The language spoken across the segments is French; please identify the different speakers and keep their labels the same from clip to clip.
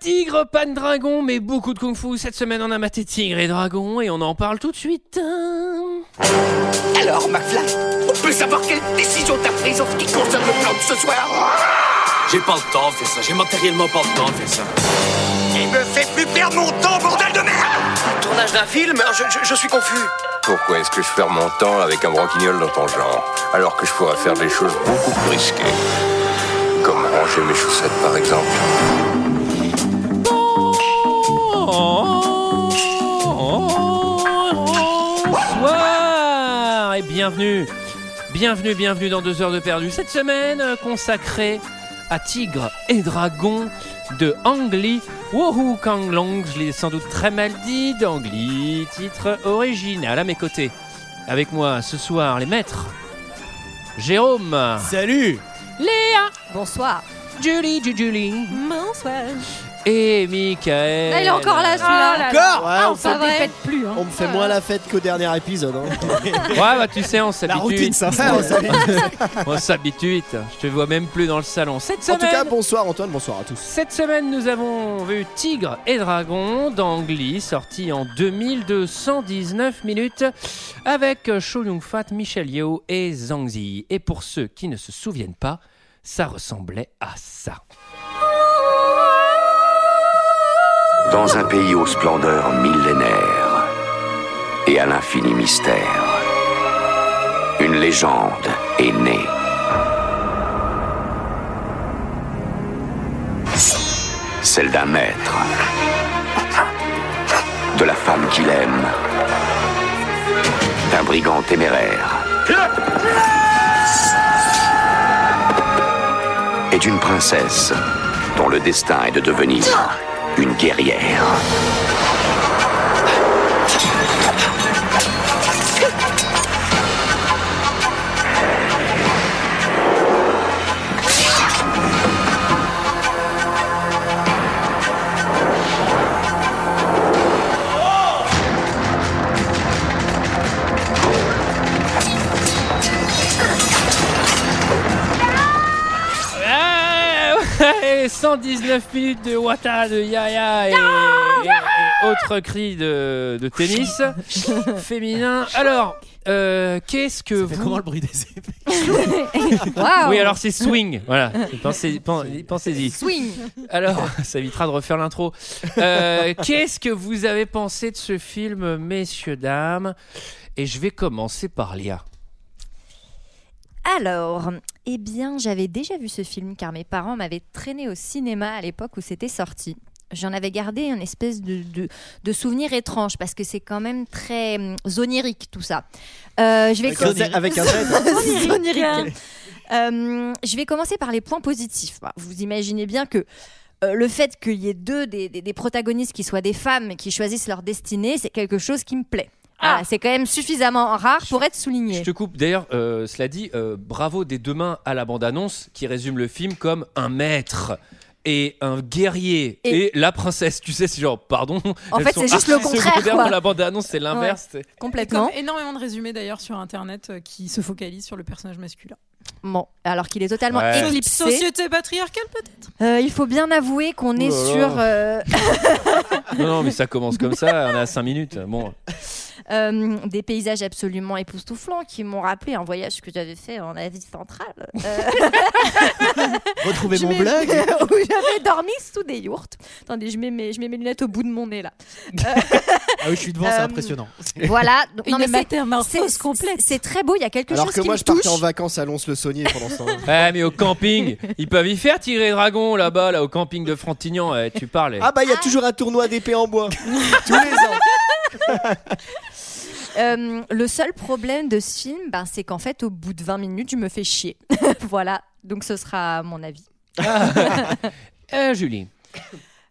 Speaker 1: tigre, pas de dragon, mais beaucoup de kung-fu. Cette semaine, on a maté tigre et dragon et on en parle tout de suite.
Speaker 2: Alors, McFly, on peut savoir quelle décision t'as prise en ce qui concerne le plan de ce soir
Speaker 3: J'ai pas le temps de faire ça, j'ai matériellement pas le temps de faire ça.
Speaker 2: Il me fait plus perdre mon temps, bordel de merde
Speaker 4: Tournage d'un film je, je- je suis confus.
Speaker 5: Pourquoi est-ce que je perds mon temps avec un broquignol dans ton genre, alors que je pourrais faire des choses beaucoup plus risquées Comme ranger mes chaussettes, par exemple.
Speaker 1: Bonsoir et bienvenue. Bienvenue, bienvenue dans deux heures de perdu. Cette semaine euh, consacrée à Tigre et Dragon de Ang Lee Wohu Kang Long. Je l'ai sans doute très mal dit d'Ang Lee, titre original à mes côtés. Avec moi ce soir, les maîtres. Jérôme,
Speaker 6: Salut
Speaker 1: Léa,
Speaker 7: Bonsoir.
Speaker 1: Julie, Ju- Julie
Speaker 7: Bonsoir.
Speaker 1: et Michael.
Speaker 8: Ah,
Speaker 7: Là, Ah, il est encore là, celui-là.
Speaker 6: Encore
Speaker 7: Ah,
Speaker 6: Ouais,
Speaker 7: on s'en
Speaker 8: vrai.
Speaker 7: répète plus. Hein.
Speaker 6: on, on me fait moins la fête qu'au dernier épisode. hein.
Speaker 1: Ouais, bah tu sais, on
Speaker 6: La
Speaker 1: s'habitue.
Speaker 6: routine s'installe. en
Speaker 1: On s'habitue vite. Je te vois même plus dans le salon. Cette semaine,
Speaker 6: tout cas, bonsoir Antoine, bonsoir à tous.
Speaker 1: cette semaine nous avons vu Tigre et Dragon d'Angly, sorti en 2219 minutes, avec Cho Yun-fat, Michel Yeo et Zhang Ziyi. Et pour ceux qui ne se souviennent pas, ça ressemblait à ça.
Speaker 9: Dans un pays aux splendeurs millénaires et à l'infini mystère, une légende est née. Celle d'un maître, de la femme qu'il aime, d'un brigand téméraire et d'une princesse dont le destin est de devenir une guerrière.
Speaker 1: Ah, ouais, 119 minutes de Wata, de Yaya et, et- et autres cris de,
Speaker 6: Oh,
Speaker 1: de tennis féminin. Alors, euh, qu'est-ce que vous
Speaker 6: le bruit des épées
Speaker 7: Waouh.
Speaker 1: Oui, alors c'est swing. Voilà. Pensez- pen- Pensez-y.
Speaker 7: Swing.
Speaker 1: Alors, ça évitera de refaire l'intro. Euh, Qu'est-ce que vous avez pensé de ce film, messieurs, dames Et je vais commencer par Léa.
Speaker 8: Alors, eh bien, j'avais déjà vu ce film car mes parents m'avaient traîné au cinéma à l'époque où c'était sorti. J'en avais gardé un espèce de, de, de souvenir étrange parce que c'est quand même très hum, zonirique tout ça. Euh, je vais
Speaker 6: Avec un Z. avec un Z.
Speaker 8: Zonirique. Euh, je vais commencer par les points positifs. Bah, Vous imaginez bien que euh, le fait qu'il y ait deux des, des- des protagonistes qui soient des femmes qui choisissent leur destinée, c'est quelque chose qui me plaît. Voilà, c'est quand même suffisamment rare pour être souligné.
Speaker 1: Ah. Je te coupe. D'ailleurs, euh, cela dit, euh, bravo des deux mains à la bande-annonce qui résume le film comme un maître. Et un guerrier et,
Speaker 8: Et-
Speaker 1: la princesse, tu sais, c'est genre, pardon.
Speaker 8: En
Speaker 1: elles
Speaker 8: fait,
Speaker 1: sont
Speaker 8: c'est juste le
Speaker 1: archi
Speaker 8: contraire,
Speaker 1: secondaires
Speaker 8: quoi.
Speaker 1: Pour la bande-annonce, c'est l'inverse. c'est-
Speaker 8: Complètement.
Speaker 10: Comme énormément de résumés d'ailleurs sur internet euh, qui se focalisent sur le personnage masculin.
Speaker 8: Bon, alors qu'il est totalement
Speaker 1: Ouais.
Speaker 8: éclipsé.
Speaker 10: Société patriarcale peut-être
Speaker 8: Euh, il faut bien avouer qu'on est
Speaker 1: Oh là
Speaker 8: sur. euh,
Speaker 1: Non, non, mais ça commence comme ça. On est à 5 minutes. Bon,
Speaker 8: Euh, des paysages absolument époustouflants qui m'ont rappelé un voyage que j'avais fait en Asie centrale euh,
Speaker 6: Retrouvez
Speaker 8: je
Speaker 6: mon
Speaker 8: mets-
Speaker 6: blog.
Speaker 8: où j'avais dormi sous des yourtes. Attendez, je mets, mes, je mets mes lunettes au bout de mon nez là.
Speaker 6: Ah oui, je suis devant,
Speaker 8: c'est
Speaker 6: c'est
Speaker 8: Euh,
Speaker 6: impressionnant.
Speaker 8: Voilà, donc- non, mais c'est- c'est-
Speaker 10: métamorphose
Speaker 8: c'est c'est très beau, il y a quelque
Speaker 6: Alors
Speaker 8: chose
Speaker 6: que
Speaker 8: qui
Speaker 6: moi,
Speaker 8: me
Speaker 6: je partais
Speaker 8: touche.
Speaker 6: en vacances à Lons-le-Saunier pendant ce temps.
Speaker 1: Ah mais au camping, ils peuvent y faire tirer dragon là-bas, là au camping de Frontignan, eh, tu parles. eh.
Speaker 6: Ah bah, il y a toujours un tournoi d'épées en bois. Tous les ans.
Speaker 8: Euh, le seul problème de ce film, ben, c'est qu'en fait, au bout de 20 minutes, je me fais chier. voilà, donc ce sera mon avis.
Speaker 1: Euh, Julie.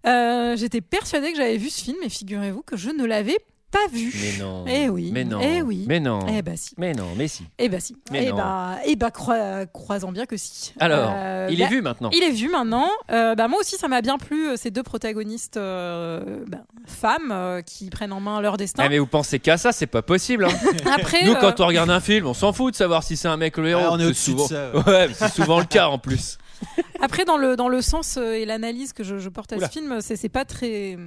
Speaker 10: Euh, J'étais persuadée que j'avais vu ce film et figurez-vous que je ne l'avais pas vu.
Speaker 1: Mais non.
Speaker 10: Eh oui.
Speaker 1: Mais non.
Speaker 10: Eh oui.
Speaker 1: Mais non.
Speaker 10: Eh bah si.
Speaker 1: Mais non, mais si.
Speaker 10: Eh bah si.
Speaker 1: Mais
Speaker 10: eh
Speaker 1: non.
Speaker 10: bah, eh bah croi- croisant bien que si.
Speaker 1: Alors,
Speaker 10: Euh,
Speaker 1: il
Speaker 10: bah,
Speaker 1: est vu maintenant.
Speaker 10: Il est vu maintenant. Euh, bah, moi aussi, ça m'a bien plu, euh, ces deux protagonistes euh, bah, femmes euh, qui prennent en main leur destin.
Speaker 1: Eh, mais vous pensez qu'à ça, c'est pas possible. hein.
Speaker 10: Après,
Speaker 1: Nous,
Speaker 10: euh,
Speaker 1: quand on regarde un film, on s'en fout de savoir si c'est un mec ou le héros.
Speaker 6: Ouais, Ah, on est
Speaker 1: c'est
Speaker 6: au-dessus de
Speaker 1: souvent...
Speaker 6: ça,
Speaker 1: Ouais, mais c'est souvent le cas en plus.
Speaker 10: Après, dans le, dans le sens euh, et l'analyse que je, je porte à
Speaker 11: Oula.
Speaker 10: ce film, c'est c'est pas très.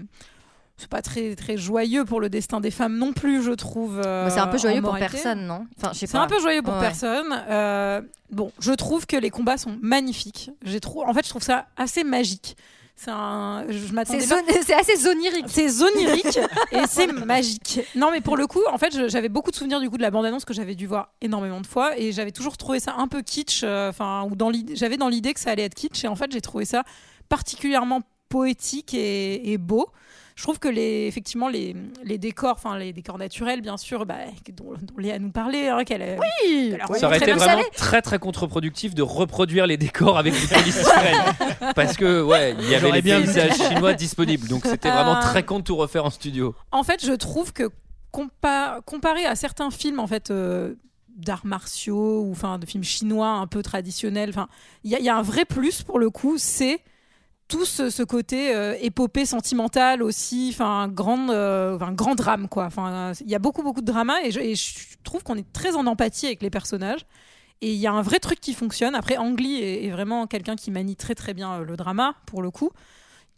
Speaker 10: C'est pas très, très joyeux pour le destin des femmes non plus, je trouve. euh,
Speaker 8: Bah, c'est un peu joyeux
Speaker 10: en
Speaker 8: pour
Speaker 10: moralité.
Speaker 8: personne, non Enfin, je sais
Speaker 10: C'est
Speaker 8: pas.
Speaker 10: un peu joyeux pour
Speaker 8: Ouais.
Speaker 10: personne. Euh, bon, je trouve que les combats sont magnifiques. J'ai trou- En fait, je trouve ça assez magique. C'est un. Je je m'attendais
Speaker 8: C'est
Speaker 10: pas-
Speaker 8: zone- c'est assez zonirique.
Speaker 10: C'est zonirique et c'est magique. Non, mais pour le coup, en fait, je- j'avais beaucoup de souvenirs du coup de la bande-annonce que j'avais dû voir énormément de fois et j'avais toujours trouvé ça un peu kitsch. euh, Enfin, ou dans l'idée- j'avais dans l'idée que ça allait être kitsch et en fait, j'ai trouvé ça particulièrement poétique et, et beau. Je trouve que les, effectivement, les, les décors, enfin les décors naturels, bien sûr, bah, dont, dont Léa nous parlait, hein, qu'elle a- qu'elle a
Speaker 1: Ça aurait
Speaker 10: rencontré-
Speaker 1: été
Speaker 10: Vous
Speaker 1: vraiment
Speaker 10: savez,
Speaker 1: très très contre-productif de reproduire les décors avec des polices sirènes. Parce que, ouais, il y avait
Speaker 11: J'aurais
Speaker 1: les
Speaker 11: bien vu.
Speaker 1: paysages chinois disponibles. Donc c'était vraiment
Speaker 10: Euh.
Speaker 1: très con de tout refaire en studio.
Speaker 10: En fait, je trouve que compa- comparé à certains films en fait euh, d'arts martiaux ou enfin de films chinois un peu traditionnels, enfin il y, a- il y a un vrai plus pour le coup, c'est tout ce, ce côté euh, épopée sentimentale aussi, enfin un grand, euh, un grand drame quoi. Enfin il y a beaucoup beaucoup de drama et je, et je trouve qu'on est très en empathie avec les personnages. Et il y a un vrai truc qui fonctionne. Après, Ang Lee est, est vraiment quelqu'un qui manie très très bien euh, le drama pour le coup.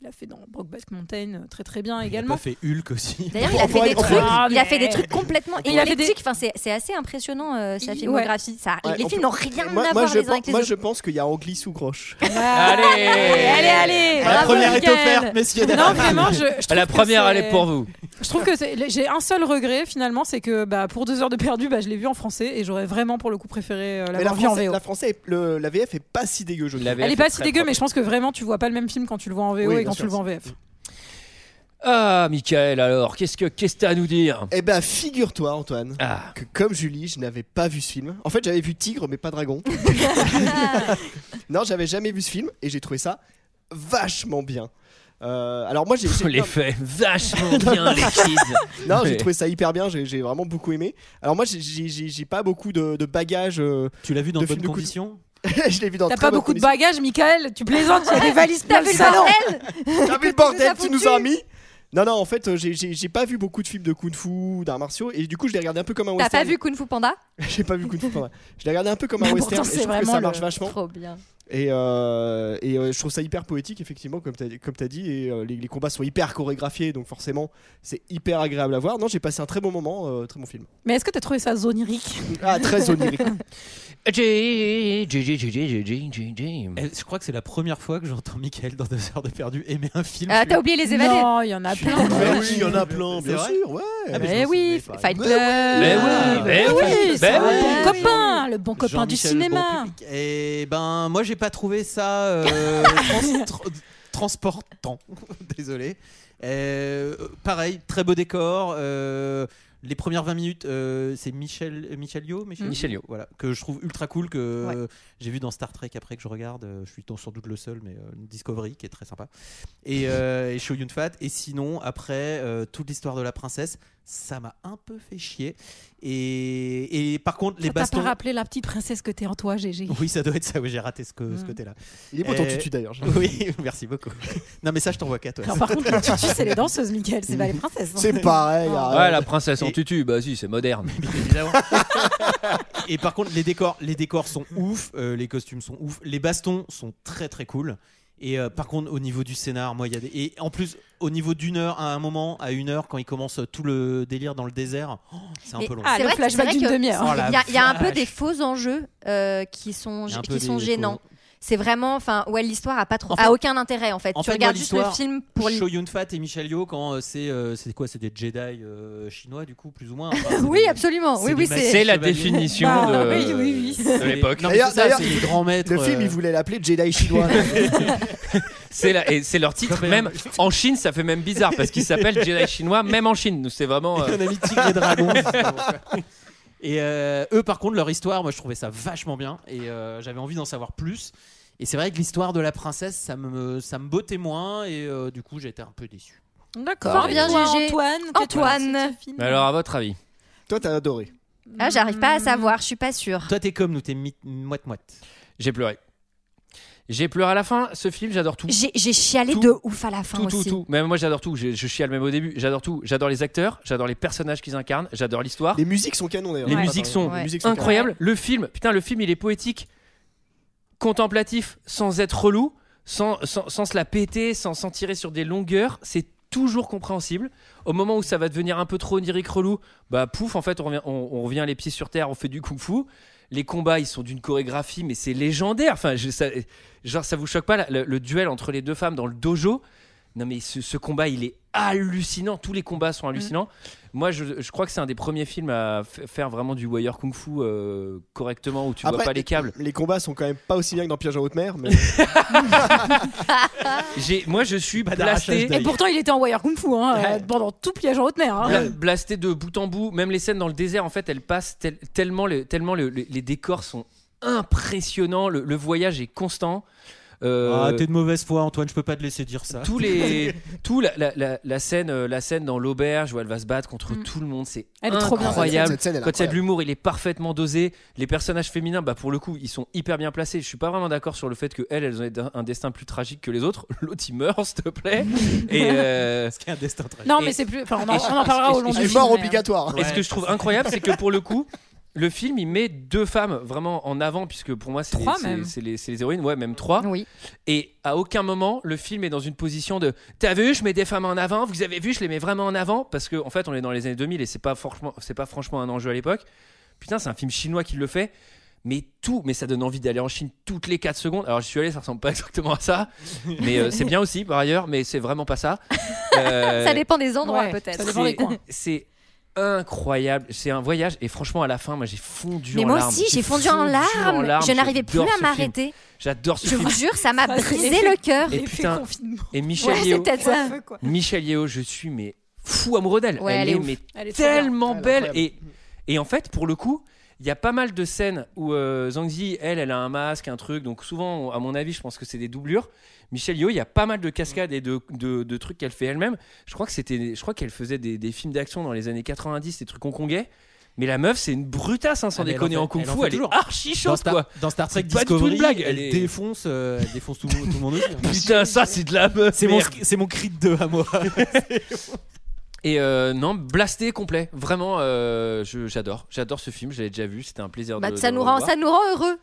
Speaker 10: Il a fait dans Brokeback Mountain euh, très très bien
Speaker 11: Il a
Speaker 10: également.
Speaker 11: pas fait Hulk aussi.
Speaker 8: D'ailleurs, il a fait des
Speaker 11: pourrait-
Speaker 8: trucs,
Speaker 10: Ah,
Speaker 8: il a
Speaker 10: mais-
Speaker 8: fait des trucs complètement
Speaker 10: Il a fait des-
Speaker 8: éclectiques. Enfin, c'est- c'est assez impressionnant euh, sa
Speaker 10: Il-
Speaker 8: filmographie. Ça,
Speaker 6: Ouais,
Speaker 8: les
Speaker 6: on
Speaker 8: films
Speaker 6: peut-
Speaker 8: n'ont rien
Speaker 6: moi, moi,
Speaker 8: à voir
Speaker 6: je
Speaker 8: les uns
Speaker 6: pense,
Speaker 8: avec les
Speaker 6: moi,
Speaker 8: autres.
Speaker 6: je pense qu'il y a Anglis sous croche.
Speaker 1: Allez
Speaker 10: Ah. Allez, allez
Speaker 11: La
Speaker 10: Bravo,
Speaker 11: première est
Speaker 10: Mickaël.
Speaker 11: offerte, messieurs dames.
Speaker 10: ben, Non, vraiment, je, je trouve
Speaker 1: La
Speaker 10: que
Speaker 1: première, elle
Speaker 10: c'est-
Speaker 1: est pour vous.
Speaker 10: Je trouve que c'est- j'ai un seul regret finalement, c'est que bah, pour deux heures de perdu, bah, je l'ai vu en français et j'ais vraiment pour le coup préféré euh,
Speaker 6: Mais la
Speaker 10: l'avoir vu en
Speaker 6: français,
Speaker 10: VO.
Speaker 6: la, français est- le- la VF est pas si dégueu, je trouve.
Speaker 1: La VF
Speaker 10: Elle est pas
Speaker 1: est
Speaker 10: si
Speaker 1: très
Speaker 10: dégueu,
Speaker 1: propre.
Speaker 10: mais je pense que vraiment tu vois pas le même film quand tu le vois en VO
Speaker 6: Oui,
Speaker 10: et
Speaker 6: bien
Speaker 10: quand
Speaker 6: sûr.
Speaker 10: tu le vois en VF.
Speaker 1: Ah, Michael, alors, qu'est-ce que qu'est-ce que t'as à nous dire
Speaker 6: Eh ben, figure-toi, Antoine,
Speaker 1: Ah,
Speaker 6: que comme Julie, je n'avais pas vu ce film. En fait, j'avais vu Tigre, mais pas Dragon.
Speaker 8: Ah,
Speaker 6: non, j'avais jamais vu ce film et j'ai trouvé ça vachement bien. Euh, alors, moi, j'ai. j'ai-
Speaker 1: les faits vachement bien, les kids.
Speaker 6: Non,
Speaker 1: Mais-
Speaker 6: j'ai trouvé ça hyper bien, j'ai j'ai vraiment beaucoup aimé. Alors, moi, j'ai- j'ai j'ai- j'ai pas beaucoup de, de bagages. euh,
Speaker 11: Tu l'as vu dans
Speaker 6: De
Speaker 11: de bonnes
Speaker 6: film de coup-
Speaker 11: conditions
Speaker 6: je l'ai vu dans
Speaker 10: T'as
Speaker 6: très
Speaker 10: pas
Speaker 6: bonnes
Speaker 10: beaucoup de
Speaker 6: conditions.
Speaker 10: bagages, Michael Tu plaisantes, il y a des valises
Speaker 8: T'as
Speaker 10: plein le
Speaker 8: vu le
Speaker 10: salon
Speaker 8: bordel
Speaker 6: T'as vu le bordel, tu nous as mis Non, non, en fait, euh, j'ai- j'ai j'ai pas vu beaucoup de films de kung-fu, d'arts martiaux, et du coup, je l'ai regardé un peu comme un
Speaker 8: T'as
Speaker 6: western.
Speaker 8: pas vu Kung Fu Panda
Speaker 6: J'ai pas vu kung-fu, pas mal. Je l'ai regardé un peu comme un
Speaker 10: Mais pourtant,
Speaker 6: western, et
Speaker 10: c'est
Speaker 6: je trouve que
Speaker 10: vraiment
Speaker 6: ça marche
Speaker 10: le-
Speaker 6: vachement.
Speaker 8: Trop bien.
Speaker 6: Et, euh, et, euh, je trouve ça hyper poétique, effectivement, comme t'as comme t'as dit. Et euh, les, les combats sont hyper chorégraphiés, donc forcément, c'est hyper agréable à voir. Non, j'ai passé un très bon moment, euh, très bon film.
Speaker 10: Mais est-ce que t'as trouvé ça zonirique
Speaker 6: Ah, très onirique.
Speaker 1: Euh, J- J- J- J- J- J- J- J.
Speaker 11: Eh, Je crois que c'est la première fois que j'entends Michael dans deux heures de perdu aimer un film.
Speaker 10: Ah
Speaker 8: Euh, T'as oublié les évadés
Speaker 10: Non, il y en a plein.
Speaker 11: Mais
Speaker 6: oui, il y en a plein,
Speaker 11: bien
Speaker 6: bien sûr, ouais.
Speaker 11: Ah, mais je
Speaker 10: Mais
Speaker 11: m'en
Speaker 10: oui,
Speaker 11: souvenais pas.
Speaker 10: Fight Club.
Speaker 1: Mais oui, mais oui,
Speaker 10: c'est
Speaker 1: mais
Speaker 10: un
Speaker 1: oui.
Speaker 10: bon copain, le bon copain du
Speaker 11: Jean-Michel, bon
Speaker 10: cinéma.
Speaker 11: public. Eh ben, moi, j'ai pas trouvé ça euh, trans- tr- transportant. Désolé. Euh, pareil, très beau décor. euh, les premières 20 minutes, euh, c'est Michel, euh, Michel Yo, Michel,
Speaker 1: Michel Yeoh.
Speaker 11: voilà, que je trouve ultra cool, que euh, j'ai vu dans Star Trek après que je regarde. euh, je suis sans doute le seul, mais euh, Discovery qui est très sympa. Et, euh, et Show Yun Fat. Et sinon, après euh, toute l'histoire de la princesse, ça m'a un peu fait chier. Et, et par contre, les
Speaker 10: T'as pas
Speaker 11: bastons.
Speaker 10: rappelé la petite princesse que t'es en toi, GG.
Speaker 11: Oui, ça doit être ça. Oui, j'ai raté ce, que- ce
Speaker 10: Mm.
Speaker 11: côté-là.
Speaker 6: Il est beau ton
Speaker 11: Euh,
Speaker 6: tutu d'ailleurs.
Speaker 11: Oui, merci beaucoup. Non, mais ça, je t'envoie Mmh. qu'à toi.
Speaker 10: Non, par contre, les tutus, c'est les danseuses, Michael, c'est pas les princesses. hein.
Speaker 6: C'est pareil.
Speaker 10: Ah.
Speaker 6: arrête.
Speaker 1: Ouais, la princesse en
Speaker 11: Et-
Speaker 1: tutu, bah si, c'est moderne.
Speaker 11: Bien évidemment. Et par contre, les décors, les décors sont ouf, euh, les costumes sont ouf, les bastons sont très très cool. Et euh, par contre, au niveau du scénar, moi, il y a des... Et en plus, au niveau d'une heure, à un moment, à une heure, quand il commence tout le délire dans le désert, oh, c'est un
Speaker 8: Mais-
Speaker 11: peu long.
Speaker 10: Ah,
Speaker 8: C'est
Speaker 10: le
Speaker 8: vrai que-
Speaker 10: flashback
Speaker 8: c'est vrai
Speaker 10: d'une
Speaker 8: que-
Speaker 10: demi-heure.
Speaker 11: Oh,
Speaker 8: Il y
Speaker 11: la
Speaker 8: a- il y, a un peu
Speaker 11: vache.
Speaker 8: des faux enjeux euh, qui sont,
Speaker 11: Il y a un peu
Speaker 8: qui sont
Speaker 11: des-
Speaker 8: gênants. C'est vraiment, enfin, ouais, l'histoire a pas trop,
Speaker 11: En fait-
Speaker 8: a aucun intérêt en fait.
Speaker 11: en
Speaker 8: tu
Speaker 11: fait, moi,
Speaker 8: regardes juste le
Speaker 11: l'histoire,
Speaker 8: film pour. l-
Speaker 11: Show Yun-fat et Michel Yeoh quand euh, c'est euh, c'est quoi c'est des Jedi euh, chinois du coup plus ou moins Enfin, c'est
Speaker 8: Oui,
Speaker 11: des-
Speaker 8: absolument.
Speaker 11: des
Speaker 8: Oui, oui,
Speaker 11: maîtres
Speaker 1: C'est
Speaker 8: c'est.
Speaker 1: la
Speaker 11: chevaliers.
Speaker 1: définition
Speaker 10: Bah,
Speaker 1: de,
Speaker 10: oui, oui, oui.
Speaker 1: de l'époque.
Speaker 11: Non, mais c'est ça,
Speaker 6: D'ailleurs-
Speaker 11: c'est les grands maîtres
Speaker 6: Le film,
Speaker 11: euh,
Speaker 6: il voulait l'appeler Jedi chinois.
Speaker 1: C'est la- et c'est leur titre
Speaker 11: Quand même.
Speaker 1: même. En Chine, ça fait même bizarre parce qu'ils s'appellent Jedi chinois même en Chine. Nous, c'est vraiment. euh,
Speaker 11: Et on a mis Tigre et Dragon. et euh, eux, par contre, leur histoire, moi, je trouvais ça vachement bien. Et euh, j'avais envie d'en savoir plus. Et c'est vrai que l'histoire de la princesse, ça me, ça me bottait moins. Et euh, du coup, j'ai été un peu déçu.
Speaker 10: D'accord.
Speaker 8: Fort bien,
Speaker 10: Et toi,
Speaker 8: GG.
Speaker 10: Antoine. qu'est-ce que
Speaker 8: Antoine.
Speaker 10: tu penses de ce film
Speaker 1: Mais alors, à votre avis
Speaker 6: Toi, t'as adoré.
Speaker 10: Mmh.
Speaker 8: Ah, j'arrive pas à savoir, je suis pas sûre.
Speaker 11: Toi, t'es comme nous, t'es mi- moite-moite.
Speaker 1: J'ai pleuré. J'ai pleuré à la fin. Ce film, j'adore tout.
Speaker 8: J'ai j'ai chialé
Speaker 1: Tout-
Speaker 8: de ouf à la fin
Speaker 1: Tout, tout,
Speaker 8: aussi.
Speaker 1: tout. Mais moi, j'adore tout. Je, je chiale même au début. J'adore tout. J'adore les acteurs. J'adore les personnages qu'ils incarnent. J'adore l'histoire.
Speaker 6: Les musiques sont canon d'ailleurs.
Speaker 1: Les
Speaker 6: On en a
Speaker 1: musiques
Speaker 6: parlé.
Speaker 1: sont
Speaker 6: Les musiques canon.
Speaker 1: Incroyable. Le film, putain, le film, il est poétique. contemplatif sans être relou, sans, sans, sans se la péter, sans s'en tirer sur des longueurs. C'est toujours compréhensible. Au moment où ça va devenir un peu trop onirique relou, bah pouf, en fait, on revient, on, on revient les pieds sur terre, on fait du kung-fu. Les combats, ils sont d'une chorégraphie, mais c'est légendaire. Enfin, je- ça, genre, ça vous choque pas la- le, le duel entre les deux femmes dans le dojo Non, mais ce, ce combat, il est hallucinant. Tous les combats sont hallucinants. Moi, je, je crois que c'est un des premiers films à f- faire vraiment du warrior kung-fu euh, correctement, où tu vois
Speaker 6: Après,
Speaker 1: pas les câbles.
Speaker 6: Les combats sont quand même pas aussi bien que dans Piège en haute mer, mais
Speaker 1: J'ai- moi, je suis blasté.
Speaker 10: Et pourtant, il était en wire kung fu hein, euh, pendant tout pliage en haute mer. hein.
Speaker 1: Bla- blasté de bout en bout. Même les scènes dans le désert, en fait, elles passent tel- tellement, le- tellement le- le- les décors sont impressionnants. Le, le voyage est constant. Euh,
Speaker 11: Ah, t'es de mauvaise foi, Antoine, je peux pas te laisser dire ça.
Speaker 1: tous les, tout la, la- la- la scène, euh, la scène dans l'auberge où elle va se battre contre tout le monde, c'est
Speaker 10: Mm. Elle est trop bien.
Speaker 1: incroyable.
Speaker 6: Cette scène, elle est
Speaker 1: Quand il y a de
Speaker 6: incroyable.
Speaker 1: l'humour, il est parfaitement dosé. Les personnages féminins, bah pour le coup, ils sont hyper bien placés. Je suis pas vraiment d'accord sur le fait que elles, elles ont un- un destin plus tragique que les autres. L'autre, il meurt, s'il te plaît. Et euh,
Speaker 11: C'est un destin tragique.
Speaker 10: Non,
Speaker 1: Et-
Speaker 10: mais c'est plus. Enfin, on
Speaker 1: et-
Speaker 10: en, on en parlera au long
Speaker 1: et-
Speaker 10: du
Speaker 1: et-
Speaker 10: film.
Speaker 6: mort
Speaker 10: mais, euh,
Speaker 6: obligatoire.
Speaker 1: et ce que je trouve incroyable, c'est que pour le coup, le film, il met deux femmes vraiment en avant, puisque pour moi, c'est les,
Speaker 10: Trois,
Speaker 1: c'est-
Speaker 10: même.
Speaker 1: c'est les- c'est les héroïnes, ouais, même trois.
Speaker 8: Oui.
Speaker 1: Et à aucun moment, le film est dans une position de T'as vu, je mets des femmes en avant, vous avez vu, je les mets vraiment en avant, parce qu'en en fait, on est dans les années 2000 et c'est pas, franchement- c'est pas franchement un enjeu à l'époque. Putain, c'est un film chinois qui le fait. Mais tout, mais ça donne envie d'aller en Chine toutes les 4 secondes. Alors, je suis allé, ça ressemble pas exactement à ça. Mais euh, c'est bien aussi, par ailleurs, mais c'est vraiment pas ça. Euh,
Speaker 8: Ça dépend des endroits,
Speaker 10: ouais,
Speaker 8: peut-être.
Speaker 10: ça dépend des
Speaker 1: c'est-
Speaker 10: coins.
Speaker 1: C'est incroyable. C'est un voyage. Et franchement, à la fin, moi, j'ai fondu
Speaker 8: Mais
Speaker 1: en
Speaker 8: moi
Speaker 1: larmes.
Speaker 8: aussi, j'ai fondu en larmes. Je n'arrivais plus
Speaker 1: J'adore
Speaker 8: à
Speaker 1: ce film.
Speaker 8: m'arrêter.
Speaker 1: J'adore ce
Speaker 8: Je
Speaker 1: film.
Speaker 8: vous jure, ça m'a
Speaker 10: Ça,
Speaker 8: brisé
Speaker 10: c'est-
Speaker 8: le cœur.
Speaker 1: Et
Speaker 10: l'effet
Speaker 1: putain,
Speaker 10: confinement.
Speaker 1: et Michel
Speaker 8: Ouais, c'est
Speaker 1: Yeo.
Speaker 8: peut-être ça.
Speaker 10: Feu, quoi.
Speaker 1: Michel Yeo, je suis mais fou amoureux d'elle.
Speaker 8: Ouais, elle
Speaker 1: est,
Speaker 8: est ouf.
Speaker 1: mais
Speaker 10: Elle est trop bien.
Speaker 1: tellement
Speaker 6: Elle est
Speaker 1: belle.
Speaker 6: incroyable.
Speaker 1: Et, et en fait, pour le coup, il y a pas mal de scènes où euh, Zhang Zi, elle, elle a un masque, un truc. Donc souvent, on- à mon avis, je pense que c'est des doublures. Michel Yeoh, il y a pas mal de cascades et de, de- de trucs qu'elle fait elle-même. Je crois que c'était, je crois qu'elle faisait des, des films d'action dans les années 90, des trucs hongkongais. Mais la meuf, c'est une brutasse, hein, sans
Speaker 11: Ah, mais elle
Speaker 1: déconner
Speaker 11: en fait-
Speaker 1: en kung
Speaker 11: elle en
Speaker 1: fu.
Speaker 11: fait
Speaker 1: Elle,
Speaker 11: toujours.
Speaker 1: est archi
Speaker 11: dans,
Speaker 1: chaude,
Speaker 11: Star,
Speaker 1: quoi.
Speaker 11: dans Star Trek
Speaker 1: C'est pas du tout une
Speaker 11: Discovery,
Speaker 1: blague,
Speaker 11: elle,
Speaker 1: elle est-
Speaker 11: défonce, euh, elle défonce tout, tout le monde.
Speaker 1: Putain, ça, c'est de la meuf.
Speaker 11: C'est mon,
Speaker 1: merde.
Speaker 11: sk- c'est mon cri de deux à moi.
Speaker 1: Et euh, non, blasté complet. Vraiment, euh, je- j'adore. J'adore ce film. Je l'avais déjà vu. C'était un plaisir
Speaker 8: Bah,
Speaker 1: de,
Speaker 8: ça,
Speaker 1: de
Speaker 8: nous
Speaker 1: le
Speaker 8: rend,
Speaker 1: revoir.
Speaker 8: ça nous rend heureux.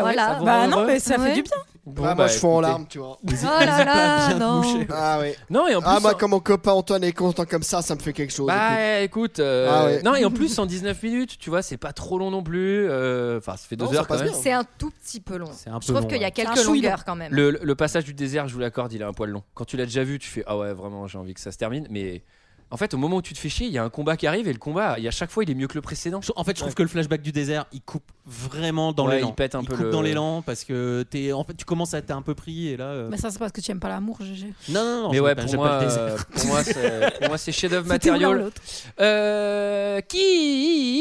Speaker 8: Voilà.
Speaker 10: voilà.
Speaker 1: Ça vous
Speaker 10: bah
Speaker 1: rend
Speaker 10: non,
Speaker 1: heureux
Speaker 10: mais ça
Speaker 8: Ouais.
Speaker 10: fait du bien.
Speaker 1: Bon,
Speaker 6: Ah, moi,
Speaker 1: bah,
Speaker 6: je fonds en
Speaker 1: écoutez.
Speaker 6: larmes, tu vois.
Speaker 8: Oh là là,
Speaker 11: bien
Speaker 8: non.
Speaker 11: mouché.
Speaker 6: Ah ouais.
Speaker 1: Non, et en plus.
Speaker 6: Ah moi
Speaker 1: en-
Speaker 6: quand mon copain Antoine est content comme ça, ça me fait quelque chose. écoute.
Speaker 1: Bah écoute, euh,
Speaker 6: Ah ouais.
Speaker 1: non et en plus 119 minutes, tu vois, c'est pas trop long non plus. euh, Enfin, ça fait deux
Speaker 6: Non, ça
Speaker 1: heures quand
Speaker 6: passe
Speaker 1: même.
Speaker 6: bien.
Speaker 8: C'est un tout petit peu long.
Speaker 11: C'est un peu
Speaker 8: Je trouve
Speaker 11: long,
Speaker 8: qu'il y a
Speaker 11: ouais.
Speaker 10: C'est
Speaker 8: quelques
Speaker 10: un chouïa.
Speaker 8: longueurs quand même.
Speaker 1: Le, le passage du désert, je vous l'accorde, il a un poil long. Quand tu l'as déjà vu, tu fais ah ouais vraiment, j'ai envie que ça se termine. Mais en fait, au moment où tu te fais chier, il y a un combat qui arrive et le combat, il y a chaque fois, il est mieux que le précédent.
Speaker 11: Je- En fait, je trouve que le flashback du désert, il coupe vraiment dans
Speaker 1: Ouais,
Speaker 11: l'élan.
Speaker 1: il pète un peu
Speaker 11: coupe
Speaker 1: le-
Speaker 11: dans l'élan parce que t'es, en fait, tu commences à être un peu pris et là. euh,
Speaker 10: Mais Bah ça, c'est parce que tu aimes pas l'amour, GG.
Speaker 11: Non, non, non.
Speaker 1: Mais
Speaker 11: j'aime
Speaker 1: ouais,
Speaker 11: pas-
Speaker 1: pour
Speaker 11: j'aime
Speaker 1: moi,
Speaker 11: pas le désert.
Speaker 1: euh, pour moi, c'est- pour moi, c'est chef-d'œuvre
Speaker 10: C'était ou l'un ou
Speaker 1: matériel.
Speaker 10: l'autre.
Speaker 1: Euh,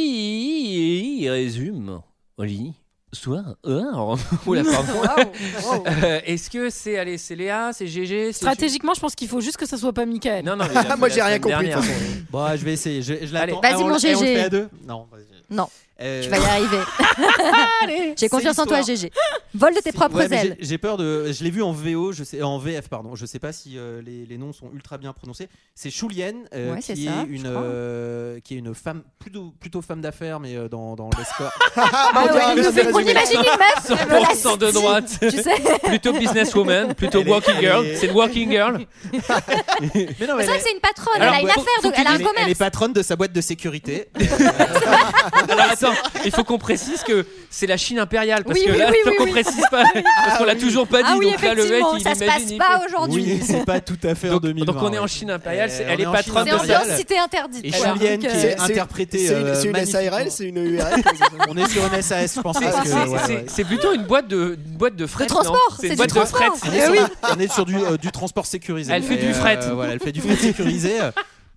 Speaker 1: qui résume Oli Soir or. Oula, pardon. Euh, Est-ce que c'est allez, c'est Léa, c'est GG, c'est
Speaker 10: Stratégiquement, je pense qu'il faut juste que ça soit pas Michael.
Speaker 1: Non non, mais il a fait
Speaker 6: moi
Speaker 1: la
Speaker 6: j'ai rien
Speaker 1: semaine
Speaker 6: compris. de
Speaker 1: dernière.
Speaker 6: toute façon.
Speaker 11: Bon, je vais essayer. Je, je
Speaker 1: Allez,
Speaker 11: l'attends.
Speaker 8: vas-y,
Speaker 11: Ah, on-
Speaker 8: mon
Speaker 11: eh, On le
Speaker 8: GG.
Speaker 11: fait à deux Non. vas-y.
Speaker 8: Non,
Speaker 11: Euh,
Speaker 8: tu vas y arriver. J'ai confiance en toi, GG. Vol de tes propres
Speaker 11: Ouais, mais j'ai-
Speaker 8: ailes.
Speaker 11: J'ai peur de. Je l'ai vu en VO, je sais, en VF pardon. Je sais pas si euh, les, les noms sont ultra bien prononcés. C'est Choulienne euh,
Speaker 8: Ouais, c'est
Speaker 11: qui
Speaker 8: ça,
Speaker 11: est
Speaker 8: je
Speaker 11: une
Speaker 8: crois.
Speaker 11: euh, qui est une femme plutôt plutôt femme d'affaires mais euh, dans dans l'escorte.
Speaker 6: Ah, bah,
Speaker 8: ouais,
Speaker 6: tiens,
Speaker 8: il nous
Speaker 6: c'est
Speaker 8: fait- on
Speaker 6: résumé.
Speaker 8: imagine une meuf elle me la
Speaker 1: 100% de
Speaker 8: scie,
Speaker 1: droite.
Speaker 8: Tu sais,
Speaker 1: Plutôt businesswoman, plutôt
Speaker 11: Elle est-
Speaker 1: working
Speaker 11: elle
Speaker 1: girl.
Speaker 11: est-
Speaker 1: C'est une working girl.
Speaker 11: mais non,
Speaker 8: c'est
Speaker 11: elle
Speaker 8: vrai
Speaker 11: est-
Speaker 8: que c'est une patronne,
Speaker 1: Alors,
Speaker 8: elle a une
Speaker 1: ouais,
Speaker 8: affaire,
Speaker 11: faut
Speaker 8: donc elle a un
Speaker 11: qu'il- Elle est
Speaker 8: commerce.
Speaker 11: patronne de sa boîte de sécurité.
Speaker 1: Alors attends, il faut qu'on précise que c'est la Chine impériale parce
Speaker 8: Oui,
Speaker 1: que
Speaker 8: oui,
Speaker 1: là,
Speaker 8: oui,
Speaker 1: il faut
Speaker 8: oui, Ah
Speaker 1: qu'on
Speaker 8: oui.
Speaker 1: précise pas parce qu'on l'a toujours pas dit.
Speaker 8: Ah oui,
Speaker 1: donc là, le mec,
Speaker 8: effectivement,
Speaker 1: il
Speaker 8: ça se
Speaker 1: imagine,
Speaker 8: passe
Speaker 1: il
Speaker 8: pas
Speaker 1: fait-
Speaker 8: aujourd'hui.
Speaker 11: oui, c'est pas tout à fait en
Speaker 1: Donc,
Speaker 11: 2020.
Speaker 1: donc on est en
Speaker 11: ouais.
Speaker 1: Chine impériale, c'est-
Speaker 11: Euh,
Speaker 1: elle
Speaker 11: on
Speaker 1: est
Speaker 11: est en
Speaker 1: patronne
Speaker 11: Chine
Speaker 8: C'est
Speaker 1: de
Speaker 8: en
Speaker 11: impériale.
Speaker 1: ça.
Speaker 8: science cité interdite.
Speaker 11: Et
Speaker 8: quoi.
Speaker 11: Julienne qui
Speaker 10: donc, euh,
Speaker 11: est
Speaker 6: C'est- c'est-
Speaker 11: interprétée.
Speaker 6: C'est une,
Speaker 11: euh,
Speaker 6: c'est une SARL,
Speaker 11: magnifiquement.
Speaker 6: c'est une URL.
Speaker 11: On est sur une SAS, je pense.
Speaker 1: C'est-
Speaker 11: parce que-
Speaker 1: c'est-
Speaker 11: ouais,
Speaker 1: c'est-
Speaker 11: ouais.
Speaker 1: C'est plutôt une boîte de une boîte de fret.
Speaker 8: De
Speaker 1: non
Speaker 8: transport,
Speaker 1: C'est une
Speaker 8: c'est
Speaker 1: boîte
Speaker 8: du
Speaker 1: de fret.
Speaker 8: transport. Eh
Speaker 11: On est,
Speaker 6: Eh
Speaker 11: sur, on est sur du, euh, du transport sécurisé.
Speaker 1: Elle fait
Speaker 11: Et, euh,
Speaker 1: du fret.
Speaker 11: voilà, elle fait du fret sécurisé.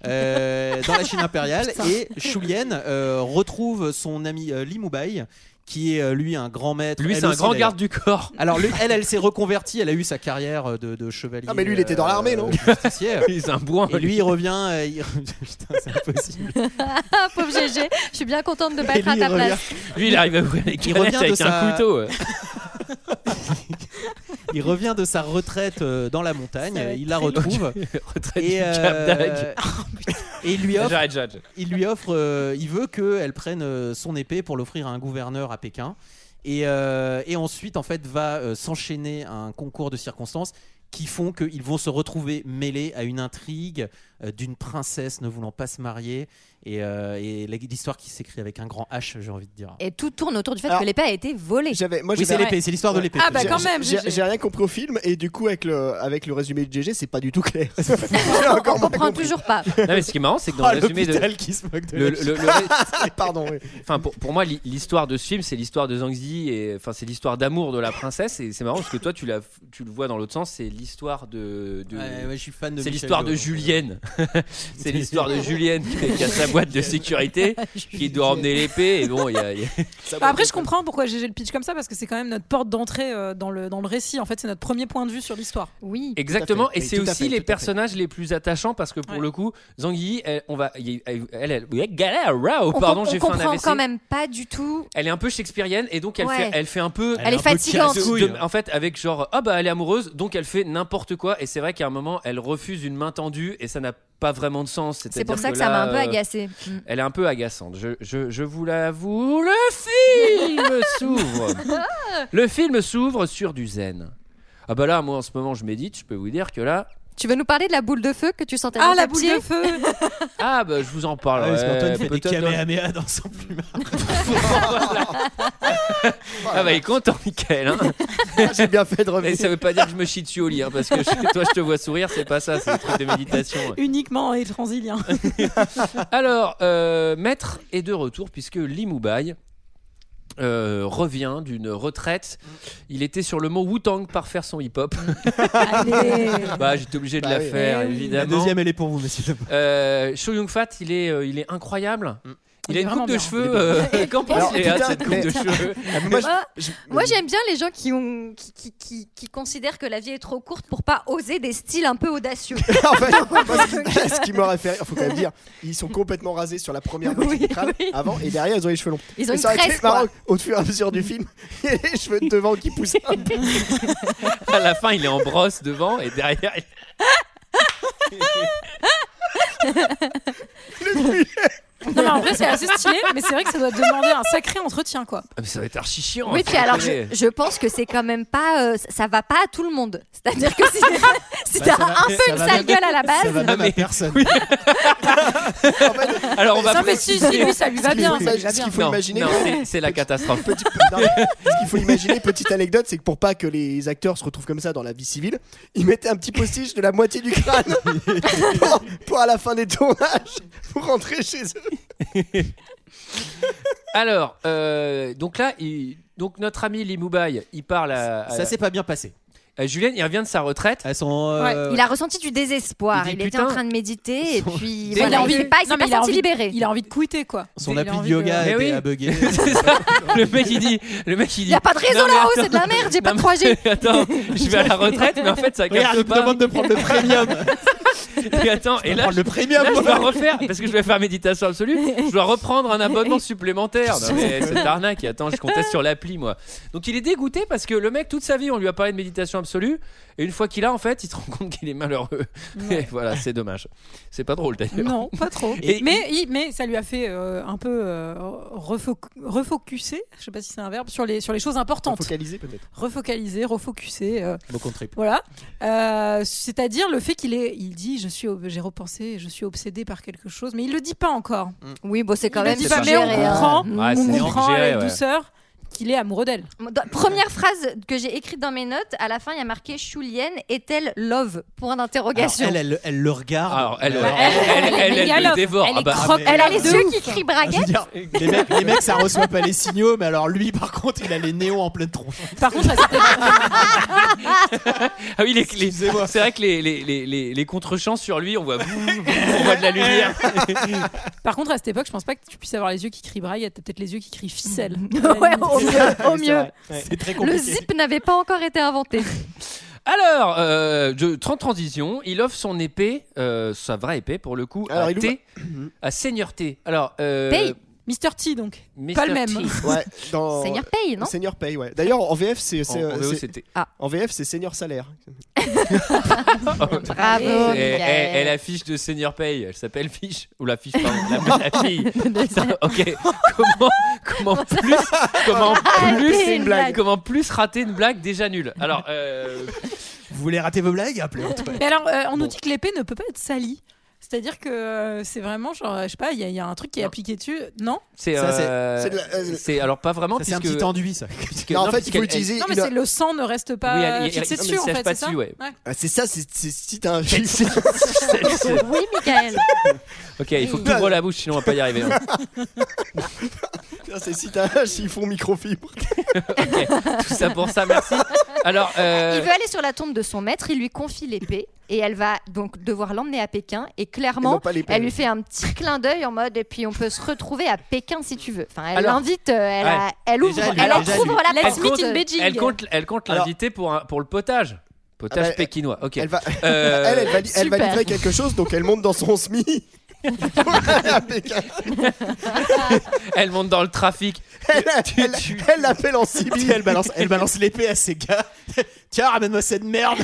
Speaker 11: euh, dans la Chine impériale et Shulien euh, retrouve son ami euh, Li Mubai qui est euh, lui un grand maître
Speaker 1: Lui,
Speaker 11: Elle
Speaker 1: c'est un
Speaker 11: aussi,
Speaker 1: grand
Speaker 11: d'ailleurs.
Speaker 1: garde du corps.
Speaker 11: alors lui, elle elle s'est reconvertie elle a eu sa carrière euh, de, de chevalier
Speaker 6: Ah, mais lui, il était dans l'armée, non
Speaker 11: justicier.
Speaker 1: Il est un bois.
Speaker 11: et lui il revient euh, il- putain c'est impossible
Speaker 8: Ah, pauvre GG, je suis bien contente de pas
Speaker 11: Et
Speaker 8: être à
Speaker 11: lui,
Speaker 8: ta
Speaker 11: il revient-
Speaker 8: place.
Speaker 1: Lui, il arrive à ouvrir les
Speaker 11: Il
Speaker 1: canettes
Speaker 11: revient de
Speaker 1: avec un
Speaker 11: sa-
Speaker 1: couteau.
Speaker 11: il revient de sa retraite euh, dans la
Speaker 10: Ça va
Speaker 11: montagne
Speaker 10: être
Speaker 11: il la
Speaker 10: très
Speaker 11: retrouve
Speaker 1: Retraite
Speaker 11: et,
Speaker 1: du
Speaker 11: euh,
Speaker 1: Cap d'Agde.
Speaker 6: Oh,
Speaker 11: et il lui offre
Speaker 1: J'arrête, j'arrête.
Speaker 11: il lui offre, euh, il veut qu'elle prenne euh, son épée pour l'offrir à un gouverneur à Pékin. Et, euh, et ensuite, en fait, va euh, s'enchaîner un concours de circonstances qui font qu'ils vont se retrouver mêlés à une intrigue euh, d'une princesse ne voulant pas se marier et, euh, et la- l'histoire qui s'écrit avec un grand H, j'ai envie de dire.
Speaker 8: Et tout tourne autour du fait
Speaker 6: Alors,
Speaker 8: que l'épée a été
Speaker 6: Moi,
Speaker 8: volée.
Speaker 11: Oui,
Speaker 6: j'avais-
Speaker 11: c'est l'épée, c'est l'histoire de l'épée. Ah, bah,
Speaker 6: J'ai-
Speaker 11: quand
Speaker 6: j'ai-
Speaker 11: même,
Speaker 6: J'ai
Speaker 11: GG.
Speaker 6: j'ai rien compris au film et du coup avec le avec le résumé de GG, c'est pas du tout clair.
Speaker 8: on comprend toujours pas.
Speaker 1: Non, mais ce qui est marrant, c'est que dans
Speaker 11: Oh,
Speaker 6: Ah,
Speaker 1: le résumé de.
Speaker 6: l'hôpital qui se moque de la- Pardon.
Speaker 1: Enfin, pour, pour moi, l'hi- l'histoire de ce film, c'est l'histoire de Zhang Zi et enfin, c'est l'histoire d'amour de la princesse. Et c'est marrant parce que toi, tu, la, tu le vois dans l'autre sens, c'est l'histoire de. de-
Speaker 11: Ouais, ouais, je suis fan de
Speaker 1: C'est
Speaker 11: Michel
Speaker 1: l'histoire de
Speaker 11: Gaulle, donc,
Speaker 1: Julienne. c'est l'histoire de Julienne qui, qui a sa boîte de sécurité, qui doit emmener l'épée. Et bon, il y a. il y a-
Speaker 10: Bah, après, je comprends pourquoi GG le pitch comme ça, parce que c'est quand même notre porte d'entrée euh, dans, le, dans le récit. En fait, c'est notre premier point de vue sur l'histoire.
Speaker 8: Oui.
Speaker 1: Exactement, et c'est aussi les personnages les plus attachants parce que pour le coup, Zhang Yi, elle, on va, elle, elle, elle- elle- galère, wow,
Speaker 8: on
Speaker 1: pardon,
Speaker 8: com- on
Speaker 1: j'ai fait un
Speaker 8: comprend
Speaker 1: AVC.
Speaker 8: quand même pas du tout.
Speaker 1: Elle est un peu shakespearienne et donc elle,
Speaker 8: Ouais.
Speaker 1: fait, elle fait un peu.
Speaker 8: Elle Elle est est un peu fatigante. casse-couille.
Speaker 1: De- en fait, avec genre, ah bah elle est amoureuse, donc elle fait n'importe quoi. Et c'est vrai qu'à un moment, elle refuse une main tendue et ça n'a pas vraiment de sens.
Speaker 8: C'est pour
Speaker 1: C'est-à-dire
Speaker 8: ça que ça m'a un
Speaker 1: là,
Speaker 8: peu
Speaker 1: euh,
Speaker 8: agacée. Mm.
Speaker 1: Elle est un peu agaçante, je, je, je vous l'avoue. Le film s'ouvre. Le film s'ouvre sur du zen. Ah bah là, moi en ce moment, je médite, je peux vous dire que là.
Speaker 8: Tu veux nous parler de la boule de feu que tu sentais
Speaker 10: Ah,
Speaker 8: dans
Speaker 10: la
Speaker 8: ta
Speaker 10: boule
Speaker 8: pied
Speaker 10: de feu
Speaker 1: Ah bah je vous en parle.
Speaker 11: parce qu'Antoine fait des
Speaker 1: peut-être dans-
Speaker 11: kamehameha dans son plumard.
Speaker 1: Ah bah il est content Mickaël hein.
Speaker 6: J'ai bien fait de revenir.
Speaker 1: Mais ça veut pas dire que je me chie dessus au lit hein, parce que je- toi je te vois sourire c'est pas ça c'est des trucs de méditation. ouais.
Speaker 10: Uniquement et transilien.
Speaker 1: Alors euh, maître est de retour puisque Limoubaï euh, revient d'une retraite. Il était sur le mot Wu-Tang par faire son hip-hop. bah j'étais obligé de
Speaker 11: Bah
Speaker 1: la
Speaker 11: oui.
Speaker 1: faire
Speaker 11: Eh oui.
Speaker 1: évidemment.
Speaker 11: La deuxième, elle est pour vous, messieurs.
Speaker 1: Euh, Cho Young Fat, il est, euh, il est incroyable. Il,
Speaker 11: Il
Speaker 1: a
Speaker 11: est
Speaker 1: une
Speaker 11: vraiment
Speaker 1: coupe de
Speaker 11: bien.
Speaker 1: cheveux.
Speaker 11: Il est
Speaker 1: euh,
Speaker 11: bien.
Speaker 1: Qu'en pense
Speaker 11: Alors,
Speaker 1: Léa de
Speaker 11: putain,
Speaker 1: cette coupe
Speaker 11: mais-
Speaker 1: de cheveux
Speaker 8: Moi, moi, j'aime bien les gens qui, ont, qui, qui, qui, qui considèrent que la vie est trop courte pour pas oser des styles un peu audacieux.
Speaker 6: en fait, moi, ce qui- ce qui m'aurait fait, rire, faut quand même dire, ils sont complètement rasés sur la première moitié du crâne avant et derrière ils ont les cheveux longs.
Speaker 8: Ils ont
Speaker 6: Et
Speaker 8: une
Speaker 6: ça aurait été
Speaker 8: tresse,
Speaker 6: marrant
Speaker 8: quoi.
Speaker 6: au fur et à mesure du film, il y a les cheveux de devant qui poussent un peu.
Speaker 1: À la fin, il est en brosse devant et derrière. il-
Speaker 10: Non, mais en vrai, c'est assez stylé, mais c'est vrai que ça doit demander un sacré entretien, quoi.
Speaker 1: Ah, mais ça va être archi chiant.
Speaker 8: Oui,
Speaker 1: hein,
Speaker 8: puis alors, je,
Speaker 1: entraîner.
Speaker 8: je pense que c'est quand même pas. euh, ça- ça va pas à tout le monde. C'est-à-dire que si, si
Speaker 1: Bah,
Speaker 8: t'as
Speaker 1: ça va-
Speaker 8: un peu
Speaker 1: ça
Speaker 8: une
Speaker 1: va
Speaker 8: sale
Speaker 1: même-
Speaker 8: gueule à la
Speaker 11: Ah,
Speaker 8: base.
Speaker 1: va même à personne. Alors on va.
Speaker 10: Non, mais si, si, lui, ça lui va bien, ça lui va
Speaker 6: Ce
Speaker 10: bien.
Speaker 6: qu'il faut
Speaker 1: Non,
Speaker 6: imaginer.
Speaker 1: non, c'est- c'est la catastrophe.
Speaker 6: Non, mais ce qu'il faut imaginer, petite anecdote, c'est que pour pas que les acteurs se retrouvent comme ça dans la vie civile, ils mettaient un petit postiche de la moitié du crâne pour, pour à la fin des tournages, pour rentrer chez eux.
Speaker 1: Alors, euh, donc là, il- donc notre ami Limoubaï, il parle à.
Speaker 11: Ça s'est pas bien passé.
Speaker 1: Julien, il revient de sa retraite.
Speaker 11: Ah, euh,
Speaker 8: Ouais. Il a ressenti du désespoir.
Speaker 1: euh, Il
Speaker 8: Il,
Speaker 1: dit,
Speaker 8: était
Speaker 1: putain.
Speaker 8: en train de méditer et puis
Speaker 10: Il
Speaker 8: voilà,
Speaker 10: a
Speaker 8: il
Speaker 10: envie-
Speaker 8: s'est pas, il s'est
Speaker 10: non, mais
Speaker 8: pas
Speaker 10: il a
Speaker 8: senti
Speaker 10: envie-
Speaker 8: libéré.
Speaker 10: Il a envie de quitter, quoi.
Speaker 11: Son
Speaker 10: Il a
Speaker 11: appli de
Speaker 10: envie
Speaker 11: yoga
Speaker 1: Mais
Speaker 11: était
Speaker 1: oui.
Speaker 11: à bugger.
Speaker 1: C'est ça. Le mec il dit, le mec il dit.
Speaker 8: Y a pas de réseau
Speaker 1: Non, mais
Speaker 8: là-haut, c'est
Speaker 1: attends.
Speaker 8: de la merde, j'ai pas de
Speaker 1: Non,
Speaker 8: 3G.
Speaker 1: mais Attends, je vais à la retraite, mais en fait ça capte
Speaker 11: Regarde, il me
Speaker 1: pas.
Speaker 11: demande de prendre le premium.
Speaker 1: Et attends, et là,
Speaker 11: prendre le premium,
Speaker 1: là, je
Speaker 11: moi.
Speaker 1: dois refaire parce que je vais faire méditation absolue. Je dois reprendre un abonnement supplémentaire. Non, mais cette arnaque. Attends, je comptais sur l'appli moi. Donc il est dégoûté parce que le mec toute sa vie on lui a parlé de méditation absolue et une fois qu'il a en fait, il se rend compte qu'il est malheureux. Et voilà, c'est dommage. C'est pas drôle d'ailleurs.
Speaker 10: Non, pas trop.
Speaker 1: Et-
Speaker 10: mais, il- mais ça lui a fait euh, un peu euh, refo- refocuser, je sais pas si c'est un verbe, sur les, sur les choses importantes.
Speaker 6: Focaliser peut-être.
Speaker 10: Refocaliser, refocuser. euh,
Speaker 11: Mot contre trip.
Speaker 10: Voilà. Euh, C'est-à-dire le fait qu'il est, il dit, je suis, ob- j'ai repensé, je suis obsédé par quelque chose, mais il le dit pas encore.
Speaker 8: Oui, bon, c'est quand
Speaker 10: il
Speaker 8: même
Speaker 10: le dit pas, mais
Speaker 8: suggéré,
Speaker 10: on
Speaker 8: hein.
Speaker 10: comprend,
Speaker 1: Ouais,
Speaker 10: on
Speaker 1: Ah, c'est
Speaker 10: comprend
Speaker 1: suggéré,
Speaker 10: avec
Speaker 1: ouais.
Speaker 10: douceur qu'il est amoureux d'elle.
Speaker 8: Dans- première phrase que j'ai écrite dans mes notes, à la fin, il y a marqué Choulienne est-elle love Point
Speaker 11: Alors,
Speaker 8: d'interrogation.
Speaker 11: elle, elle, elle le regarde. Euh,
Speaker 1: Alors, elle,
Speaker 11: Alors,
Speaker 1: elle, elle, elle, elle
Speaker 10: méga
Speaker 1: le
Speaker 10: love.
Speaker 1: dévore.
Speaker 10: Bah, Elle
Speaker 1: Ah
Speaker 10: est
Speaker 1: bah,
Speaker 10: croque-
Speaker 8: Elle a les
Speaker 10: de
Speaker 8: yeux
Speaker 10: ouf.
Speaker 8: qui crient
Speaker 11: Je veux
Speaker 8: braguette.
Speaker 11: dire, les, mecs, les mecs, ça reçoit pas les signaux, mais alors lui, par contre, il a les néons en pleine tronche.
Speaker 10: Par contre, elle s'appelle-
Speaker 1: Ah oui, les, les- c'est vrai que les, les, les, les, les contre-champs sur lui, on voit, on voit de la lumière.
Speaker 10: par contre, à cette époque, je pense pas que tu puisses avoir les yeux qui crient braille, t'as peut-être les yeux qui crient ficelle.
Speaker 8: Ouais, au mieux, au mieux.
Speaker 11: C'est très
Speaker 8: Le
Speaker 11: compliqué.
Speaker 8: zip n'avait pas encore été inventé.
Speaker 1: Alors, euh, de 30 transitions, il offre son épée, euh, sa vraie épée pour le coup,
Speaker 6: Alors,
Speaker 1: à
Speaker 6: il ouvre-
Speaker 1: T, à Seigneur T. Alors, euh,
Speaker 10: Paye. Mr. T, donc.
Speaker 1: Mr.
Speaker 10: Pas le
Speaker 1: T.
Speaker 10: même.
Speaker 6: Ouais, dans...
Speaker 8: Seigneur paye, non
Speaker 6: Seigneur paye, ouais. D'ailleurs, en VF, c'est.
Speaker 1: En-
Speaker 6: c'est-
Speaker 1: en VO,
Speaker 6: c'est-
Speaker 1: c'était-
Speaker 8: Ah.
Speaker 6: en VF, c'est Seigneur salaire.
Speaker 1: Bravo. Oh, Elle la fiche de Seigneur Paye. Elle s'appelle Fiche. Ou la fiche, pardon. La, la fille. Ça, ok. Comment, comment plus, comment
Speaker 11: Rater
Speaker 1: plus,
Speaker 11: une blague.
Speaker 1: comment plus rater une blague déjà nulle. Alors, euh,
Speaker 11: Vous voulez rater vos blagues Appelez Antoine.
Speaker 10: Mais alors, euh, on nous dit que l'épée ne peut pas être salie. C'est-à-dire que euh, c'est vraiment genre, je sais pas, il y, a- il y a un truc qui est appliqué dessus. Non
Speaker 1: c'est,
Speaker 11: Ça, c'est-
Speaker 1: euh,
Speaker 11: c'est de la-
Speaker 6: euh,
Speaker 1: c'est- alors pas vraiment.
Speaker 11: Ça, c'est un
Speaker 1: puisque-
Speaker 11: petit enduit, ça.
Speaker 1: puisque-
Speaker 6: Non, en fait, il faut
Speaker 1: puisqu'elle-
Speaker 6: utiliser.
Speaker 10: Non, mais
Speaker 6: une-
Speaker 10: c'est le sang ne reste
Speaker 1: Oui,
Speaker 10: pas
Speaker 1: elle- elle-
Speaker 10: fixé
Speaker 1: elle-
Speaker 10: dessus,
Speaker 1: elle
Speaker 10: en
Speaker 1: sèche
Speaker 10: fait.
Speaker 1: pas
Speaker 10: c'est ça
Speaker 1: dessus, ouais.
Speaker 6: Ah, c'est ça, c'est c'est- si t'as un chiffre.
Speaker 8: bah,
Speaker 7: Oui, Michael.
Speaker 1: Ok, il faut que tu ouvres la bouche, sinon on va pas y arriver. hein.
Speaker 6: Non, C'est si t'as un chiffon microfibre.
Speaker 1: Ok, tout ça pour ça, merci. Alors, euh,
Speaker 8: Il veut aller sur la tombe de son maître, il lui confie l'épée et elle va donc devoir l'emmener à Pékin et
Speaker 6: Et
Speaker 8: clairement
Speaker 6: non pas l'épée.
Speaker 8: elle lui fait un petit clin d'œil en mode et puis on peut se retrouver à Pékin si tu veux. Enfin, elle
Speaker 1: Alors-
Speaker 8: l'invite, euh, elle, a-
Speaker 1: Ouais.
Speaker 8: elle ouvre,
Speaker 11: Déjà, lui-
Speaker 8: elle
Speaker 11: déjà,
Speaker 8: entrouvre la
Speaker 10: Let's
Speaker 8: porte.
Speaker 10: meet in Beijing.
Speaker 1: elle compte, elle compte
Speaker 11: Alors-
Speaker 1: l'inviter pour, un- pour le potage. Potage
Speaker 6: Ah bah,
Speaker 1: pékinois, ok.
Speaker 6: Elle va,
Speaker 1: Euh,
Speaker 6: elle, elle va, li- elle va
Speaker 8: super.
Speaker 6: livrer quelque chose, donc elle monte dans son SMI. Pour aller à Pékin.
Speaker 1: Elle monte dans le trafic.
Speaker 6: Elle
Speaker 1: Tu-
Speaker 6: elle-
Speaker 1: tu-
Speaker 6: elle l'appelle en Sibie.
Speaker 11: Elle balance, elle balance l'épée à ses gars. Tiens, ramène-moi cette merde.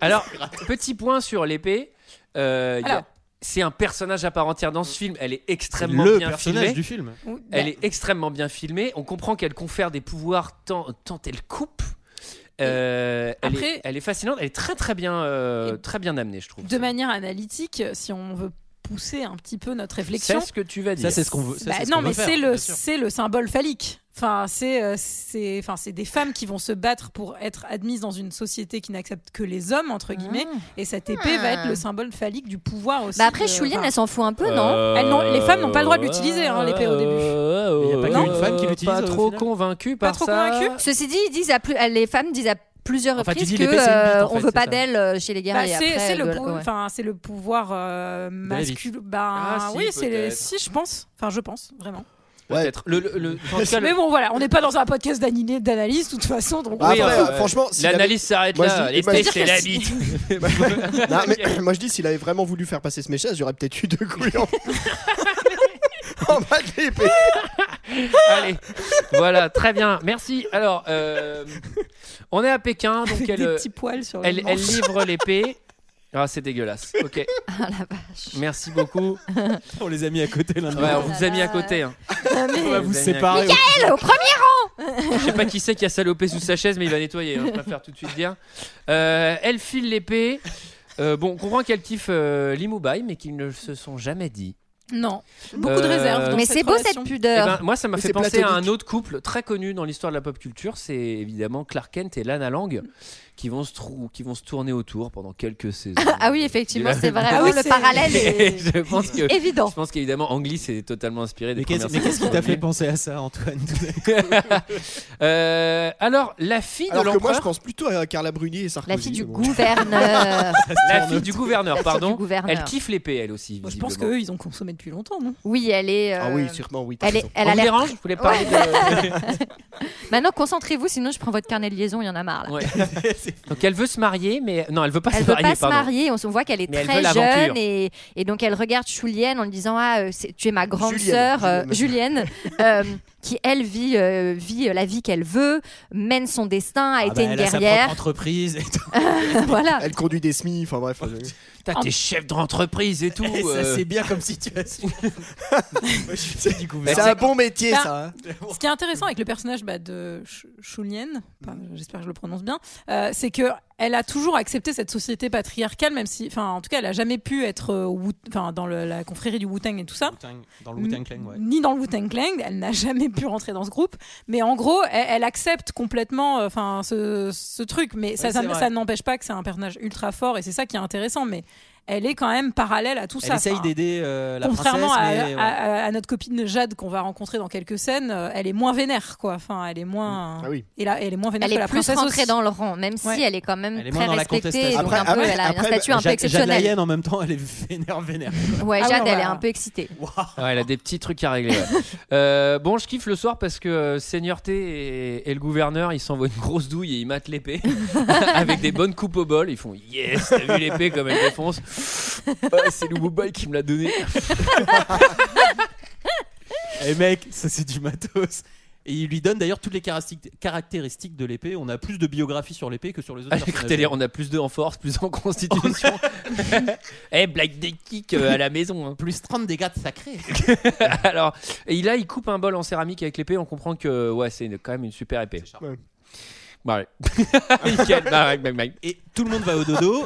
Speaker 1: Alors, petit point sur l'épée. euh, il y a-
Speaker 10: Alors.
Speaker 1: C'est un personnage à part entière dans ce film. Elle est extrêmement
Speaker 11: Le
Speaker 1: bien
Speaker 11: personnage
Speaker 1: filmée.
Speaker 11: du film.
Speaker 10: Ou-
Speaker 1: Elle est extrêmement bien filmée. On comprend qu'elle confère des pouvoirs tant, tant elle coupe. Euh, elle,
Speaker 10: Après-
Speaker 1: est, elle est fascinante. Elle est très très bien, euh, très bien amenée, je trouve.
Speaker 10: De manière analytique, si on veut pousser un petit peu notre réflexion.
Speaker 1: C'est ce que tu vas dire.
Speaker 11: Ça, c'est ce qu'on veut. ça,
Speaker 10: Bah,
Speaker 11: c'est ce
Speaker 10: non,
Speaker 11: qu'on veut
Speaker 10: mais
Speaker 11: faire,
Speaker 10: c'est
Speaker 11: bien
Speaker 10: le,
Speaker 11: sûr.
Speaker 10: c'est le symbole phallique. Enfin, c'est euh, c'est- enfin, c'est des femmes qui vont se battre pour être admises dans une société qui n'accepte que les hommes, entre guillemets. Et cette épée va être le symbole phallique du pouvoir aussi.
Speaker 8: Mmh. Bah après,
Speaker 10: de-
Speaker 8: Julienne,
Speaker 10: enfin,
Speaker 8: elle s'en fout un peu, non
Speaker 10: Elles n'ont- les femmes n'ont pas le droit de l'utiliser, hein, l'épée, au début.
Speaker 1: Il
Speaker 11: Mais y a pas qu'une femme qui l'utilise,
Speaker 1: Euh,
Speaker 11: euh,
Speaker 1: Pas
Speaker 11: au
Speaker 1: trop
Speaker 11: final.
Speaker 1: convaincu
Speaker 10: Pas
Speaker 1: par
Speaker 10: trop
Speaker 1: ça.
Speaker 10: convaincu
Speaker 8: Ceci dit, ils disent à plus, les femmes disent à plusieurs
Speaker 11: Enfin, tu
Speaker 8: reprises
Speaker 11: dis
Speaker 8: que
Speaker 11: l'épée, c'est une bite, en
Speaker 8: on
Speaker 11: fait,
Speaker 8: veut pas
Speaker 11: c'est ça.
Speaker 8: d'elle euh, chez les
Speaker 10: bah,
Speaker 8: guerriers.
Speaker 10: c'est
Speaker 8: après, euh,
Speaker 10: c'est le,
Speaker 8: elle
Speaker 10: pou-
Speaker 8: doit- ouais.
Speaker 10: enfin, c'est le pouvoir euh,
Speaker 11: la vie.
Speaker 10: masculin. Bah,
Speaker 1: Ah, si,
Speaker 10: oui, c'est
Speaker 1: peut-être.
Speaker 10: si, je pense. Enfin, je pense, vraiment.
Speaker 1: Peut-être. Le- le- le- en tout cas, le-
Speaker 10: Mais bon, voilà, on n'est pas dans un podcast d'animé- d'analyse, de toute façon. Donc,
Speaker 6: Après,
Speaker 1: Oui,
Speaker 6: euh,
Speaker 1: euh,
Speaker 6: franchement, s'il avait-
Speaker 1: L'analyse s'arrête
Speaker 6: Moi,
Speaker 1: là.
Speaker 6: je-
Speaker 1: L'espèce,
Speaker 6: moi, je-
Speaker 1: c'est la bite.
Speaker 6: Non, mais, moi je dis, s'il avait vraiment voulu faire passer ce message, j'aurais peut-être eu deux couilles en, en bas de l'épée.
Speaker 1: Allez, voilà, très bien. Merci. Alors, euh, on est à Pékin, donc
Speaker 10: avec
Speaker 1: elle,
Speaker 10: des
Speaker 1: euh,
Speaker 10: petits poils sur
Speaker 1: elle,
Speaker 10: les
Speaker 1: elle
Speaker 10: manches.
Speaker 1: livre l'épée. Ah, c'est dégueulasse. Ok,
Speaker 8: Ah, la vache.
Speaker 1: merci beaucoup.
Speaker 11: On les a mis à côté l'un de
Speaker 1: Ouais, on
Speaker 11: l'autre.
Speaker 1: vous a mis à côté. hein.
Speaker 11: On va vous
Speaker 1: vous avez mis à
Speaker 11: séparer.
Speaker 8: Elle, au premier
Speaker 1: Je sais pas qui c'est qui a salopé sous sa chaise, mais il va nettoyer. hein, je préfère tout de suite dire. Euh, elle file l'épée. Euh, bon, on comprend qu'elle kiffe euh, l'Imoubaï, mais qu'ils ne se sont jamais dit.
Speaker 10: Non, beaucoup de
Speaker 1: Euh,
Speaker 10: réserves. dans
Speaker 8: Mais c'est beau
Speaker 10: relation.
Speaker 8: cette
Speaker 1: Eh
Speaker 8: pudeur.
Speaker 1: ben, moi, ça m'a
Speaker 6: Mais
Speaker 1: fait
Speaker 6: c'est
Speaker 1: penser à un
Speaker 6: platonique.
Speaker 1: autre couple très connu dans l'histoire de la pop culture. C'est évidemment Clark Kent et Lana Lang qui vont se, trou- qui vont se tourner autour pendant quelques saisons.
Speaker 8: Ah oui, effectivement,
Speaker 1: Du-
Speaker 8: c'est vraiment
Speaker 10: Ah oui,
Speaker 8: le
Speaker 10: c'est-
Speaker 8: parallèle
Speaker 1: Et
Speaker 8: est
Speaker 1: je pense que.
Speaker 8: évident.
Speaker 1: Je pense qu'évidemment, Anglis est totalement inspiré des
Speaker 11: Mais qu'est-ce
Speaker 1: premières
Speaker 11: mais qu'est-ce qui
Speaker 1: saisons
Speaker 11: t'a fait
Speaker 1: d'Anglis.
Speaker 11: penser à ça, Antoine
Speaker 1: Euh, alors, la fille de
Speaker 6: Alors que moi je
Speaker 1: l'empereur,
Speaker 6: pense plutôt à Carla Bruni et Sarkozy.
Speaker 8: La fille du
Speaker 6: mais bon.
Speaker 8: gouverneur.
Speaker 1: la fille du
Speaker 8: La
Speaker 1: gouverneur,
Speaker 8: fille
Speaker 1: pardon,
Speaker 8: du gouverneur.
Speaker 1: elle kiffe l'épée, elle aussi.
Speaker 10: Moi, je pense
Speaker 1: visiblement.
Speaker 10: qu'eux, ils ont consommé depuis longtemps, non
Speaker 8: Oui, elle est.
Speaker 6: Ah
Speaker 8: euh,
Speaker 6: oui, sûrement, oui. t'as
Speaker 8: Elle, est,
Speaker 6: raison.
Speaker 8: elle
Speaker 1: On
Speaker 8: a
Speaker 1: vous
Speaker 8: l'air.
Speaker 1: dérange Je voulais parler
Speaker 8: Maintenant, concentrez-vous, sinon je prends votre carnet de liaison, il y en a marre.
Speaker 1: de.
Speaker 8: Là.
Speaker 1: Ouais. Donc elle veut se marier, mais non, elle veut pas
Speaker 8: Elle
Speaker 1: se
Speaker 8: veut
Speaker 1: marier.
Speaker 8: pas se
Speaker 1: pardon.
Speaker 8: marier, on se- on voit qu'elle est
Speaker 1: Mais elle veut
Speaker 8: très
Speaker 1: l'aventure.
Speaker 8: jeune et, et donc elle regarde Julienne en lui disant ah euh, c'est- tu es ma grande
Speaker 6: Julienne,
Speaker 8: sœur euh, Julienne euh, qui elle vit euh, vit la vie qu'elle veut, mène son destin, a
Speaker 11: Ah bah,
Speaker 8: été une
Speaker 11: elle a sa propre
Speaker 8: guerrière,
Speaker 11: entreprise. et tout.
Speaker 8: voilà.
Speaker 6: Elle conduit des SMI, enfin bref. euh,
Speaker 1: Putain, T'es chef d'entreprise et tout.
Speaker 11: Et ça,
Speaker 1: euh,
Speaker 11: C'est bien comme situation. Moi, je suis fan du
Speaker 6: C'est
Speaker 11: gouvernement.
Speaker 6: un bon métier
Speaker 10: Bah,
Speaker 6: ça. hein.
Speaker 10: Ce qui est intéressant avec le personnage bah, de Ch- Choulien, enfin, j'espère que je le prononce bien, euh, c'est que elle a toujours accepté cette société patriarcale, même si, enfin, en tout cas, elle a jamais pu être euh, Wu- enfin, dans le- la confrérie du Wu-Tang et tout ça.
Speaker 11: Dans le Wu-Tang Clan, ouais.
Speaker 10: Ni dans le Wu-Tang Clan, elle n'a jamais pu rentrer dans ce groupe. Mais en gros, elle, elle accepte complètement, euh, enfin, ce, ce truc. Mais ça,
Speaker 11: Oui,
Speaker 10: ça,
Speaker 11: c'est vrai.
Speaker 10: ça n'empêche pas que c'est un personnage ultra fort et c'est ça qui est intéressant. Mais elle est quand même parallèle à tout
Speaker 11: Elle
Speaker 10: ça.
Speaker 11: essaye
Speaker 10: Enfin,
Speaker 11: d'aider euh, la princesse,
Speaker 10: Contrairement à,
Speaker 11: mais ouais.
Speaker 10: à- à- à notre copine Jade qu'on va rencontrer dans quelques scènes, euh, elle est moins vénère, quoi. Enfin, elle est moins.
Speaker 6: Ah oui.
Speaker 10: Et là, elle est moins vénère
Speaker 8: Elle
Speaker 10: que la
Speaker 8: est plus
Speaker 10: princesse
Speaker 8: rentrée
Speaker 10: aussi.
Speaker 8: dans le rang, même si
Speaker 10: Ouais.
Speaker 8: elle est quand même
Speaker 11: Elle est moins
Speaker 8: très
Speaker 11: dans la
Speaker 8: respectée.
Speaker 11: contestation.
Speaker 8: Donc
Speaker 6: Après-
Speaker 8: un peu,
Speaker 6: après-
Speaker 8: elle a un
Speaker 6: après,
Speaker 8: statut un
Speaker 11: Jade-
Speaker 8: peu
Speaker 11: Jade
Speaker 8: exceptionnel.
Speaker 11: Lyonne, en même temps, elle est vénère, vénère.
Speaker 8: Ouais,
Speaker 10: Ah
Speaker 8: Jade,
Speaker 10: ouais, ouais,
Speaker 8: elle est un
Speaker 10: ouais.
Speaker 8: peu excitée.
Speaker 11: Waouh.
Speaker 1: Ouais, elle a des petits trucs à régler. ouais. Euh, bon, je kiffe le soir parce que euh, Seigneur T et, et le gouverneur, ils s'envoient une grosse douille et ils matent l'épée avec des bonnes coupes au bol. Ils font yes, t'as vu l'épée comme elle défonce. Ah, c'est le Wubai qui me
Speaker 8: Ah,
Speaker 1: l'a donné.
Speaker 11: Eh mec, ça c'est du matos. Et il lui donne d'ailleurs toutes les caractéristiques caractéristiques de l'épée. On a plus de biographie sur l'épée que sur les autres.
Speaker 1: Ah, écoutez, on a plus de en force, plus en constitution. Eh, blague des kicks euh, à la maison. hein.
Speaker 11: Plus 30 dégâts de sacré.
Speaker 1: Alors, et là, il coupe un bol en céramique avec l'épée. On comprend que ouais, c'est une- quand même une super épée.
Speaker 6: Ouais.
Speaker 1: Bah, ouais. Nickel. Bah, ouais, bang, bang.
Speaker 11: Et tout le monde va au dodo.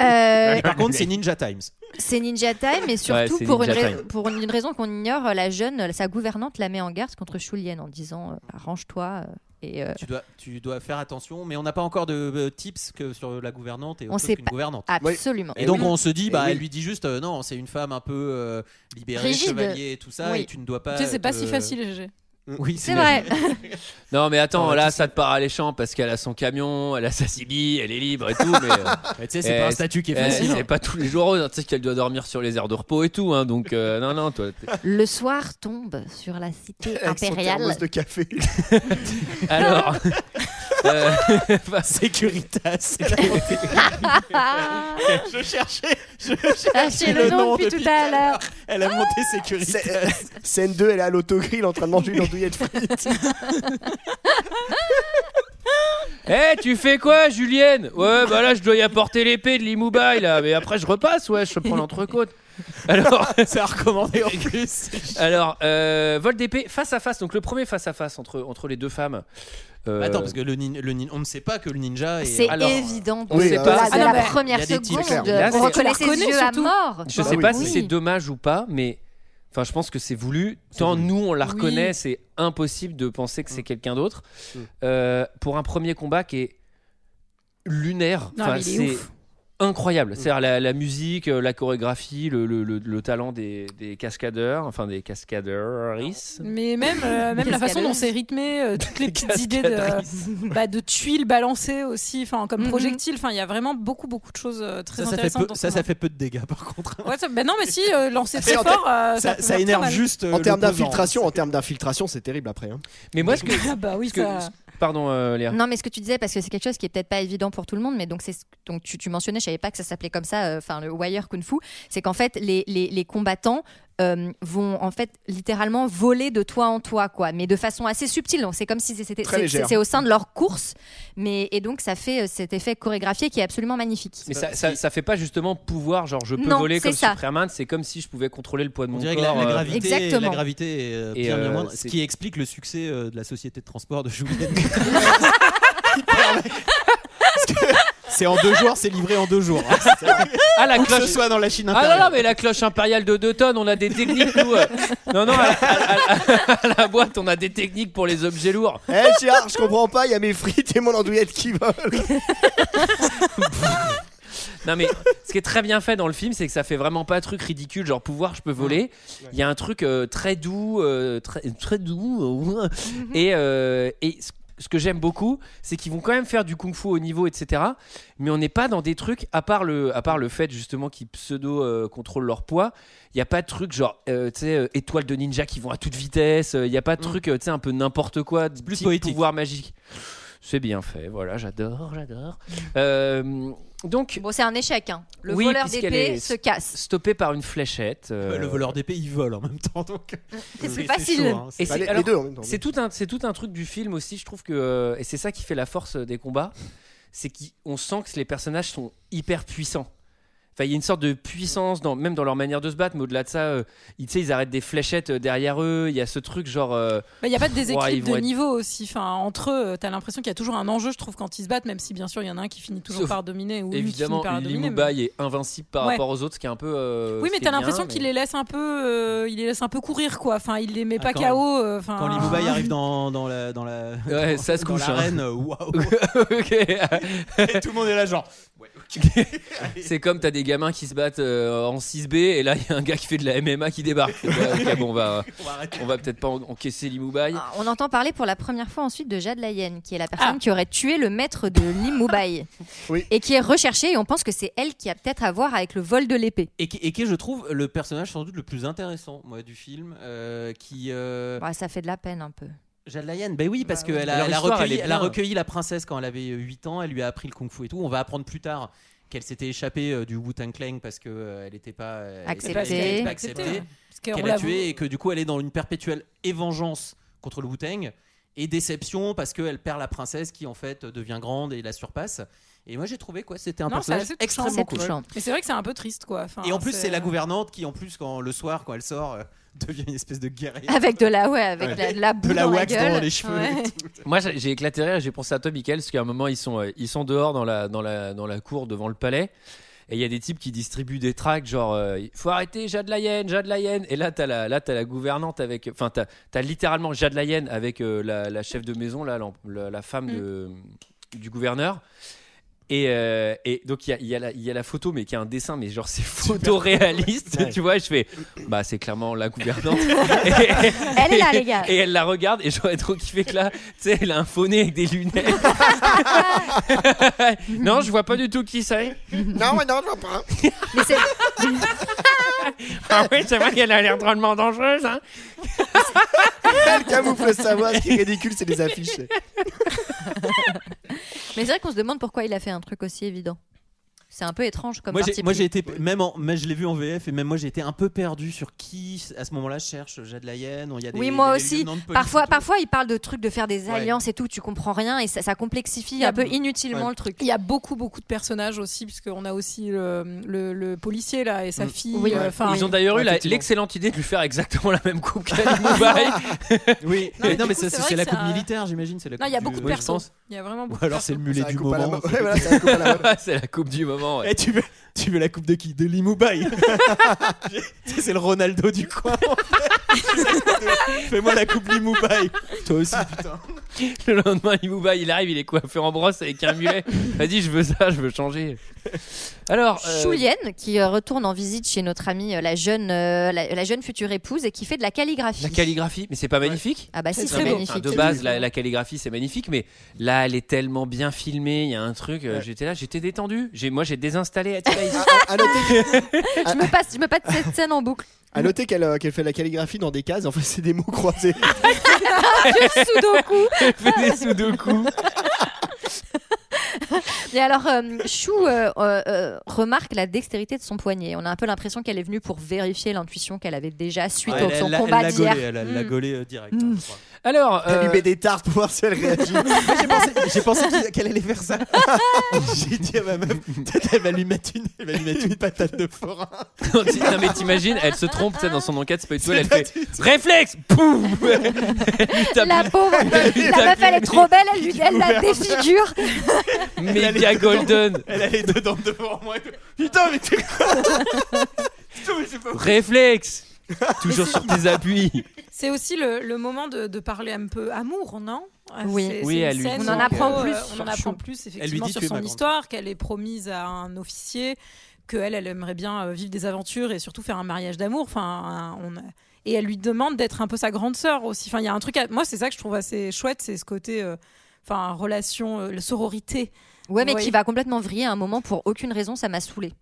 Speaker 8: Euh,
Speaker 11: Par contre, c'est Ninja Times.
Speaker 8: C'est Ninja Time, mais surtout
Speaker 11: Ouais, c'est
Speaker 8: pour, une
Speaker 11: Ninja
Speaker 8: rais-
Speaker 11: Time.
Speaker 8: pour une raison qu'on ignore, euh, la jeune, euh, sa gouvernante la met en garde contre Shulien en disant euh, arrange-toi. euh, et euh,
Speaker 11: Tu dois, tu dois faire attention, mais on n'a pas encore de euh, tips que sur la gouvernante et
Speaker 8: On
Speaker 11: autre chose
Speaker 8: sait
Speaker 11: qu'une
Speaker 8: pas.
Speaker 11: gouvernante.
Speaker 8: Absolument.
Speaker 11: Et
Speaker 8: Eh
Speaker 11: donc
Speaker 8: oui.
Speaker 11: on se dit,
Speaker 8: Eh
Speaker 11: bah,
Speaker 8: oui.
Speaker 11: elle lui dit juste, euh, non, c'est une femme un peu euh, libérée,
Speaker 10: Rigide.
Speaker 11: chevalier et tout ça,
Speaker 10: Oui.
Speaker 11: et tu ne dois pas.
Speaker 10: Tu sais, c'est pas
Speaker 11: te-
Speaker 10: si facile, GG.
Speaker 11: Oui,
Speaker 10: C'est vrai.
Speaker 1: Non, mais attends,
Speaker 11: Ouais,
Speaker 1: là, ça te part à les champs parce qu'elle a son camion, elle a sa Sibi, elle est libre et tout. Mais euh,
Speaker 11: Ouais, tu sais, Euh, c'est pas un statut qui est facile, hein.
Speaker 1: C'est pas tous les jours, hein, tu sais qu'elle doit dormir sur les aires de repos et tout. hein, donc, euh, non, non, toi. t'es-
Speaker 8: le soir tombe sur la cité
Speaker 6: Avec son
Speaker 8: impériale.
Speaker 6: thermos de café.
Speaker 1: Alors. euh,
Speaker 11: Sécuritas.
Speaker 8: Ah,
Speaker 2: Je
Speaker 11: cherchais, je
Speaker 2: cherchais le nom depuis tout à l'heure.
Speaker 11: Elle a monté sécurité.
Speaker 6: Scène 2, elle est à l'autogrill en train de manger une andouillette frite.
Speaker 1: Eh, tu fais quoi, Julienne Ouais, bah là, je dois y apporter l'épée de l'Imoubaï, là. Mais après, je repasse, ouais, je prends l'entrecôte. Alors.
Speaker 11: euh, Ça a recommandé en plus.
Speaker 1: Alors, euh, vol d'épée face à face. Donc, le premier face à face entre, entre les deux femmes. Euh,
Speaker 11: Attends, parce que le, nin- le nin- on ne sait pas que le ninja est. Ah,
Speaker 8: C'est
Speaker 11: Alors,
Speaker 8: évident.
Speaker 1: on sait
Speaker 8: de
Speaker 1: pas.
Speaker 8: la, de
Speaker 1: Ah
Speaker 8: la
Speaker 1: non, mais
Speaker 8: première
Speaker 1: il y a des tirs.
Speaker 8: seconde,
Speaker 1: Là,
Speaker 8: on
Speaker 1: c'est- Ah
Speaker 8: reconnaît ses
Speaker 10: reconnaît
Speaker 8: yeux à
Speaker 10: surtout.
Speaker 8: mort.
Speaker 11: Ah
Speaker 1: Je sais pas si c'est dommage ou pas, mais enfin, je pense que c'est voulu. Tant nous, on la
Speaker 11: Oui.
Speaker 1: reconnaît, c'est impossible de penser que
Speaker 11: Mm.
Speaker 1: c'est quelqu'un d'autre. Euh, pour un premier combat qui est lunaire,
Speaker 11: Non,
Speaker 1: enfin,
Speaker 11: mais il est
Speaker 1: c'est
Speaker 11: ouf. Mm.
Speaker 1: incroyable. C'est-à-dire la, la musique, euh, la chorégraphie, le, le- le- le talent des, des cascadeurs, enfin des cascadeurs.
Speaker 11: Mm.
Speaker 10: Mais même, euh, même la façon dont c'est rythmé, euh, toutes les petites idées de, bah, de tuiles balancées aussi, enfin
Speaker 8: Mm-hmm.
Speaker 10: comme projectiles, enfin il y a vraiment beaucoup beaucoup de choses euh,
Speaker 11: ça,
Speaker 10: très
Speaker 11: ça fait
Speaker 10: intéressantes.
Speaker 11: peu,
Speaker 10: dans ce
Speaker 11: ça, ça
Speaker 10: roman.
Speaker 11: fait peu de dégâts par contre.
Speaker 10: Ouais, ça- bah non mais si euh, lancer
Speaker 11: Et
Speaker 10: très
Speaker 11: en
Speaker 10: fort,
Speaker 11: fait,
Speaker 10: euh,
Speaker 11: ça- ça
Speaker 10: peut faire très
Speaker 11: énerve
Speaker 10: mal.
Speaker 11: juste, euh,
Speaker 6: en termes
Speaker 11: l'opposant.
Speaker 6: d'infiltration, en termes d'infiltration, hein, c'est terrible après. hein.
Speaker 1: Mais moi, ce que.
Speaker 10: Ah bah oui,
Speaker 1: ce que-
Speaker 10: ça-
Speaker 1: Pardon, euh, Léa.
Speaker 8: Non, mais ce que tu disais, parce que c'est quelque chose qui est peut-être pas évident pour tout le monde, mais donc, c'est ce- donc tu, tu mentionnais, je savais pas que ça s'appelait comme ça, euh, enfin le wire kung fu, c'est qu'en fait les, les- les combattants euh, vont en fait littéralement voler de toi en toi, quoi, mais de façon assez subtile. Donc c'est comme si c'était
Speaker 1: Très
Speaker 8: c'est-
Speaker 1: légère.
Speaker 8: c'est c'est au sein de leur course, mais et donc ça fait euh, cet effet chorégraphié qui est absolument magnifique.
Speaker 1: Mais ça, ça, ça fait pas justement pouvoir, genre je peux
Speaker 8: Non,
Speaker 1: voler
Speaker 8: c'est
Speaker 1: comme
Speaker 8: ça.
Speaker 1: Superman, c'est comme si je pouvais contrôler le poids de
Speaker 11: On
Speaker 1: mon
Speaker 11: dirait que la,
Speaker 1: corps.
Speaker 11: la
Speaker 1: euh,
Speaker 11: gravité,
Speaker 8: Exactement.
Speaker 11: la gravité est euh,
Speaker 1: Et,
Speaker 11: bien, bien
Speaker 1: euh,
Speaker 11: moindre, ce
Speaker 1: c'est-
Speaker 11: qui explique le succès euh, de la société de transport de Julien. c'est en deux jours, c'est livré en deux jours. hein.
Speaker 1: Ah la
Speaker 11: Où que
Speaker 1: cloche
Speaker 11: ce soit dans la Chine
Speaker 1: Ah non, non
Speaker 11: impériale.
Speaker 1: mais la cloche impériale de 2 tonnes, on a des techniques nous. euh. Non non, à, à- à- à la boîte, on a des techniques pour les objets lourds.
Speaker 6: Eh Gérard, je comprends pas, il y a mes frites et mon andouillette qui volent.
Speaker 1: Non mais ce qui est très bien fait dans le film, c'est que ça fait vraiment pas un truc ridicule, genre pouvoir, je peux voler. Il y a un truc euh, très doux, euh, très, très doux. euh, et euh, et ce, ce que j'aime beaucoup, c'est qu'ils vont quand même faire du kung-fu au niveau, etc. Mais on n'est pas dans des trucs à part le à part le fait justement qu'ils pseudo euh, contrôlent leur poids. Il y a pas de truc genre euh, tu sais euh, étoiles de ninja qui vont à toute vitesse. euh, Il y a pas de truc euh, tu sais un peu n'importe quoi, plus
Speaker 11: poétique.
Speaker 1: pouvoir magique. C'est bien fait, voilà, j'adore, j'adore. Euh, donc,
Speaker 8: Bon, c'est un échec. hein. Le
Speaker 1: oui,
Speaker 8: voleur
Speaker 1: puisqu'elle
Speaker 8: d'épée
Speaker 1: est
Speaker 8: se casse.
Speaker 1: Stoppé par une fléchette. euh,
Speaker 11: Le voleur d'épée, il vole en même temps. Donc...
Speaker 8: C'est facile.
Speaker 11: hein,
Speaker 1: Et c'est- hein.
Speaker 6: Bah, les- les
Speaker 1: alors,
Speaker 6: deux en même temps,
Speaker 1: C'est tout un, c'est tout un truc du film aussi. Je trouve que euh, et c'est ça qui fait la force euh, des combats, c'est qu'on sent que les personnages sont hyper puissants. Enfin, il y a une sorte de puissance dans même dans leur manière de se battre, mais au-delà de ça, euh, ils, tu sais, ils arrêtent des fléchettes euh, derrière eux. Il y a ce truc genre. euh,
Speaker 10: Il n'y a pas de
Speaker 1: Ouah, ils
Speaker 10: déséquilibre
Speaker 1: vont
Speaker 10: de
Speaker 1: être-
Speaker 10: niveau aussi. Enfin, entre eux, tu as l'impression qu'il y a toujours un enjeu, je trouve, quand ils se battent, même si bien sûr il y en a un qui finit toujours
Speaker 1: Sauf-
Speaker 10: par dominer. Ou une qui
Speaker 1: Évidemment,
Speaker 10: finit par la dominer, mais-
Speaker 1: Limoubaï est invincible par
Speaker 10: Ouais.
Speaker 1: rapport aux autres, ce qui est un peu. euh,
Speaker 10: Oui, mais
Speaker 1: ce qui
Speaker 10: t'as
Speaker 1: est bien,
Speaker 10: l'impression
Speaker 1: mais-
Speaker 10: qu'il les laisse un peu, euh, il les laisse un peu courir quoi. Enfin, il les met
Speaker 11: Ah,
Speaker 10: pas
Speaker 11: quand-
Speaker 10: KO. euh, Enfin,
Speaker 11: Quand Limoubaï arrive dans, dans la. Dans la
Speaker 1: Ouais,
Speaker 11: dans-
Speaker 1: ça se
Speaker 11: dans
Speaker 1: couche, hein.
Speaker 11: l'arène, euh, waouh.
Speaker 1: Ok.
Speaker 11: Et tout le monde est là, genre. ouais, ok.
Speaker 1: C'est comme t'as des gamins qui se battent euh, en 6B et là il y a un gars qui fait de la MMA qui débarque. C'est pas- ok, bon, bah, on va, on va peut-être pas en- encaisser l'imoubaï.
Speaker 8: Ah,
Speaker 11: Ah,
Speaker 8: On entend parler pour la première fois ensuite de Jade Layen, qui est la personne qui aurait tué le maître de Limoubaï.
Speaker 6: Oui.
Speaker 8: Et qui est recherchée, et on pense que c'est elle qui a peut-être à voir avec le vol de l'épée.
Speaker 11: Et qui, et qui est, je trouve, le personnage sans doute le plus intéressant moi, du film. euh, qui, euh,
Speaker 8: Ouais, ça fait de la peine un peu.
Speaker 11: Jade Layan, ben oui, parce
Speaker 8: Bah,
Speaker 11: qu'elle
Speaker 8: oui.
Speaker 11: a,
Speaker 1: Leur
Speaker 11: elle a
Speaker 1: histoire,
Speaker 11: recueilli,
Speaker 1: elle est
Speaker 11: elle a
Speaker 1: bien.
Speaker 11: recueilli la princesse quand elle avait euh, 8 ans, elle lui a appris le kung-fu et tout. On va apprendre plus tard qu'elle s'était échappée euh, du Wu-Tang Clan parce qu'elle n'était pas euh, elle était-
Speaker 8: Acceptée.
Speaker 11: elle était pas
Speaker 10: Acceptée.
Speaker 11: acceptée,
Speaker 10: Parce qu'on
Speaker 11: qu'elle
Speaker 10: la
Speaker 11: a
Speaker 10: voit-
Speaker 11: tué et que du coup elle est dans une perpétuelle évengeance contre le Wu-Tang. Et déception parce qu'elle perd la princesse qui en fait devient grande et la surpasse. Et moi j'ai trouvé quoi, c'était un
Speaker 10: Non, c'est
Speaker 11: personnage
Speaker 10: assez touchant,
Speaker 11: extrêmement
Speaker 10: c'est
Speaker 11: cool.
Speaker 10: touchant. Mais c'est vrai que c'est un peu triste, quoi.
Speaker 8: hein,
Speaker 10: Enfin,
Speaker 11: Et en plus c'est la gouvernante qui en plus quand le soir quand elle sort euh, devient une espèce de guerrière.
Speaker 8: Avec de la, ouais, avec
Speaker 11: Ouais.
Speaker 8: de la, de la boue dans la
Speaker 11: wax
Speaker 8: gueule.
Speaker 11: dans les cheveux.
Speaker 8: Ouais.
Speaker 1: Moi, j'ai j'ai éclaté de rire et j'ai pensé à toi, Michael, parce qu'à un moment, ils sont, euh, ils sont dehors dans la, dans, la, dans la cour devant le palais. Et il y a des types qui distribuent des tracts, genre euh, il faut arrêter Jade la hyène, Jade la hyène. Et là, t'as la, là, t'as la gouvernante avec, enfin, t'as, t'as littéralement Jade la hyène avec euh, la, la chef de maison, là, l'en- la, la femme de, du gouverneur. Et, euh, et donc il y a, il y, a la- il y a la photo, mais qui a un dessin, mais genre c'est photoréaliste,
Speaker 12: Ouais.
Speaker 1: tu vois. et Je fais, bah c'est clairement la gouvernante.
Speaker 8: Elle est là, les gars.
Speaker 1: Et elle la regarde et j'aurais trop kiffé que là, tu sais, elle a un faux nez avec des lunettes. non, je vois pas du tout qui c'est.
Speaker 6: Non, mais non, je vois pas.
Speaker 8: Mais c'est.
Speaker 1: Ah oui, c'est vrai qu'elle a l'air drôlement dangereuse. Hein.
Speaker 6: Elle camoufle sa voix. Ce qui est ridicule, c'est les affiches.
Speaker 8: Mais c'est vrai qu'on se demande pourquoi il a fait un truc aussi évident. C'est un peu étrange comme
Speaker 11: moi, j'ai,
Speaker 8: parti
Speaker 11: moi,
Speaker 8: pris.
Speaker 11: j'ai été même en- mais je l'ai vu en VF et même moi j'ai été un peu perdu sur qui à ce moment-là cherche Jade la hyène. Il y a des-
Speaker 8: Oui,
Speaker 11: il y a
Speaker 8: moi
Speaker 11: des
Speaker 8: aussi.
Speaker 11: lieutenants de police
Speaker 8: Parfois,
Speaker 11: et tout.
Speaker 8: parfois, il parle de trucs de faire des
Speaker 11: Ouais.
Speaker 8: alliances et tout, tu comprends rien et ça, ça complexifie un peu inutilement le truc.
Speaker 10: Il y a beaucoup, beaucoup de personnages aussi, puisqu'on a aussi le, le- le policier là
Speaker 11: Mm.
Speaker 10: et sa fille.
Speaker 8: Oui.
Speaker 10: euh, enfin,
Speaker 1: Ils ont d'ailleurs eu la-
Speaker 11: effectivement.
Speaker 1: l'excellente idée de lui faire exactement la même coupe qu'à Dubaï.
Speaker 11: oui,
Speaker 10: Non, mais
Speaker 11: non, mais
Speaker 10: du
Speaker 11: ça,
Speaker 10: coup, c'est
Speaker 11: c'est,
Speaker 10: vrai
Speaker 11: c'est
Speaker 10: que
Speaker 11: la
Speaker 10: c'est
Speaker 11: coupe
Speaker 10: un-
Speaker 11: militaire, j'imagine. C'est la
Speaker 10: Non, il
Speaker 11: coupe
Speaker 10: y a
Speaker 11: du-
Speaker 10: beaucoup de
Speaker 11: Oui, je
Speaker 10: personnes.
Speaker 11: pense.
Speaker 10: Il y a vraiment
Speaker 11: Ou
Speaker 10: beaucoup.
Speaker 11: alors c'est le mulet
Speaker 6: la
Speaker 11: du
Speaker 6: coupe à la
Speaker 11: moment.
Speaker 6: main. Ouais, voilà, c'est la coupe à la main.
Speaker 1: Ah, c'est la coupe du moment. ouais.
Speaker 11: Eh, tu, veux, tu veux la coupe de qui De Limoubaï C'est le Ronaldo du coin. en fait. Fais-moi la coupe Limoubaï. Toi aussi, putain.
Speaker 1: Le lendemain, Limouba, il arrive, il est coiffé en brosse avec un mulet. Vas-y, je veux ça, je veux changer. Alors, euh,
Speaker 8: Choulienne qui euh, retourne en visite chez notre amie euh, la jeune, euh, la, la jeune future épouse et qui fait de la calligraphie.
Speaker 1: la calligraphie, mais c'est pas magnifique
Speaker 8: Ah bah si,
Speaker 1: Non,
Speaker 8: c'est
Speaker 1: mais,
Speaker 8: magnifique.
Speaker 1: enfin, de base, la, la calligraphie, c'est magnifique, mais là, elle est tellement bien filmée. Il y a un truc, euh, j'étais là, j'étais détendu. J'ai- Moi, j'ai désinstallé Atlaïs.
Speaker 6: À noter,
Speaker 8: je me passe, je me passe cette scène en boucle.
Speaker 6: à noter qu'elle euh, qu'elle fait la calligraphie dans des cases. En fait, c'est des mots croisés.
Speaker 8: Juste Sudoku.
Speaker 1: Elle fait des sudoku.
Speaker 8: Et alors, euh, Chou euh, euh, euh, remarque la dextérité de son poignet. On a un peu l'impression qu'elle est venue pour vérifier l'intuition qu'elle avait déjà suite
Speaker 11: elle,
Speaker 8: à son
Speaker 11: elle l'a- elle
Speaker 8: combat
Speaker 11: l'a
Speaker 8: d'hier.
Speaker 11: gaulé, elle, elle l'a
Speaker 8: Mm.
Speaker 11: gaulé euh, direct. hein, je crois.
Speaker 1: Alors,
Speaker 6: Elle
Speaker 1: euh,
Speaker 6: lui met des tartes pour voir si elle réagit.
Speaker 11: J'ai pensé, j'ai pensé qu'il- qu'elle allait faire ça. J'ai dit à ma meuf, peut-être elle va lui mettre une, elle va lui mettre une patate de forain.
Speaker 1: non, t- non, mais t'imagines, elle se trompe, tu sais, dans son enquête, c'est pas du tout elle, elle
Speaker 11: pas
Speaker 1: fait réflexe, poum. Elle lui tape
Speaker 8: La pauvre,
Speaker 1: lui
Speaker 8: la
Speaker 1: tape
Speaker 8: meuf, elle
Speaker 1: le nez.
Speaker 8: est trop belle, elle, lui, elle la défigure.
Speaker 11: Elle
Speaker 1: méga
Speaker 11: allait dedans.
Speaker 1: golden.
Speaker 11: Elle allait dedans devant moi. et tout. Putain, mais t'es quoi Putain, mais c'est pas vrai.
Speaker 1: Réflexe. Toujours sur tes appuis.
Speaker 10: C'est aussi le, le moment de, de parler un peu amour, non Ah,
Speaker 8: Oui.
Speaker 10: c'est-
Speaker 1: Oui,
Speaker 10: c'est une
Speaker 1: elle lui
Speaker 10: scène
Speaker 8: dit On en
Speaker 10: où,
Speaker 8: apprend
Speaker 10: euh,
Speaker 8: plus
Speaker 10: On
Speaker 8: sur
Speaker 10: en apprend
Speaker 8: Chou.
Speaker 10: plus
Speaker 11: dit,
Speaker 10: effectivement
Speaker 11: tu
Speaker 10: sur
Speaker 11: es ma
Speaker 10: son
Speaker 11: grande.
Speaker 10: histoire, qu'elle est promise à un officier, qu'elle, elle aimerait bien euh, vivre des aventures et surtout faire un mariage d'amour. Enfin, un- on a- Et elle lui demande d'être un peu sa grande sœur aussi. Enfin, il y a un truc. à- Moi, c'est ça que je trouve assez chouette, c'est ce côté, euh, enfin, relation, euh, la sororité.
Speaker 8: Ouais, mais
Speaker 10: Oui.
Speaker 8: qui va complètement vriller à un moment pour aucune raison, ça m'a saoulé.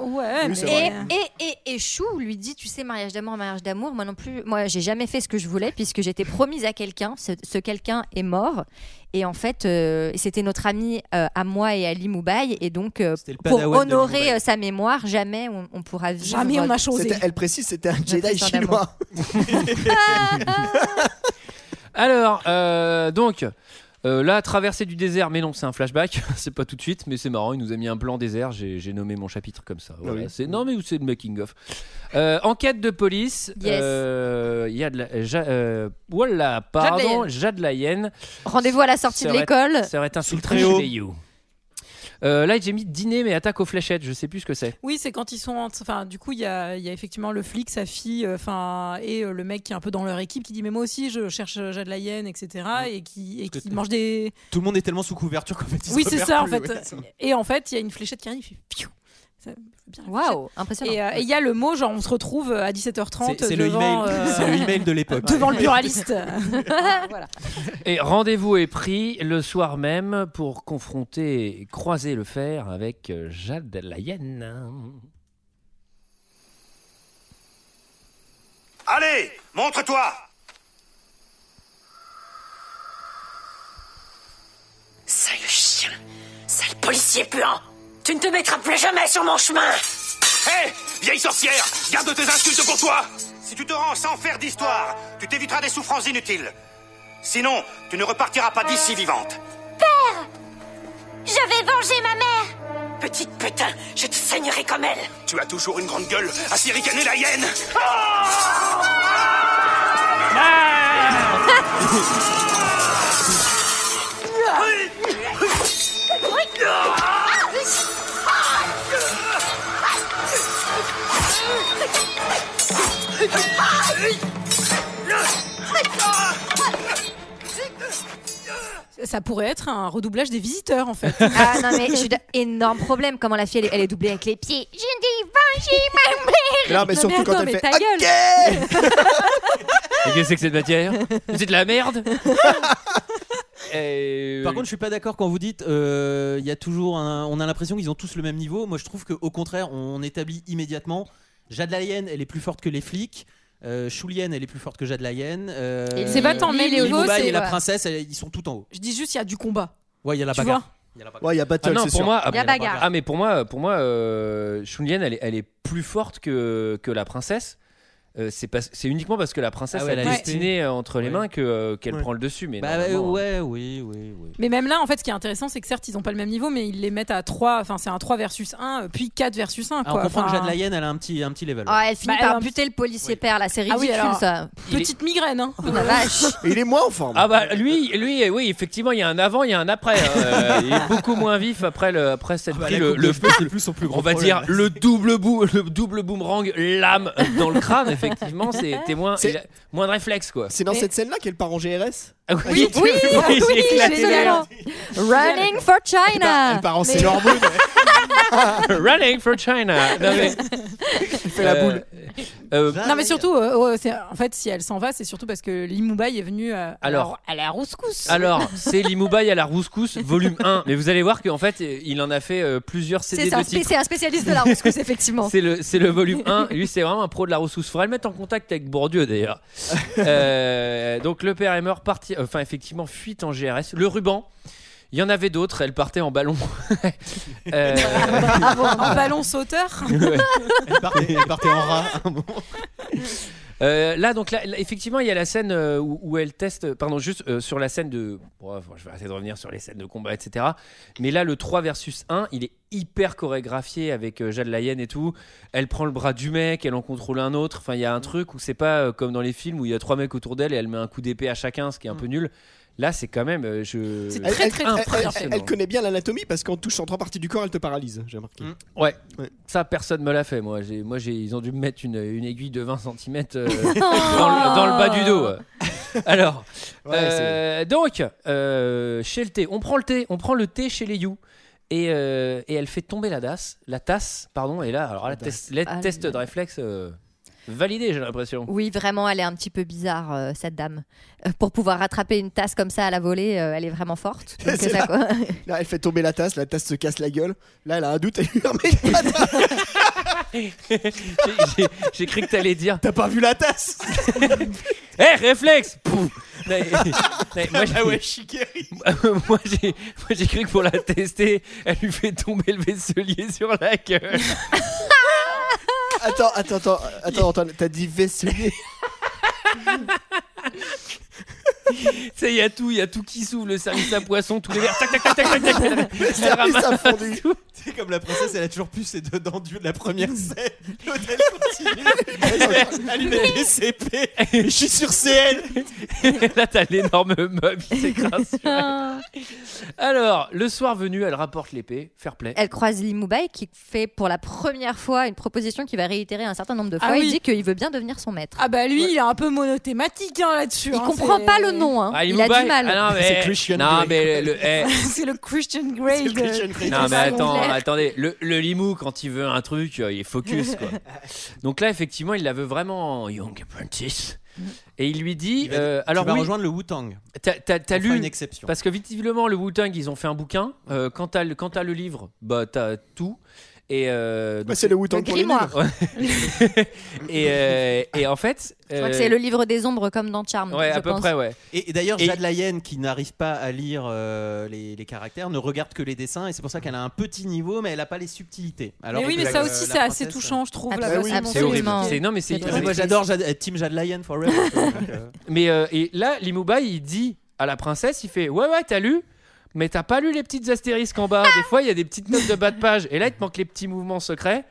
Speaker 10: Ouais,
Speaker 6: Oui, c'est
Speaker 8: Et,
Speaker 10: mais-
Speaker 8: et, et, et Chou lui dit Tu sais, mariage d'amour, mariage d'amour, moi non plus, moi j'ai jamais fait ce que je voulais puisque j'étais promise à quelqu'un. Ce, ce quelqu'un est mort. Et en fait, euh, c'était notre ami euh, à moi et à Limoubaï. Et donc, euh,
Speaker 11: C'était le
Speaker 8: pour
Speaker 11: padawan de
Speaker 8: honorer
Speaker 11: Limoubaï.
Speaker 8: euh, sa mémoire, jamais on, on pourra vivre.
Speaker 10: jamais on a changé.
Speaker 6: C'était- Elle précise, c'était un Jedi
Speaker 8: histoire d'amour.
Speaker 6: chinois.
Speaker 1: Alors, euh, donc, euh, là, traversée du désert, mais non, c'est un flashback, c'est pas tout de suite, mais c'est marrant, il nous a mis un plan désert, j'ai j'ai nommé mon chapitre comme ça. Voilà,
Speaker 6: oui.
Speaker 1: c'est- Non, mais c'est le making-of. enquête de police,
Speaker 8: Yes.
Speaker 1: euh, il y a de la. Ja- euh, voilà, pardon, Jade la hyène
Speaker 8: Rendez-vous à la sortie de
Speaker 1: Serait-
Speaker 8: l'école.
Speaker 1: serait insultée
Speaker 11: Sous le
Speaker 1: chez
Speaker 11: préau.
Speaker 1: les You. Euh, là, j'ai mis dîner mais attaque aux fléchettes, je sais plus ce que c'est.
Speaker 10: Oui, c'est quand ils sont. en- Enfin, du coup, il y a, il y a effectivement le flic, sa fille, euh, enfin, et euh, le mec qui est un peu dans leur équipe qui dit Mais moi aussi, je cherche euh, Jade la hyène, etc. Et qui, et
Speaker 11: Parce que
Speaker 10: qui
Speaker 11: t'es-
Speaker 10: mange des.
Speaker 11: Tout le monde est tellement sous couverture qu'en fait, ils se
Speaker 10: oui, c'est
Speaker 11: repèrent
Speaker 10: ça, en
Speaker 11: plus,
Speaker 10: fait.
Speaker 11: ouais, ils sont-
Speaker 10: et en fait, il y a une fléchette qui arrive, il fait Piou Ça, c'est bien la fléchette.
Speaker 8: Waouh, impressionnant.
Speaker 10: Et euh, et il y a le mot genre, on se retrouve euh, à
Speaker 11: C'est
Speaker 10: 17h30
Speaker 11: c'est le
Speaker 10: devant,
Speaker 11: email,
Speaker 10: euh,
Speaker 11: c'est le email de l'époque.
Speaker 10: devant le pluraliste. voilà.
Speaker 1: Et rendez-vous est pris le soir même pour confronter et croiser le fer avec euh, Jade la hyène.
Speaker 2: Allez, montre-toi
Speaker 13: Sale chien, sale policier puant. Tu ne te mettras plus jamais sur mon chemin.
Speaker 2: Hé, vieille sorcière, garde tes insultes pour toi Si tu te rends sans faire d'histoire, tu t'éviteras des souffrances inutiles.
Speaker 12: Sinon, tu ne repartiras pas d'ici vivante.
Speaker 13: Père Je vais venger ma mère Petite putain, je te saignerai comme elle
Speaker 12: Tu as toujours une grande gueule à siricaner la hyène.
Speaker 10: Ça pourrait être un redoublage des visiteurs en fait.
Speaker 8: Ah non, mais je suis d'un énorme problème. Comment la fille, elle est, elle est doublée avec les pieds. Je dis
Speaker 11: Euh,
Speaker 8: venger ma mère
Speaker 1: Non, mais surtout
Speaker 8: attends,
Speaker 1: quand elle
Speaker 8: mais
Speaker 1: fait
Speaker 8: ta gueule.
Speaker 1: Et qu'est-ce que c'est que cette matière C'est de la merde Et-
Speaker 11: Par contre, je suis pas d'accord quand vous dites euh, il y a toujours un- on a l'impression qu'ils ont tous le même niveau. Moi, je trouve que au contraire, on établit immédiatement Jade la hyène, elle est plus forte que les flics. Euh, Choulienne, elle est plus forte que Jade la hyène. Euh,
Speaker 10: Et C'est pas tant, mais
Speaker 11: Lily
Speaker 10: les niveaux,
Speaker 11: Mobile
Speaker 10: c'est-
Speaker 11: et la
Speaker 10: ouais.
Speaker 11: princesse, elle- ils sont tout en haut.
Speaker 10: Je dis juste, il y a du combat.
Speaker 11: Ouais, il y a la
Speaker 10: Tu
Speaker 11: bagarre. Bah,
Speaker 10: vois
Speaker 6: Ouais, il y a
Speaker 1: Ah
Speaker 6: Battle,
Speaker 1: non,
Speaker 6: c'est
Speaker 1: pour
Speaker 6: sûr.
Speaker 1: moi, ah,
Speaker 10: Il y a
Speaker 1: mais-
Speaker 10: bagarre.
Speaker 1: ah, mais pour moi, pour moi, euh, Shun Lien, elle est, elle est plus forte que, que la princesse. Euh, c'est pas- c'est uniquement parce que la princesse
Speaker 11: Ah ouais,
Speaker 1: elle a
Speaker 11: elle a
Speaker 1: la
Speaker 11: les
Speaker 1: destinée euh, entre les mains que euh, qu'elle prend le dessus. Mais
Speaker 11: Bah,
Speaker 1: normalement,
Speaker 11: ouais, oui, oui, oui.
Speaker 10: Mais même là, en fait, ce qui est intéressant, c'est que certes, ils n'ont pas le même niveau, mais ils les mettent à 3, enfin, c'est un 3 versus 1, euh, puis 4 versus 1.
Speaker 11: Ah,
Speaker 10: Quoi.
Speaker 11: on comprend
Speaker 10: Enfin,
Speaker 11: que Jade la hyène, elle a un petit, un petit level.
Speaker 8: Ah, elle finit
Speaker 10: Bah,
Speaker 8: par
Speaker 10: elle-
Speaker 8: buter le policier père, là. C'est
Speaker 10: Ah oui,
Speaker 8: ridicule,
Speaker 10: alors,
Speaker 8: ça.
Speaker 10: Petite migraine, hein.
Speaker 8: La vache.
Speaker 6: Il est moins en forme.
Speaker 1: Ah bah lui, lui, euh, oui, effectivement, il y a un avant, il y a un après. hein. Euh, il est beaucoup moins vif après le, après cette
Speaker 11: bah,
Speaker 1: prise,
Speaker 11: la
Speaker 1: le,
Speaker 11: coupe
Speaker 1: le-
Speaker 11: de cheveux, c'est plus son plus grand
Speaker 1: on va
Speaker 11: problème.
Speaker 1: dire le double bout, le double boomerang, lame dans le crâne. Effectivement, c'est t'es moins,
Speaker 6: C'est-
Speaker 1: il a moins de réflexe quoi.
Speaker 6: C'est dans cette scène-là qu'elle part en GRS
Speaker 1: Ah oui,
Speaker 6: Ah,
Speaker 1: oui,
Speaker 6: j'ai
Speaker 1: oui,
Speaker 6: éclaté
Speaker 1: oui,
Speaker 6: la
Speaker 1: absolument.
Speaker 6: tête.
Speaker 8: Running for China.
Speaker 6: Elle part en
Speaker 8: Ah, Mais-
Speaker 6: Sailor Moon.
Speaker 1: Running for China. Non, mais-
Speaker 6: fait la boule.
Speaker 1: euh,
Speaker 10: Non, mais surtout, euh, ouais, c'est- en fait, si elle s'en va, c'est surtout parce que Limoubaï est venu à,
Speaker 1: Alors-
Speaker 10: à la rouscousse.
Speaker 1: Alors, c'est Limoubaï à la rouscousse, volume 1. Mais vous allez voir qu'en fait, euh, il en a fait euh, plusieurs CD
Speaker 8: C'est un,
Speaker 1: de
Speaker 8: spé-
Speaker 1: titres.
Speaker 8: c'est un spécialiste de la rouscousse, effectivement.
Speaker 1: C'est le, c'est le volume 1. Lui, c'est vraiment un pro de la ressource. Faudrait le mettre en contact avec Bourdieu, d'ailleurs. Euh, donc, le père est mort, parti, enfin, effectivement, fuite en GRS. Le ruban. Il y en avait d'autres, elle partait en ballon. Euh,
Speaker 10: en ballon sauteur.
Speaker 1: Ouais.
Speaker 11: Elle partait, elle partait en rat.
Speaker 1: Euh, là, donc, là, là, effectivement, il y a la scène euh, où, où elle teste, euh, pardon, juste euh, sur la scène de. bon, enfin, je vais arrêter de revenir sur les scènes de combat, etc. Mais là, le 3 versus 1, il est hyper chorégraphié avec euh, Jade Lyonne et tout. Elle prend le bras du mec, elle en contrôle un autre. Enfin, il y a un truc où c'est pas euh, comme dans les films où il y a trois mecs autour d'elle et elle met un coup d'épée à chacun, ce qui est un peu nul. Là, c'est quand même. euh, je...
Speaker 6: Elle- elle- elle- elle-
Speaker 1: impressionnant.
Speaker 6: Elle connaît bien l'anatomie parce qu'en touchant trois parties du corps, elle te paralyse, j'ai remarqué.
Speaker 1: Ouais. ça personne me l'a fait. Moi, j'ai, moi, j'ai, ils ont dû me mettre une, une aiguille de 20 cm dans, le, dans le bas du dos. Alors,
Speaker 6: Ouais,
Speaker 1: euh, donc, euh, chez le thé, on prend le thé, on prend le thé chez les You. Et, euh, et elle fait tomber la tasse, la tasse, pardon. Et là, alors la test, la
Speaker 8: Ah,
Speaker 1: test de réflexe euh, validé, j'ai l'impression.
Speaker 8: Oui, vraiment, elle est un petit peu bizarre, euh, cette dame. Euh, pour pouvoir rattraper une tasse comme ça à la volée, euh, elle est vraiment forte. Donc,
Speaker 6: C'est
Speaker 8: ça,
Speaker 6: là-
Speaker 8: quoi.
Speaker 6: Là, elle fait tomber la tasse, la tasse se casse la gueule. Là, elle a un doute, elle lui remet une patate.
Speaker 1: J'ai- j'ai- J'ai cru que t'allais dire.
Speaker 6: T'as pas vu la tasse
Speaker 1: Eh, réflexe Pouf Non, mais- mais moi,
Speaker 11: Ah
Speaker 1: j'ai- moi, j'ai moi, j'ai cru que pour la tester, elle lui fait tomber le vaisselier sur la gueule.
Speaker 6: Attends, attends, attends, attends, Antoine, t'as dit vaisselier.
Speaker 1: Tu sais, il y a tout, il y a tout qui s'ouvre, le service à poisson, tous les verres, tac, tac, tac, tac, tac, tac, tac, tac. Elle ramasse tout.
Speaker 11: C'est comme la princesse, elle a toujours plus ses deux dents du- de la première scène. L'hôtel continue. Elle lui met les CP. Mais Je suis sur CL.
Speaker 1: Là, t'as l'énorme meuble qui s'écrase. sur
Speaker 8: Ah.
Speaker 1: elle. Alors, le soir venu, elle rapporte l'épée, fair play.
Speaker 8: Elle croise Limoubaï qui fait pour la première fois une proposition qui va réitérer un certain nombre de fois.
Speaker 10: Ah
Speaker 8: Il
Speaker 10: oui.
Speaker 8: dit qu'il veut bien devenir son maître.
Speaker 10: Ah bah lui, il est un peu monothématique hein, là-dessus.
Speaker 8: Il
Speaker 10: hein,
Speaker 8: comprend
Speaker 10: c'est-
Speaker 8: pas le nom, hein.
Speaker 1: Ah,
Speaker 8: il a
Speaker 1: Limoubaï-
Speaker 8: du mal.
Speaker 1: Ah, non, mais,
Speaker 11: C'est Christian
Speaker 1: non,
Speaker 11: Grey.
Speaker 1: mais le, le- eh,
Speaker 10: C'est le Christian Grey. de-
Speaker 1: Non mais
Speaker 10: de-
Speaker 1: attends, attendez, le, le Limou quand il veut un truc, euh, il est focus quoi. Donc là effectivement il la veut vraiment en Young Apprentice.
Speaker 8: Mm.
Speaker 1: Et il lui dit, euh, alors
Speaker 11: tu vas
Speaker 1: oui,
Speaker 11: rejoindre le Wu-Tang.
Speaker 1: t'as- t'as t'as
Speaker 11: On fera
Speaker 1: lu
Speaker 11: une exception.
Speaker 1: Parce que visiblement le Wu-Tang ils ont fait un bouquin. Euh, quand t'as le- quand t'as le livre, bah t'as tout. Et euh, donc
Speaker 6: c'est le Wu-Tang
Speaker 8: Le pour les grimoire.
Speaker 1: et, euh, et en fait,
Speaker 8: Je crois que
Speaker 1: euh,
Speaker 8: c'est le livre des ombres comme dans Charm.
Speaker 1: Ouais,
Speaker 8: je
Speaker 1: à peu
Speaker 8: pense.
Speaker 1: près, ouais.
Speaker 11: Et, et d'ailleurs,
Speaker 1: Et-
Speaker 11: Jade Lyonne, qui n'arrive pas à lire euh, les, les caractères, ne regarde que les dessins, et c'est pour ça qu'elle a un petit niveau, mais elle n'a pas les subtilités. Alors
Speaker 10: mais oui,
Speaker 11: que
Speaker 10: mais
Speaker 11: la-
Speaker 10: ça aussi,
Speaker 11: la
Speaker 10: c'est assez
Speaker 11: princesse- hein.
Speaker 10: touchant, je trouve. la
Speaker 1: Ah oui,
Speaker 10: façon dont
Speaker 1: c'est horrible.
Speaker 10: expliqué.
Speaker 1: C'est- non, mais c'est-
Speaker 10: Il y a
Speaker 1: c'est-
Speaker 10: trop
Speaker 11: Moi,
Speaker 10: de
Speaker 11: j'adore
Speaker 1: euh,
Speaker 11: Jade- Team Jade Lyonne forever.
Speaker 1: Mais euh, et là, Limouba, il dit à la princesse, il fait ouais ouais, t'as lu, mais t'as pas lu les petites astérisques en bas. Des fois, il y a des petites notes de bas de page. Et là, il te manque les petits mouvements secrets.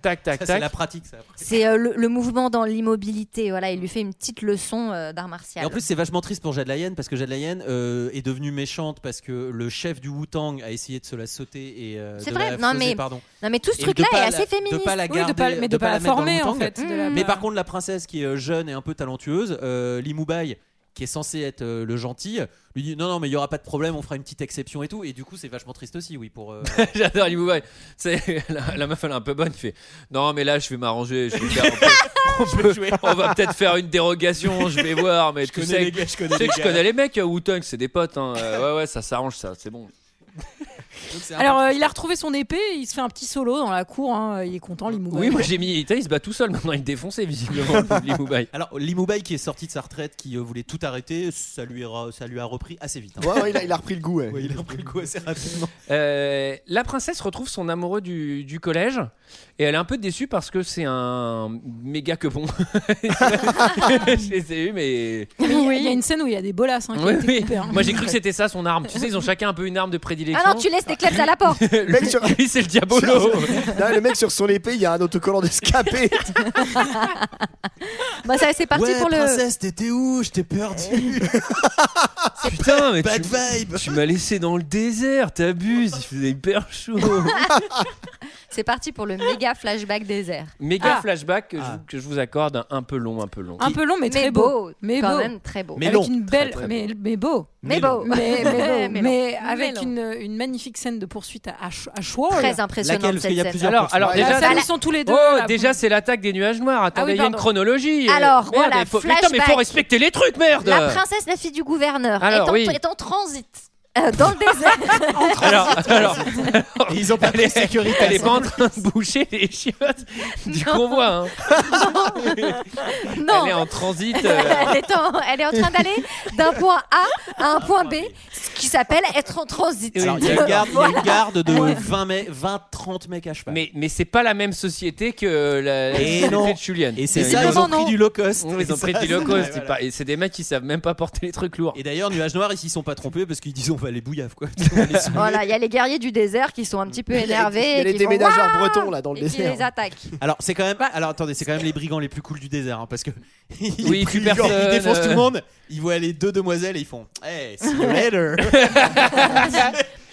Speaker 1: Tac tac tac.
Speaker 11: Ça, c'est la pratique, ça.
Speaker 8: C'est euh, le, le mouvement dans l'immobilité. Voilà, il lui fait une petite leçon euh, d'art martial.
Speaker 11: Et en plus, c'est vachement triste pour Jade Lyonne parce que Jade Lyonne euh, est devenue méchante parce que le chef du Wu Tang a essayé de se la sauter et euh,
Speaker 8: C'est
Speaker 11: de
Speaker 8: vrai.
Speaker 11: la
Speaker 8: Non,
Speaker 11: fauser,
Speaker 8: mais-
Speaker 11: pardon.
Speaker 8: non, mais tout ce
Speaker 11: Et de
Speaker 8: truc-là
Speaker 11: pas
Speaker 8: est
Speaker 11: la-
Speaker 8: assez féministe. Mm.
Speaker 11: De pas la
Speaker 8: Oui, de
Speaker 11: garder,
Speaker 8: pas- mais de pas la
Speaker 11: mettre dans le
Speaker 8: former, en
Speaker 11: Wu-Tang.
Speaker 8: fait, de la-
Speaker 11: Mais par contre, la princesse qui est jeune et un peu talentueuse, euh, Limoubai qui est censé être euh, le gentil, lui dit non non mais il y aura pas de problème, on fera une petite exception et tout. Et du coup, c'est vachement triste aussi, oui pour. euh,
Speaker 1: J'adore Limouba. C'est la, la meuf, elle est un peu bonne. Il fait non, mais là, je vais m'arranger. Je vais faire un peu- on, peut- on va peut-être faire une dérogation. Je vais voir. Mais tu
Speaker 11: connais
Speaker 1: sais,
Speaker 11: les gars, je connais
Speaker 1: tu sais
Speaker 11: les
Speaker 1: que je
Speaker 11: gars.
Speaker 1: connais les mecs à Wu-Tang, c'est des potes. hein. Euh, ouais ouais, ça s'arrange, ça, c'est bon.
Speaker 10: Alors, euh, il a retrouvé son épée, il se fait un petit solo dans la cour, hein, il est content, Limouba.
Speaker 1: Oui, moi j'ai mis. Ita, Il se bat tout seul maintenant, il est défoncé visiblement. Limoubaï.
Speaker 11: Alors Limoubai qui est sorti de sa retraite, qui euh, voulait tout arrêter, ça lui a, ça lui a repris assez vite. hein.
Speaker 6: Ouais, ouais, il a- il a repris le goût, ouais.
Speaker 11: Ouais, il a repris le goût assez rapidement.
Speaker 1: Euh, la princesse retrouve son amoureux du, du collège et elle est un peu déçue parce que c'est un méga que bon. Je les ai eus, mais.
Speaker 10: Mais il y a- Il y a une scène où il y a des bolasses hein, qui ont
Speaker 1: Oui,
Speaker 10: été
Speaker 1: oui.
Speaker 10: coupées, hein.
Speaker 1: Moi j'ai cru que c'était ça son arme. Tu sais, ils ont chacun un peu une arme de prédilection.
Speaker 8: Ah non, tu laisses tes clubs à la porte.
Speaker 1: Lui, lui, c'est le diabolo.
Speaker 6: Là, le mec sur son épée, il y a un autocollant d'escapé.
Speaker 8: Bah, ça, c'est parti
Speaker 11: Ouais,
Speaker 8: pour le.
Speaker 11: princesse, t'étais où Je t'ai perdu.
Speaker 1: Putain, mais
Speaker 11: Bad
Speaker 1: tu,
Speaker 11: vibe.
Speaker 1: tu m'as laissé dans le désert, t'abuses, il faisait hyper chaud.
Speaker 8: C'est parti pour le méga flashback désert.
Speaker 1: Méga
Speaker 8: Ah.
Speaker 1: flashback que, je, que je vous accorde, un, un peu long, un peu long.
Speaker 10: Un peu long, mais, très beau. Mais
Speaker 8: quand
Speaker 10: beau.
Speaker 8: même très beau.
Speaker 1: Mais
Speaker 10: avec
Speaker 1: long.
Speaker 10: une belle,
Speaker 1: Très, très
Speaker 10: mais, mais beau.
Speaker 1: Mais Mais long. beau.
Speaker 10: Mais, mais beau.
Speaker 8: Mais
Speaker 10: mais
Speaker 8: long. Mais
Speaker 10: avec
Speaker 8: long.
Speaker 10: une, une magnifique scène de poursuite à, à, Ch- à Chouol.
Speaker 8: Très impressionnante, Laquelle Parce qu'il y a cette plusieurs scène.
Speaker 1: Alors, alors
Speaker 10: La Ah
Speaker 1: déjà,
Speaker 10: scène où ils sont tous les deux.
Speaker 1: Oh,
Speaker 10: là,
Speaker 1: déjà c'est l'attaque des nuages noirs. Attendez, il y a une
Speaker 8: pardon.
Speaker 1: chronologie.
Speaker 8: Alors,
Speaker 1: Merde,
Speaker 8: voilà,
Speaker 1: il faut- Putain, mais faut
Speaker 8: flashback.
Speaker 1: respecter les trucs, merde.
Speaker 8: La princesse, la fille du gouverneur,
Speaker 1: Alors,
Speaker 8: est, en,
Speaker 1: oui.
Speaker 8: est en transit euh, dans le désert.
Speaker 1: Alors, alors, ils ont pas
Speaker 11: pris sécurité,
Speaker 1: Elle est
Speaker 11: ça.
Speaker 1: pas en train de boucher les chiottes du convoi. hein.
Speaker 8: non,
Speaker 1: Elle est en transit. euh,
Speaker 8: elle, est en, elle est en train d'aller d'un point A à un point B, ce qui s'appelle être en transit.
Speaker 11: Alors, il y a une garde, il y a une garde de 20 mecs, 20 30 mecs à cheval.
Speaker 1: Mais, mais c'est pas la même société que euh, la, la
Speaker 11: Et
Speaker 1: société
Speaker 11: non.
Speaker 1: de Julian.
Speaker 11: Et c'est ça, ils ont pris du low cost.
Speaker 1: Ils ont pris
Speaker 11: Ça,
Speaker 1: du
Speaker 11: c'est-
Speaker 1: low cost.
Speaker 11: ouais,
Speaker 1: c'est
Speaker 11: voilà.
Speaker 1: pas- Et c'est des mecs qui savent même pas porter les trucs lourds.
Speaker 11: Et d'ailleurs, Nuages Noirs, ils s'y sont pas trompés parce qu'ils disent on va les bouillave quoi. On va les soulever.
Speaker 8: Voilà, il y a les guerriers du désert qui sont un petit peu énervés.
Speaker 6: il y a
Speaker 8: et
Speaker 6: les
Speaker 8: qui
Speaker 6: déménageurs
Speaker 8: font, Waouh
Speaker 6: bretons, là, dans le
Speaker 8: et qui
Speaker 6: désert. Bah,
Speaker 8: les attaquent.
Speaker 11: Alors c'est quand même.
Speaker 1: Bah,
Speaker 11: Alors attendez, c'est quand même les brigands les plus cool du désert hein, parce que ils,
Speaker 1: Oui, tu
Speaker 11: ils, genre, ils
Speaker 1: personne,
Speaker 11: défoncent
Speaker 1: euh.
Speaker 11: tout le monde. Ils voient les deux demoiselles et ils font Hey, see you later.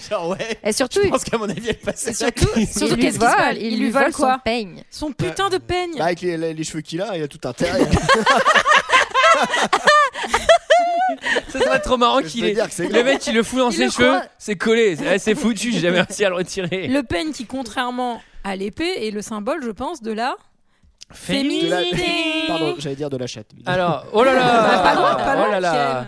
Speaker 11: genre ouais.
Speaker 8: Et surtout,
Speaker 11: Je pense qu'à mon avis, elle passait
Speaker 10: Et surtout- surtout,
Speaker 8: ils lui
Speaker 10: qu'est-ce qui se passe
Speaker 8: volent,
Speaker 10: Ils
Speaker 8: ils
Speaker 10: lui volent quoi
Speaker 8: son peigne.
Speaker 10: Son putain de peigne.
Speaker 6: Bah, avec les, les- les cheveux qu'il a, il a tout intérêt.
Speaker 1: Ça serait trop marrant
Speaker 6: Je
Speaker 1: qu'il
Speaker 6: peux
Speaker 1: ait.
Speaker 6: dire que c'est
Speaker 1: Le
Speaker 6: grave.
Speaker 1: mec, il le fout dans
Speaker 10: Il
Speaker 1: ses
Speaker 10: le
Speaker 1: cheveux,
Speaker 10: croit.
Speaker 1: c'est collé. C'est- C'est foutu, j'ai jamais réussi à le retirer.
Speaker 10: Le peigne qui, contrairement à l'épée, est le symbole, je pense, de la
Speaker 1: Féminité.
Speaker 10: féminité.
Speaker 6: De la- Pardon, j'allais dire de la chatte.
Speaker 1: Alors, oh là là
Speaker 10: Bah, Pas loin, pas loin,
Speaker 1: Oh là là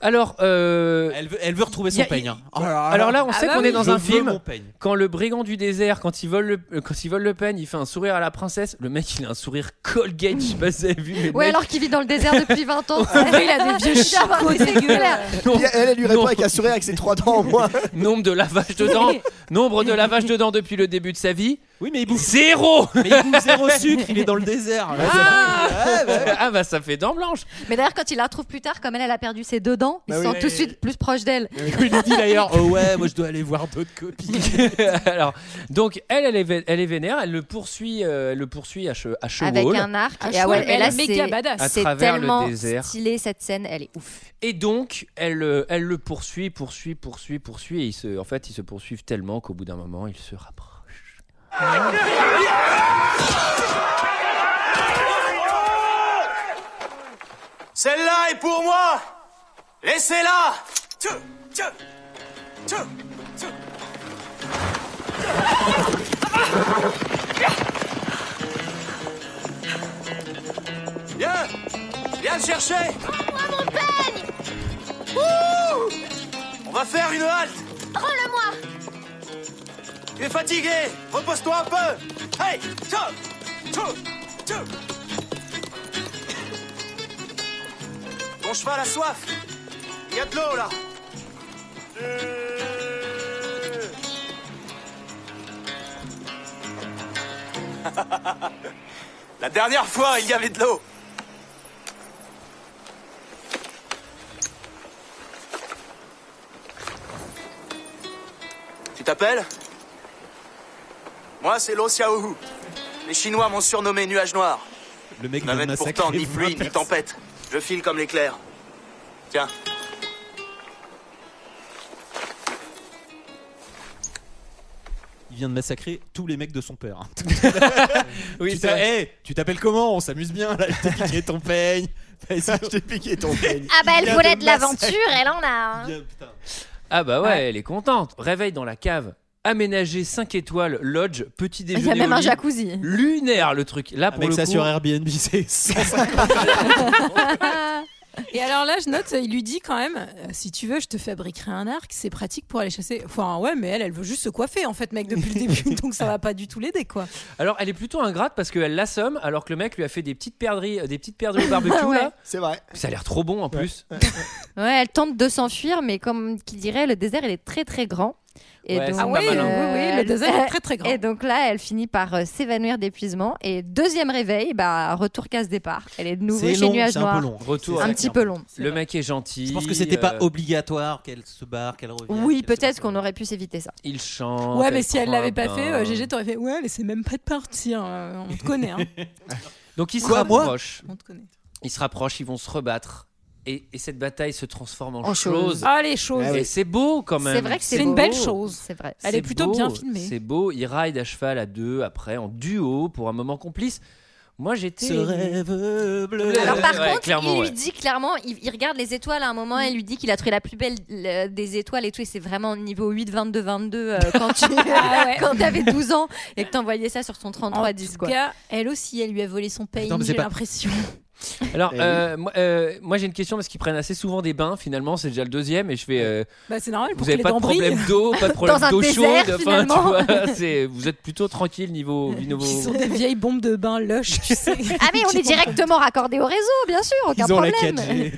Speaker 1: Alors, euh,
Speaker 11: Elle veut, elle veut retrouver
Speaker 1: Y
Speaker 11: son
Speaker 1: a-
Speaker 11: peigne. hein. Oh
Speaker 1: alors là, on
Speaker 10: Ah
Speaker 1: sait
Speaker 10: bah
Speaker 1: qu'on est
Speaker 10: oui.
Speaker 1: dans
Speaker 11: Je
Speaker 1: un
Speaker 11: veux
Speaker 1: film.
Speaker 11: mon peigne.
Speaker 1: Quand le brigand du désert, quand il vole le, euh, quand il vole le peigne, il fait un sourire à la princesse. Le mec, il a un sourire Colgate, je sais pas si vous avez vu. mais le
Speaker 8: Ouais,
Speaker 1: mec-
Speaker 8: alors qu'il vit dans le désert depuis 20 ans.
Speaker 10: Il a des vieux
Speaker 8: Il a
Speaker 10: chicots
Speaker 8: des
Speaker 10: dégueulasses.
Speaker 1: Nom-
Speaker 6: Puis elle, elle lui répond
Speaker 1: Non.
Speaker 6: avec un sourire avec ses trois dents en moins.
Speaker 1: nombre de lavages de dents, nombre de lavages de dents depuis le début de sa vie,
Speaker 11: Oui, mais il bouffe.
Speaker 1: zéro.
Speaker 11: Mais il bouffe zéro sucre, il est dans le désert. Là,
Speaker 1: Ah, bah ça fait dents blanches.
Speaker 8: Mais d'ailleurs, quand il la retrouve plus tard, comme elle, elle a perdu ses deux dents, ils
Speaker 6: Bah oui.
Speaker 8: sont tout de suite plus proches d'elle.
Speaker 11: c'est- Il lui dit d'ailleurs Oh ouais, moi je dois aller voir d'autres copines.
Speaker 1: Alors donc elle elle est, vé- elle est vénère, elle le poursuit, euh, elle le poursuit à, che, à cheval.
Speaker 8: Avec un arc.
Speaker 10: À
Speaker 8: et, ah
Speaker 10: cheval,
Speaker 8: ouais, et
Speaker 10: elle
Speaker 8: là,
Speaker 10: est méga badass.
Speaker 8: c'est
Speaker 1: À
Speaker 8: c'est
Speaker 1: travers le
Speaker 8: tellement
Speaker 1: désert.
Speaker 8: stylé cette scène, elle est ouf.
Speaker 1: Et donc, elle, euh, elle le poursuit, poursuit, poursuit, poursuit. Et ils se, en fait, ils se poursuivent tellement qu'au bout d'un moment, ils se rapprochent.
Speaker 12: Celle-là est pour moi Laissez-la Viens Viens le chercher On va faire une halte
Speaker 7: Rends-le-moi
Speaker 12: Tu es fatigué Repose-toi un peu Hey Tiens Tiens Tiens Ton cheval a soif Il y a de l'eau là La dernière fois, il y avait de l'eau Tu t'appelles Moi, c'est Lo Xiaohu. Les Chinois m'ont surnommé Nuage Noir.
Speaker 11: Le mec
Speaker 12: Il n'amène pourtant ni pluie ni tempête. Je file comme l'éclair. Tiens.
Speaker 11: Il vient de massacrer tous les mecs de son père. hein.
Speaker 1: Oui,
Speaker 11: tu
Speaker 1: c'est
Speaker 11: t'a-
Speaker 1: vrai.
Speaker 11: hey, tu t'appelles comment On s'amuse bien là. Je t'ai piqué ton peigne. je t'ai piqué ton peigne.
Speaker 7: Ah bah elle
Speaker 11: Bien
Speaker 7: voulait
Speaker 11: de
Speaker 7: de l'aventure,
Speaker 11: massacre.
Speaker 7: elle en a. hein.
Speaker 1: Ah bah ouais, elle est contente. Réveil dans la cave. Aménagé 5 étoiles, lodge, petit
Speaker 8: Il
Speaker 1: déjeuner.
Speaker 8: y a même
Speaker 1: au
Speaker 8: un
Speaker 1: lit.
Speaker 8: jacuzzi.
Speaker 1: Lunaire le truc. Là pour
Speaker 11: Avec
Speaker 1: le
Speaker 11: ça
Speaker 1: coup,
Speaker 11: sur Airbnb, c'est 150.
Speaker 10: Et alors là, je note, il lui dit quand même, euh, si tu veux, je te fabriquerai un arc, c'est pratique pour aller chasser. Enfin ouais, mais elle, elle veut juste se coiffer en fait, mec, depuis le début, donc ça va pas du tout l'aider quoi.
Speaker 1: Alors elle est plutôt ingrate parce qu'elle l'assomme alors que le mec lui a fait des petites perdrix, euh, des petites perdrix au barbecue là.
Speaker 6: C'est vrai.
Speaker 1: Ça a l'air trop bon en plus.
Speaker 8: Ouais, elle tente de s'enfuir, mais comme qui dirait, le désert, il est très très grand. euh,
Speaker 1: Ouais, c'est Ah pas oui, malin.
Speaker 10: oui, oui, le
Speaker 8: elle-
Speaker 10: désert est très, très grand.
Speaker 8: Et donc là, elle finit par euh, s'évanouir d'épuisement. Et deuxième réveil, bah, retour casse départ. Elle est de nouveau
Speaker 11: C'est
Speaker 8: chez
Speaker 11: long,
Speaker 8: Nuage
Speaker 11: c'est un
Speaker 8: Noir.
Speaker 11: peu long.
Speaker 1: Retour.
Speaker 8: Un petit peu long.
Speaker 1: Le mec est gentil.
Speaker 11: Je pense que c'était pas
Speaker 1: euh,
Speaker 11: obligatoire qu'elle se barre, qu'elle revienne.
Speaker 8: Oui, peut-être qu'on aurait pu s'éviter ça.
Speaker 1: Il chante.
Speaker 10: Ouais, mais si elle
Speaker 1: prend un
Speaker 10: l'avait pas
Speaker 1: bain.
Speaker 10: fait, euh, GG t'aurais fait, ouais, elle sait même pas de partir, euh, on te connaît. Hein.
Speaker 1: Donc ils se
Speaker 10: Quoi, moi
Speaker 1: rapprochent.
Speaker 10: On te connaît.
Speaker 1: Ils se rapprochent, ils vont se rebattre. Et, et cette bataille se transforme en,
Speaker 10: En
Speaker 1: choses.
Speaker 10: choses. Ah, les choses. Ah oui.
Speaker 1: Et c'est beau quand même.
Speaker 8: C'est vrai que c'est
Speaker 10: C'est une
Speaker 8: beau.
Speaker 10: belle chose.
Speaker 8: C'est vrai.
Speaker 10: Elle est
Speaker 1: C'est
Speaker 10: plutôt
Speaker 1: beau,
Speaker 10: bien filmée.
Speaker 1: C'est beau. Ils ride à cheval à deux, après en duo pour un moment complice. Moi j'étais.
Speaker 11: Ce rêve bleu.
Speaker 8: Alors par
Speaker 1: Ouais,
Speaker 8: contre,
Speaker 1: clairement,
Speaker 8: il lui
Speaker 1: ouais.
Speaker 8: dit clairement, il, il regarde les étoiles à un moment, et il lui dit qu'il a trouvé la plus belle euh, des étoiles et tout, et c'est vraiment niveau 8, 22, 22 euh, quand tu
Speaker 10: Ah ouais.
Speaker 8: quand t'avais 12 ans et que t'envoyais ça sur ton 33 10
Speaker 10: En
Speaker 8: quoi.
Speaker 10: tout cas, elle aussi, elle lui a volé son Euh, peigne,
Speaker 1: Attends, mais c'est
Speaker 10: j'ai
Speaker 1: pas-
Speaker 10: l'impression.
Speaker 1: Alors,
Speaker 10: Eh oui.
Speaker 1: euh, moi, euh, moi, j'ai une question parce qu'ils prennent assez souvent des bains. Finalement, c'est déjà le deuxième et je fais. euh,
Speaker 10: Bah, c'est normal pour
Speaker 1: vous avez
Speaker 10: que
Speaker 1: pas
Speaker 10: les
Speaker 1: de
Speaker 10: dents brillent.
Speaker 1: problème d'eau, pas de problème
Speaker 10: Dans un
Speaker 1: d'eau
Speaker 10: désert,
Speaker 1: chaude. Enfin, tu
Speaker 10: finalement.
Speaker 1: vois, c'est- vous êtes plutôt tranquille niveau. niveau...
Speaker 10: Qui sont des vieilles bombes de bain lush, tu sais.
Speaker 8: Ah mais on est directement raccordé au réseau, bien sûr, aucun
Speaker 11: Ils ont la
Speaker 8: problème.
Speaker 11: 4G.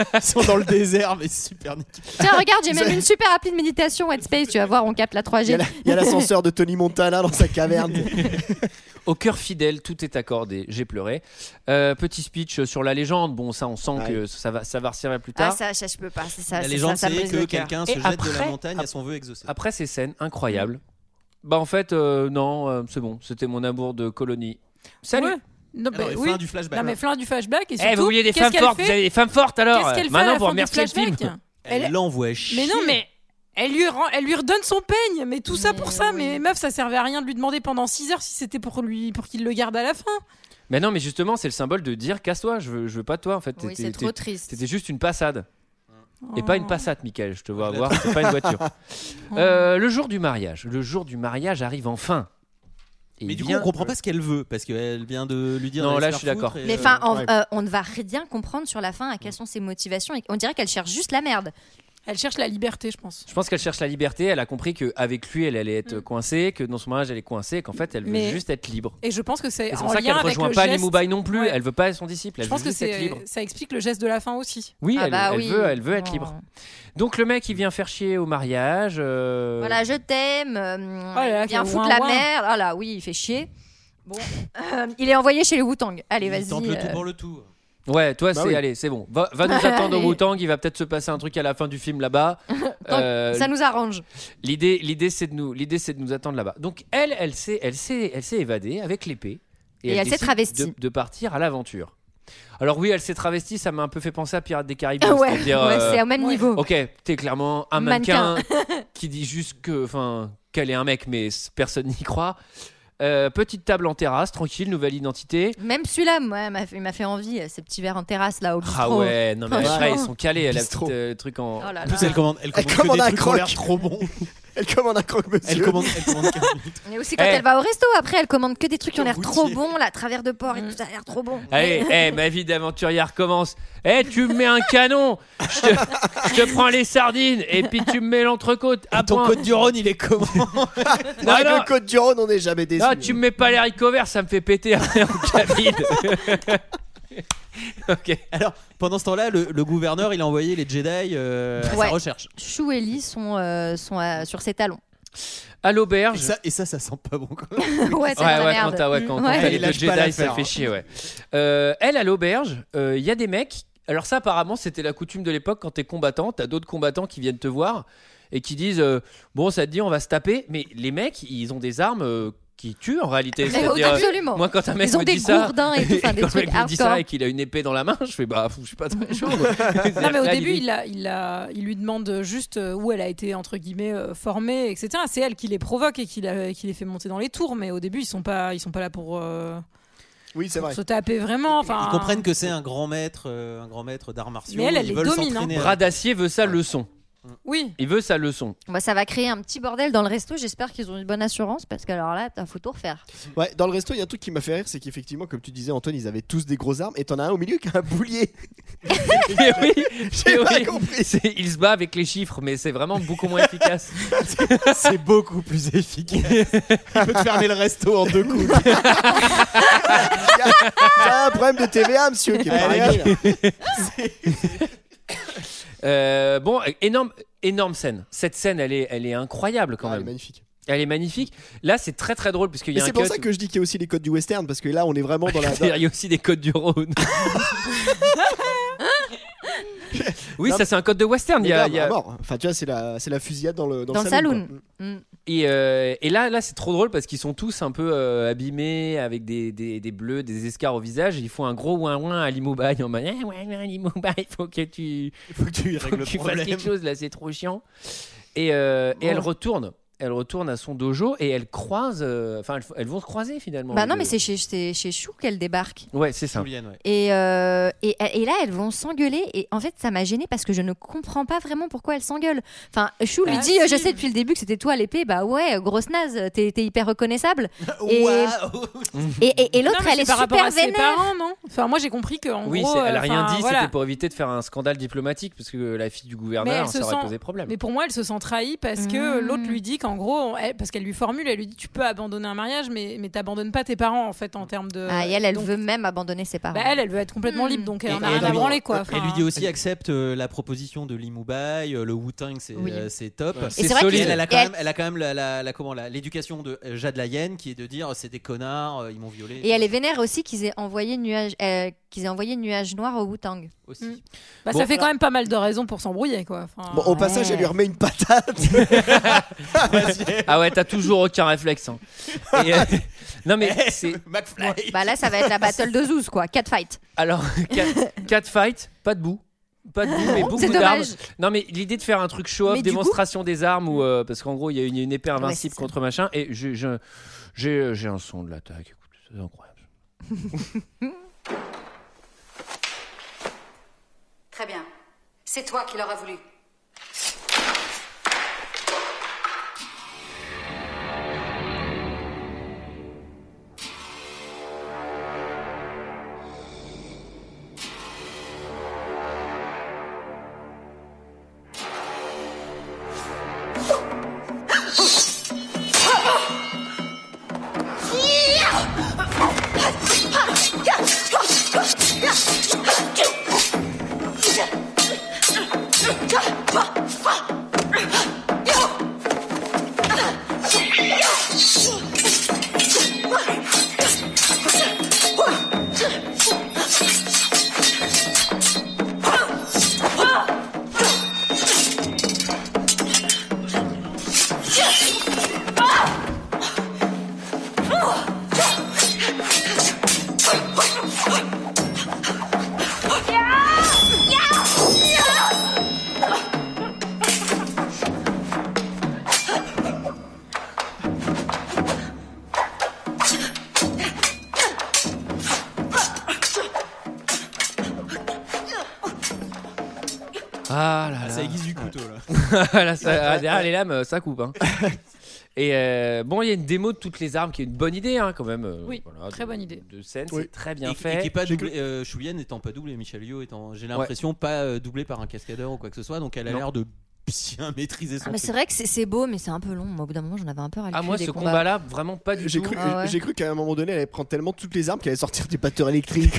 Speaker 11: Ils sont dans le désert, mais c'est super nickel.
Speaker 8: Tiens, regarde, j'ai même une super appli de méditation Headspace, tu vas voir, on capte la 3G.
Speaker 6: Il y a la- il y a l'ascenseur de Tony Montana dans sa caverne.
Speaker 1: Au cœur fidèle, tout est accordé. J'ai pleuré. Euh, petit speech sur la légende. Bon, ça, on sent que ça va, ça va resserrer plus
Speaker 8: Ah
Speaker 1: tard.
Speaker 8: ça, ça, je peux pas, c'est ça,
Speaker 11: La
Speaker 8: c'est
Speaker 11: légende,
Speaker 8: ça, ça me
Speaker 11: c'est
Speaker 8: brise
Speaker 11: que
Speaker 8: le cœur.
Speaker 11: quelqu'un se
Speaker 1: Et
Speaker 11: jette de la
Speaker 1: après-
Speaker 11: montagne à son vœu exaucé.
Speaker 1: Après ces scènes incroyables, bah en fait, euh, non, euh, c'est bon. C'était mon amour de colonie. Salut.
Speaker 10: Ouais. Non, mais
Speaker 11: Alors, Ah et
Speaker 10: oui.
Speaker 11: fin du flashback.
Speaker 10: Non, mais fin du flashback. Et
Speaker 1: Eh,
Speaker 10: surtout,
Speaker 1: vous vouliez des
Speaker 10: qu'est-ce
Speaker 1: femmes
Speaker 10: qu'elle
Speaker 1: fortes,
Speaker 10: fait
Speaker 1: vous avez des femmes fortes alors.
Speaker 10: Qu'est-ce qu'elle fait à
Speaker 1: Maintenant,
Speaker 10: la
Speaker 1: vous
Speaker 10: fin du
Speaker 1: remerciez le film.
Speaker 10: flashback
Speaker 11: Elle
Speaker 10: Elle-
Speaker 11: l'envoie chier.
Speaker 10: Mais non, mais elle lui, rend, elle lui redonne son peigne, mais tout ça pour ça. Mais meuf, ça servait à rien de lui demander pendant 6 heures si c'était pour lui, pour qu'il le garde à la fin.
Speaker 1: Mais non, mais justement, c'est le symbole de dire casse-toi, je veux, je veux pas de toi en fait.
Speaker 10: Oui,
Speaker 1: T'étais-
Speaker 10: c'est trop
Speaker 1: t'étais-
Speaker 10: triste. Oh.
Speaker 1: T'étais juste une passade. Et pas une passade, Michael, je te vois
Speaker 11: Je
Speaker 1: avoir,
Speaker 11: l'attends.
Speaker 1: c'est pas une voiture. Euh, le jour du mariage, le jour du mariage arrive enfin. Et
Speaker 11: Mais du
Speaker 1: vient-
Speaker 11: coup, on comprend pas ce qu'elle veut parce qu'elle vient de lui dire.
Speaker 1: Non,
Speaker 11: d'aller
Speaker 1: là,
Speaker 11: se
Speaker 1: je
Speaker 11: faire
Speaker 1: suis d'accord.
Speaker 11: foutre et,
Speaker 8: Mais
Speaker 11: euh,
Speaker 8: enfin, en-
Speaker 11: ouais.
Speaker 8: euh, on ne va rien comprendre sur la fin à quelles sont ses motivations. et On dirait qu'elle cherche juste la merde.
Speaker 10: Elle cherche la liberté, je pense.
Speaker 1: Je pense qu'elle cherche la liberté, elle a compris qu'avec lui, elle allait être coincée, que dans son mariage, elle est coincée, qu'en fait, elle veut
Speaker 10: Mm. Mais-
Speaker 1: juste être libre.
Speaker 10: Et je pense que
Speaker 1: Et
Speaker 10: c'est
Speaker 1: c'est
Speaker 10: en
Speaker 1: pour ça
Speaker 10: lien
Speaker 1: qu'elle
Speaker 10: avec
Speaker 1: rejoint
Speaker 10: le
Speaker 1: pas
Speaker 10: geste-
Speaker 1: Limoubaï non plus,
Speaker 10: Ouais.
Speaker 1: elle veut pas être son disciple, elle
Speaker 10: Je pense
Speaker 1: veut
Speaker 10: que
Speaker 1: juste être libre.
Speaker 10: c'est- ça explique le geste de la fin aussi.
Speaker 1: Oui,
Speaker 8: Ah
Speaker 1: elle,
Speaker 8: bah
Speaker 1: elle veut, elle veut être
Speaker 8: Oh.
Speaker 1: libre. Donc le mec, il vient faire chier au mariage. euh,
Speaker 8: Voilà, je t'aime. euh,
Speaker 10: Oh là là,
Speaker 8: il vient
Speaker 10: quel
Speaker 8: foutre la
Speaker 10: ouin-ouin.
Speaker 8: merde. Ah là, oui, il fait chier. Bon, Euh, il est envoyé chez les Wu-Tang. Allez,
Speaker 11: Il
Speaker 8: vas-y.
Speaker 11: tente le tout
Speaker 8: euh,
Speaker 11: pour le tout.
Speaker 1: Ouais, toi,
Speaker 11: Bah
Speaker 1: c'est
Speaker 11: oui.
Speaker 1: allez, c'est bon. Va, va nous attendre au Wu-Tang, il va peut-être se passer un truc à la fin du film là-bas. Euh,
Speaker 8: Ça nous arrange.
Speaker 1: L'idée, l'idée, c'est de nous, l'idée, c'est de nous attendre là-bas. Donc elle, elle s'est, elle s'est, elle s'est évadée avec l'épée
Speaker 8: Et elle s'est
Speaker 1: décide
Speaker 8: travestie.
Speaker 1: de, de partir à l'aventure. Alors oui, elle s'est travestie, ça m'a un peu fait penser à Pirates des Caraïbes.
Speaker 8: Ah ouais,
Speaker 1: c'est-à-dire,
Speaker 8: ouais, c'est au même niveau.
Speaker 1: Ok, t'es clairement un mannequin,
Speaker 8: Mannequin.
Speaker 1: qui dit juste que, enfin, qu'elle est un mec, mais s- personne n'y croit. Euh, petite table en terrasse, tranquille, nouvelle identité.
Speaker 8: Même celui-là, moi, il m'a fait- il m'a fait envie. euh, Ce petit verre en terrasse là au
Speaker 1: Ah
Speaker 8: bistrot.
Speaker 1: ouais, non mais
Speaker 8: Franchement.
Speaker 1: après, ils sont calés, elle a
Speaker 6: Bistrot.
Speaker 1: le euh, truc en.
Speaker 8: Oh là
Speaker 11: En
Speaker 8: là.
Speaker 11: plus, elle commande, elle commande, que
Speaker 6: commande
Speaker 11: des
Speaker 6: un
Speaker 11: trucs qui ont l'air
Speaker 6: croque.
Speaker 11: trop bons.
Speaker 6: Elle commande un croque-monsieur.
Speaker 11: Elle commande, elle commande
Speaker 8: Mais aussi quand
Speaker 1: Eh.
Speaker 8: elle va au resto, après, elle commande que des trucs qui ont l'air trop bons, la travers de porc et tout, ça a l'air trop bon.
Speaker 1: Allez, eh, ma vie d'aventurière commence. Eh, tu me mets un canon. Je te, je te prends les sardines et puis tu me mets l'entrecôte. Ah,
Speaker 11: Ton
Speaker 1: point.
Speaker 11: code du Rhône, il est comment
Speaker 1: Non,
Speaker 6: Avec
Speaker 1: non.
Speaker 6: Ah, le code du Rhône, on n'est jamais déçu.
Speaker 1: Ah, tu me mets pas les haricots verts, ça me fait péter en cabine. ok.
Speaker 11: Alors, pendant ce temps-là, le, le gouverneur, il a envoyé les Jedi euh, à
Speaker 8: Ouais.
Speaker 11: sa recherche.
Speaker 8: Chou et Lee sont, euh, sont euh, sur ses talons.
Speaker 1: À l'auberge.
Speaker 11: Et ça, et ça, ça sent pas bon. Quoi.
Speaker 8: ouais, ça
Speaker 1: ouais,
Speaker 8: me
Speaker 1: ouais,
Speaker 8: merde. Mm.
Speaker 1: quand t'as ouais, quand- quand
Speaker 8: Ouais.
Speaker 1: t'as
Speaker 11: Il
Speaker 1: les deux
Speaker 11: lâche pas
Speaker 1: Jedi, ça
Speaker 11: l'affaire.
Speaker 1: fait chier, ouais. Euh, elle, à l'auberge, euh, il y a des mecs. Alors, ça, apparemment, c'était la coutume de l'époque quand t'es combattant. T'as d'autres combattants qui viennent te voir et qui disent euh, Bon, ça te dit, on va se taper. Mais les mecs, ils ont des armes. euh, qui tuent en réalité.
Speaker 8: Mais
Speaker 1: C'est-à-dire, euh,
Speaker 8: absolument.
Speaker 1: Moi, quand un mec
Speaker 8: Ils ont
Speaker 1: me
Speaker 8: des
Speaker 1: dit ça,
Speaker 8: gourdins et tout, enfin, des
Speaker 1: quand le
Speaker 8: trucs
Speaker 1: mec me dit ça
Speaker 8: hardcore.
Speaker 1: et qu'il a une épée dans la main, je fais bah, je suis pas très chaud.
Speaker 10: Non, mais au début, il, a- il, a- il lui demande juste euh, où elle a été, entre guillemets, euh, formée, etc. C'est elle qui les provoque et qui, la- qui les fait monter dans les tours, mais au début, ils sont pas, ils sont pas là pour, euh,
Speaker 6: Oui, c'est
Speaker 10: pour
Speaker 6: vrai.
Speaker 10: se taper vraiment. Enfin,
Speaker 11: Ils comprennent que c'est un grand maître, euh, un grand maître d'arts martiaux.
Speaker 10: Ah. Mais elle, elle
Speaker 11: ils
Speaker 10: les
Speaker 11: veulent
Speaker 10: domine, hein.
Speaker 11: s'entraîner.
Speaker 1: Bras d'acier veut sa leçon.
Speaker 10: Oui.
Speaker 1: Il veut sa leçon.
Speaker 8: Bah, ça va créer un petit bordel dans le resto. J'espère qu'ils ont une bonne assurance parce que alors là, il faut tout refaire.
Speaker 6: Ouais, dans le resto, il y a un truc qui m'a fait rire, c'est qu'effectivement, comme tu disais, Antoine, ils avaient tous des grosses armes et t'en as un au milieu qui a un boulier.
Speaker 1: Mais oui,
Speaker 6: J'ai
Speaker 1: mais
Speaker 6: pas
Speaker 1: oui. C'est- Il se bat avec les chiffres, mais c'est vraiment beaucoup moins efficace.
Speaker 11: C'est beaucoup plus efficace. Il peut te fermer le resto en deux coups.
Speaker 6: Il y a un problème de TVA, monsieur,
Speaker 11: Eh
Speaker 6: qui est pas
Speaker 1: Allez,
Speaker 6: réglé, là.
Speaker 1: Euh, bon, énorme, énorme scène. Cette scène, elle est, elle est incroyable quand
Speaker 6: Ah, elle
Speaker 1: même.
Speaker 6: est magnifique.
Speaker 1: Elle est magnifique. Là, c'est très très drôle puisqu'il y
Speaker 6: Et
Speaker 1: a un
Speaker 6: c'est pour
Speaker 1: cut
Speaker 6: ça que je dis qu'il y a aussi les codes du western, parce que là, on est vraiment dans la.
Speaker 1: où Il y a aussi des codes du Rhône. oui,
Speaker 6: Non,
Speaker 1: ça c'est un code de western. Il y a- il y a-
Speaker 6: à Ah, mort. Enfin, tu vois, c'est la, c'est la fusillade dans le, dans
Speaker 8: Dans le saloon. Mm.
Speaker 1: Et, euh, et là, là c'est trop drôle parce qu'ils sont tous un peu euh, abîmés avec des, des, des bleus, des escarres au visage. Ils font un gros ouin-ouin à Limobaï en mode Eh, ouais, ouais, Limobaï, il faut que tu,
Speaker 11: Il faut que tu
Speaker 1: faut que
Speaker 11: règles le
Speaker 1: tu fasses
Speaker 11: problème.
Speaker 1: quelque chose là, c'est trop chiant. Et, euh, et
Speaker 11: Bon.
Speaker 1: elle
Speaker 10: Oh.
Speaker 1: retourne. Elle retourne à son dojo et elle croise. euh, Enfin, elles, elles vont se croiser finalement.
Speaker 8: Bah
Speaker 1: les
Speaker 8: non,
Speaker 1: deux.
Speaker 8: mais c'est chez, c'est chez Chou qu'elle débarque.
Speaker 1: Ouais, c'est ça.
Speaker 11: Julienne, ouais.
Speaker 8: Et, euh, et, et là, elles vont s'engueuler. Et en fait, ça m'a gênée parce que je ne comprends pas vraiment pourquoi elles s'engueulent. Enfin, Chou lui
Speaker 10: Ah,
Speaker 8: dit euh, Je
Speaker 10: si.
Speaker 8: sais depuis le début que c'était toi l'épée. Bah ouais, grosse naze, t'es t'es hyper reconnaissable. et
Speaker 11: Waouh.
Speaker 8: et, et, et l'autre,
Speaker 10: Non, mais
Speaker 8: elle
Speaker 10: c'est
Speaker 8: est
Speaker 10: par rapport
Speaker 8: super
Speaker 10: à ses
Speaker 8: vénère.
Speaker 10: parents, non Enfin, moi, j'ai compris qu'en
Speaker 1: Oui,
Speaker 10: gros.
Speaker 1: c'est- elle a
Speaker 10: euh,
Speaker 1: rien
Speaker 10: enfin,
Speaker 1: dit,
Speaker 10: voilà.
Speaker 1: c'était pour éviter de faire un scandale diplomatique parce que la fille du
Speaker 10: Mais
Speaker 1: gouverneur,
Speaker 10: elle se
Speaker 1: ça aurait
Speaker 10: sent-
Speaker 1: posé problème.
Speaker 10: Mais pour moi, elle se sent trahie parce que
Speaker 8: Mmh.
Speaker 10: l'autre lui dit qu'en gros, on- elle- parce qu'elle lui formule, elle lui dit tu peux abandonner un mariage, mais, mais t'abandonnes pas tes parents en fait en termes de.
Speaker 8: Ah, et elle, elle
Speaker 10: euh, Donc,
Speaker 8: veut Mmh. même abandonner ses parents.
Speaker 10: bah, elle, elle veut être complètement libre, donc elle en a rien à
Speaker 11: lui-
Speaker 10: branler quoi.
Speaker 11: elle
Speaker 10: Enfin,
Speaker 11: lui dit aussi accepte euh, la proposition de l'Imoubaï, le Wu Tang, c'est
Speaker 8: Oui.
Speaker 11: euh, c'est top.
Speaker 1: Ouais. Et
Speaker 8: c'est vrai solide. qu'ils-
Speaker 11: Elle, a quand
Speaker 8: et elle-
Speaker 11: même, elle a quand même la, la- la- comment la- l'éducation de euh, Jade Layen qui est de dire c'est des connards, euh, ils m'ont violé.
Speaker 8: Et elle est vénère aussi qu'ils aient envoyé nuage, euh, qu'ils aient envoyé nuage noir au Wu-Tang.
Speaker 11: Aussi.
Speaker 10: Mm. bah,
Speaker 1: Bon,
Speaker 10: ça fait quand même pas mal de raisons pour s'embrouiller quoi. Enfin,
Speaker 8: Ah
Speaker 6: Bon, au passage, elle lui remet une patate.
Speaker 1: Ah ouais, t'as toujours aucun réflexe. hein. Et, euh, non mais
Speaker 10: Eh,
Speaker 1: c'est
Speaker 11: McFly.
Speaker 8: Bah là, ça va être la battle de Zouz, quoi. Quatre fights.
Speaker 1: alors quatre, quatre fights, pas de boue, pas de boue, mais beaucoup
Speaker 8: C'est
Speaker 1: d'armes.
Speaker 8: dommage.
Speaker 1: Non mais l'idée de faire un truc show-off,
Speaker 8: Mais du
Speaker 1: démonstration des armes ou euh, parce qu'en gros il y a une, une épée invincible
Speaker 8: c'est ça.
Speaker 1: contre machin et je- je- j'ai j'ai un son de l'attaque. Écoute, C'est incroyable.
Speaker 14: Très bien. C'est toi qui l'auras voulu.
Speaker 13: Tiens
Speaker 1: Ah là là.
Speaker 11: Ça aiguise du couteau, là.
Speaker 1: Ah, là, ça- ah, derrière les lames, ça coupe. hein. Et euh, bon, il y a une démo de toutes les armes qui est une bonne idée hein, quand même. euh,
Speaker 10: Oui,
Speaker 1: voilà,
Speaker 10: très
Speaker 1: de-
Speaker 10: bonne idée.
Speaker 1: De scène,
Speaker 11: Oui.
Speaker 1: c'est très bien
Speaker 11: et,
Speaker 1: fait.
Speaker 11: Et qui est pas doublé, euh, Choulienne étant pas doublé, Michel Yo étant, j'ai l'impression, pas euh, doublé par un cascadeur ou quoi que ce soit, donc elle a
Speaker 1: Non.
Speaker 11: l'air de bien maîtriser son
Speaker 8: Ah, Mais
Speaker 11: truc.
Speaker 8: c'est vrai que c'est- c'est beau, mais c'est un peu long. Moi, au bout d'un moment, j'en avais un peu ras le
Speaker 1: Ah,
Speaker 8: cul
Speaker 1: moi,
Speaker 8: des
Speaker 1: ce
Speaker 8: combats.
Speaker 1: combat-là, vraiment pas du
Speaker 6: J'ai
Speaker 1: tout.
Speaker 6: cru,
Speaker 8: Ah ouais.
Speaker 6: j'ai cru qu'à un moment donné, elle allait prendre tellement toutes les armes qu'elle allait sortir des batteurs électriques.